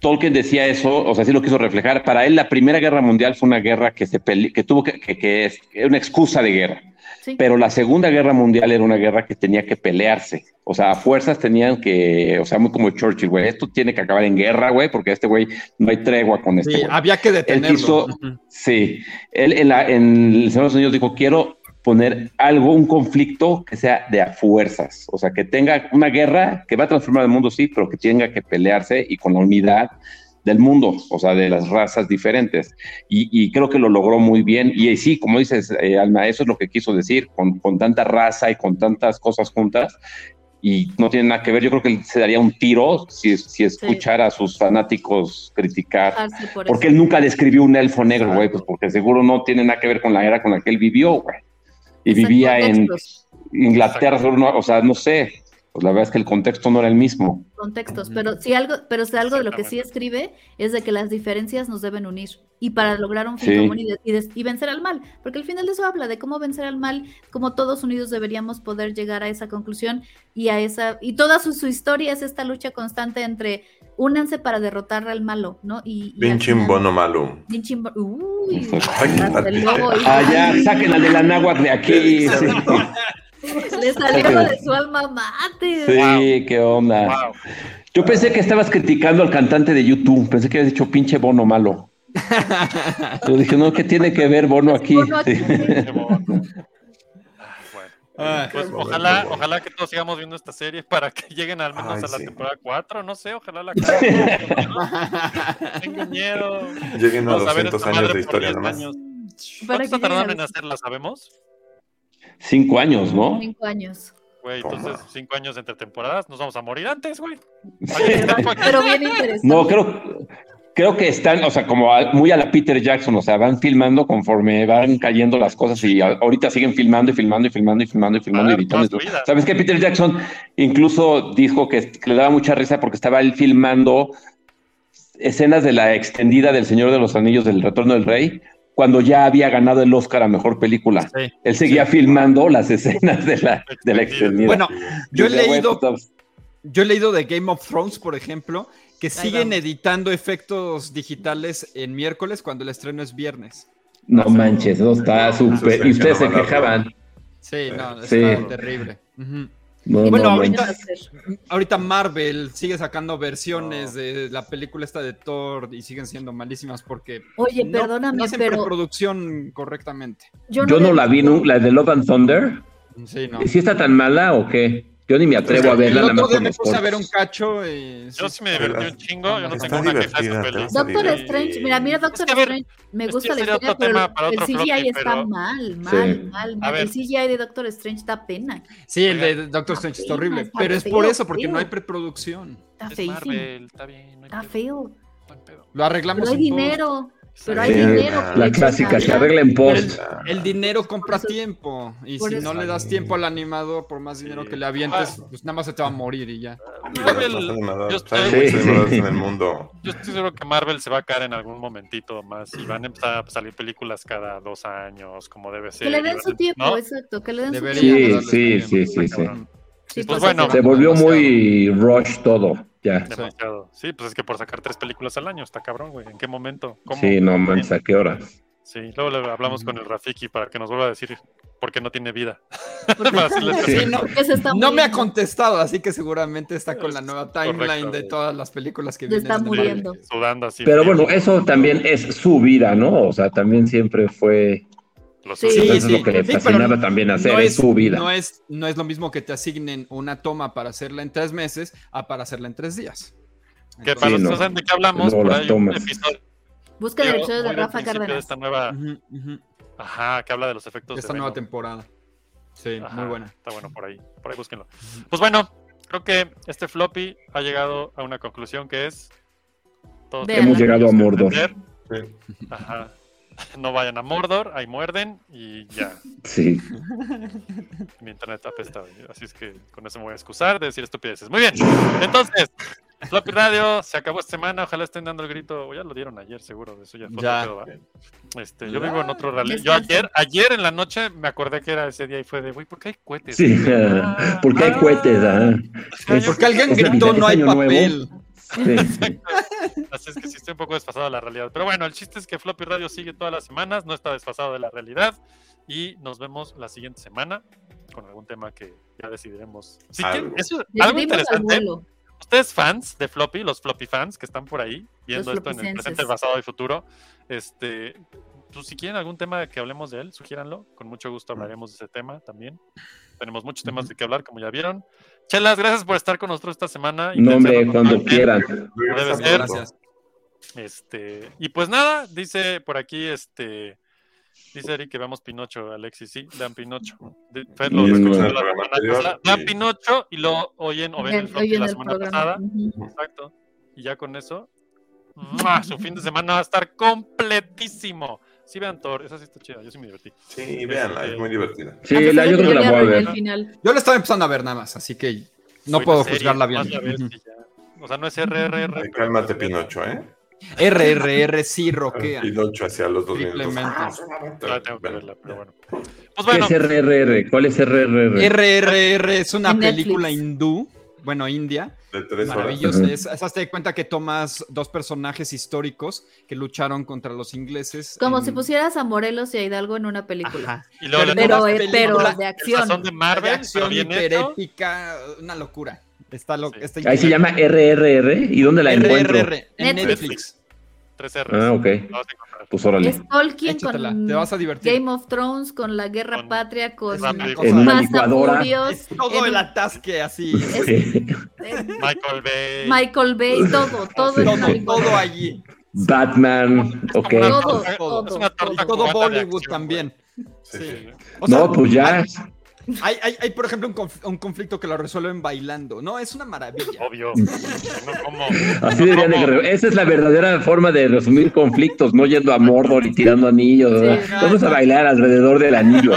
Tolkien decía eso, o sea, sí lo quiso reflejar. Para él, la Primera Guerra Mundial fue una guerra que se pele- que tuvo que, que, que es una excusa de guerra.
Sí.
Pero la Segunda Guerra Mundial era una guerra que tenía que pelearse. O sea, a fuerzas tenían que, o sea, muy como Churchill, güey. Esto tiene que acabar en guerra, güey, porque este güey no hay tregua con este
Sí,
güey.
había que detenerlo.
quiso-
Ujú.
Sí, él en, la- en el Señor de los Anillos dijo, quiero poner algo, un conflicto que sea de a fuerzas, o sea, que tenga una guerra que va a transformar el mundo, sí, pero que tenga que pelearse y con la unidad del mundo, o sea, de las razas diferentes. Y, y creo que lo logró muy bien. Y, eh, sí, como dices, eh, Alma, eso es lo que quiso decir, con, con tanta raza y con tantas cosas juntas. Y no tiene nada que ver, yo creo que él se daría un tiro si, si escuchara a sus fanáticos criticar
Odiarse por
porque
eso.
él nunca describió un elfo negro, güey, pues
Exacto.
porque seguro no tiene nada que ver con la era con la que él vivió, güey. Y
Exacto,
vivía en
contextos,
Inglaterra, seguro no- o sea, no sé. Pues la verdad es que el contexto no era el mismo.
contextos, pero si algo, pero si algo de lo que sí escribe es de que las diferencias nos deben unir y para lograr un fin
Sí.
común y, de- y des- y vencer al mal, porque al final de eso habla de cómo vencer al mal, cómo todos unidos deberíamos poder llegar a esa conclusión y a esa y toda su, su historia es esta lucha constante entre únanse para derrotar al malo, ¿no? Y, y al
Vincim
final-
bono malum.
Vincin Bo- uy,
Exacto.
el lobo, hijo.
Ah, ya, saquen al de la náhuatl de aquí. Sí,
le salió lo de su alma mate.
Sí, qué onda.
Wow.
Yo pensé que estabas criticando al cantante de YouTube. Pensé que habías dicho pinche bono malo. Yo dije, no, ¿qué tiene que ver bono aquí?
Bueno, Pues aquí,
Sí.
Qué bueno. Ah, bueno.
Ah,
Pues
Qué
ojalá,
bueno.
ojalá que todos sigamos viendo esta serie para que lleguen al menos
Ay,
a la
sí.
temporada 4, no sé, ojalá la acaben. Tengo miedo.
Lleguen a
Vamos a ver
200
esta
años
madre
de
por
historia
10
nomás.
años. ¿Cuánto se
para que lleguen
tardaron
a
en hacerla, sabemos?
Cinco años, ¿no?
cinco años.
Güey,
Toma.
entonces 5 años entre temporadas, nos vamos a morir antes, güey.
Pero bien interesante.
No, creo, creo que están, o sea, como a- muy a la Peter Jackson, o sea, van filmando conforme van cayendo las cosas y a- ahorita siguen filmando y filmando y filmando y filmando y filmando y
Ah,
editando.
toda su vida.
¿Sabes qué? Peter Jackson incluso dijo que, que le daba mucha risa porque estaba él filmando escenas de la extendida del Señor de los Anillos del Retorno del Rey cuando ya había ganado el Oscar a Mejor Película.
Sí.
Él seguía filmando las escenas de la, de la extendida.
Bueno, yo he
Decía, "Güey,
leído
puta,
Yo he leído de Game of Thrones, por ejemplo, que siguen
vamos.
editando efectos digitales en miércoles cuando el estreno es viernes.
No manches, eso está súper. Y ustedes se quejaban.
Sí, no,
Sí.
está terrible. Ujú.
No,
Bueno,
no
ahorita-
manches.
Ahorita Marvel sigue sacando versiones de la película esta de Thor y siguen siendo malísimas porque
Oye,
no-
perdóname,
no hacen
pero
preproducción correctamente.
yo no,
Yo no
había
la vi,
visto-
nu- la de Love and Thunder.
Sí, no. Pues
¿Sí está tan mala o qué? Yo ni me atrevo a verla.
el
nada más
otro día
por
me
los
puse a ver un
cortes.
cacho y...
Yo sí me divertí un chingo, yo no
Está
tengo una queja de
divertida,
esa peli.
te vas a
Doctor
divertir.
Strange, mira, mira Doctor
Es que, a ver,
Strange, me
es que
gusta la
sería
historia,
otro
pero
tema para
el
otro
CGI
bloque,
está
pero-
mal, mal,
Sí.
mal,
A
mal.
ver.
El CGI de Doctor Strange está pena,
Sí, el
Oigan.
de Doctor Strange está
Está
horrible,
feo,
pero es
está
por
feo,
eso, porque
feo.
no hay preproducción.
está
Es
feísimo,
Marvel, está bien, no hay
está
pedo,
feo.
no hay pedo.
Lo arreglamos
Pero hay
en post.
dinero, pero hay
Sí,
dinero.
La
le
clásica,
echan
se
a-
arregla en post.
Ah,
El dinero compra tiempo. Y
Por
si
eso.
no le das tiempo al animador, por más dinero que le avientes, pues nada más se te va a morir y ya.
Marvel,
Ah, No pasa nada.
yo
Hay
estoy-
muchos
Sí, sí.
animadores en el mundo.
Yo estoy seguro que Marvel se va a caer en algún momentito más y van a empezar a salir películas cada dos años, como debe ser.
que le
y
den
van-
su tiempo,
¿no?
exacto, que le den
Debería
su tiempo.
Sí,
darles
sí,
también,
sí, sí,
Está
sí.
cabrón.
Sí,
Pues bueno.
Se volvió muy rush todo, ya.
Demasiado. Sí, pues es que por sacar tres películas al año está cabrón, güey. ¿En qué momento? ¿Cómo?
Sí, no manches, ¿a qué horas?
Sí, luego le hablamos con el Rafiki para que nos vuelva a decir por qué no tiene vida.
Porque-
Para hacerles
Sí,
pensar.
no.
porque se está
No me ha
muriendo.
contestado, así que seguramente está con la nueva
Correcto,
timeline de
güey.
todas las películas que
Se
vienen.
está
de
muriendo.
Marvel.
Sudando así.
Pero
frío.
bueno, eso también es su vida, ¿no? O sea, también siempre fue.
Lo
Sí,
suyo.
Eso es lo que le
pero
fascinaba también hacer, es su vida.
No es, no es lo mismo que te asignen una toma para hacerla en tres meses a para hacerla en tres días.
Que para los
Sí,
que
no.
no saben de qué hablamos,
Luego
por
las
ahí un
tomas.
episodio
Busca el episodio
muy
de
del
Rafa
principio de
Cárdenas.
esta nueva,
Ujú, ujú.
ajá, que habla de los efectos
De esta
de
nueva
Venom.
temporada. Sí,
Ajá,
muy buena.
Está bueno por ahí. Por ahí búsquenlo. Pues bueno, creo que este floppy ha llegado a una conclusión que es. Todos
Véanla.
tenemos
Hemos
llegado a
que
Mordor.
entender. Ajá. No vayan a Mordor, ahí muerden y ya.
Sí.
Mi internet apesta hoy, Así es que con eso me voy a excusar de decir estupideces. Muy bien. Entonces, Floppy Radio se acabó esta semana. Ojalá estén dando el grito. o ya lo dieron ayer, seguro. de Eso ya fue
Ya.
otro pedo, ¿va? Este, yo vivo en otro realidad. Yo
Descansa.
ayer, ayer en la noche me acordé que era ese día y fue de, güey, ¿por qué hay cohetes?
Sí,
Ah,
porque hay
ah,
cohetes, ¿ah?
Ah, yo-
Porque alguien
Es Navidad,
gritó,
es
no hay
Año Nuevo.
papel.
Sí, sí.
Así es que sí estoy un poco desfasado de la realidad. Pero bueno, el chiste es que Floppy Radio sigue todas las semanas, no está desfasado de la realidad. Y nos vemos la siguiente semana con algún tema que ya decidiremos. Sí, que-
Algo.
eso- algo
Decidimos al
interesante.
vuelo.
Ustedes fans de Floppy, los Floppy fans que están por ahí viendo
Los
esto en el
flopicenses.
presente, el pasado y futuro, este, pues, si quieren algún tema que hablemos de él, sugiéranlo. Con mucho gusto hablaremos de ese tema también. Tenemos muchos temas de que hablar, como ya vieron. Chelas, gracias por estar con nosotros esta semana.
No, hombre,
Intensémonos
cuando
también.
quieran.
Debe
Regresa
ser.
pronto.
Gracias.
Este, y pues nada, dice por aquí este dice Eric que veamos Pinocho, Alexis, sí, Dan Pinocho. De- Fer lo
Y en
escuchó
el
la
programa
semana
anterior,
pasada. Dan
y-
Pinocho y lo oyen o ven el
Bien,
flop
hoy
de
en
la
el
semana
programa.
pasada.
Ujú.
Exacto. Y ya con eso, ¡mua! su fin de semana va a estar completísimo. Sí, vean Thor, esa sí está chida, yo sí me divertí.
Sí, véanla, es muy divertida.
Sí, la, yo creo que la voy a ver.
Al final.
Yo la estaba empezando a ver nada más, así que no
Soy
puedo
la serie,
juzgarla bien.
nomás la ves y ya. O sea, no es RRR.
Ay,
pero-
cálmate, Pinocho, ¿eh?
RRR sí roquea.
Ah,
Pinocho hacia los dos minutos.
Triplemente.
Ah, tengo que verla, pero bueno. Pues
¿Qué
bueno,
es RRR? ¿Cuál es RRR?
RRR es una
En Netflix.
película hindú, bueno, india,
De tres horas.
maravillosa.
Ajá.
Es, es hazte de cuenta que tomas dos personajes históricos que lucharon contra los ingleses.
Como
en-
si pusieras a Morelos y a Hidalgo en una película.
Ajá.
y luego le
Pero,
tomas
eh,
el
pero
sazón
de acción.
de Marvel,
de
pero
acción
bien
hiper
hecho.
épica, una locura. Está lo,
Sí.
está
Ahí se llama RRR. ¿Y dónde la encuentro?
RRR en
Netflix.
Netflix.
Tres R's.
Ah,
Lo
ok.
vas a encontrar.
Pues órale.
Es Tolkien
Échatela,
con
te vas a divertir.
Game of Thrones, con la Guerra
Con-
Patria, con
Es una
En una
Fast and
licuadora.
Furious,
Es todo
en-
el atasque así. es
Sí.
en
Michael Bay.
Michael Bay, todo, todo en
todo,
una licuadora.
todo allí.
Batman, ok.
Una
Todo,
torta-
todo,
es una torta
Y todo
cubana de
Bollywood
acción,
también.
Sí,
Sí.
sí.
O sea,
No, pues ya.
Hay, hay- hay, por ejemplo, un, conf- un conflicto que lo resuelven bailando. No, es una maravilla.
Obvio. No, ¿cómo?
Así deberían de guerrero. Esa es la verdadera forma de resumir conflictos, no yendo a Mordor y tirando anillos. ¿verdad?
Sí,
Vamos a bailar alrededor del anillo.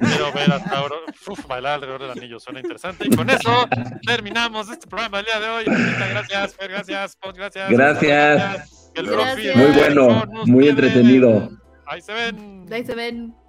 Quiero ver hasta ahora. Uf, bailar alrededor del anillo. Suena interesante. Y con eso terminamos este programa del día de hoy. Lupita, Gracias, Fer, gracias, Ponch, gracias.
Gracias.
El
Gracias.
Profi,
Muy bueno,
con
muy
ustedes.
entretenido.
Ahí se ven.
Ahí se ven.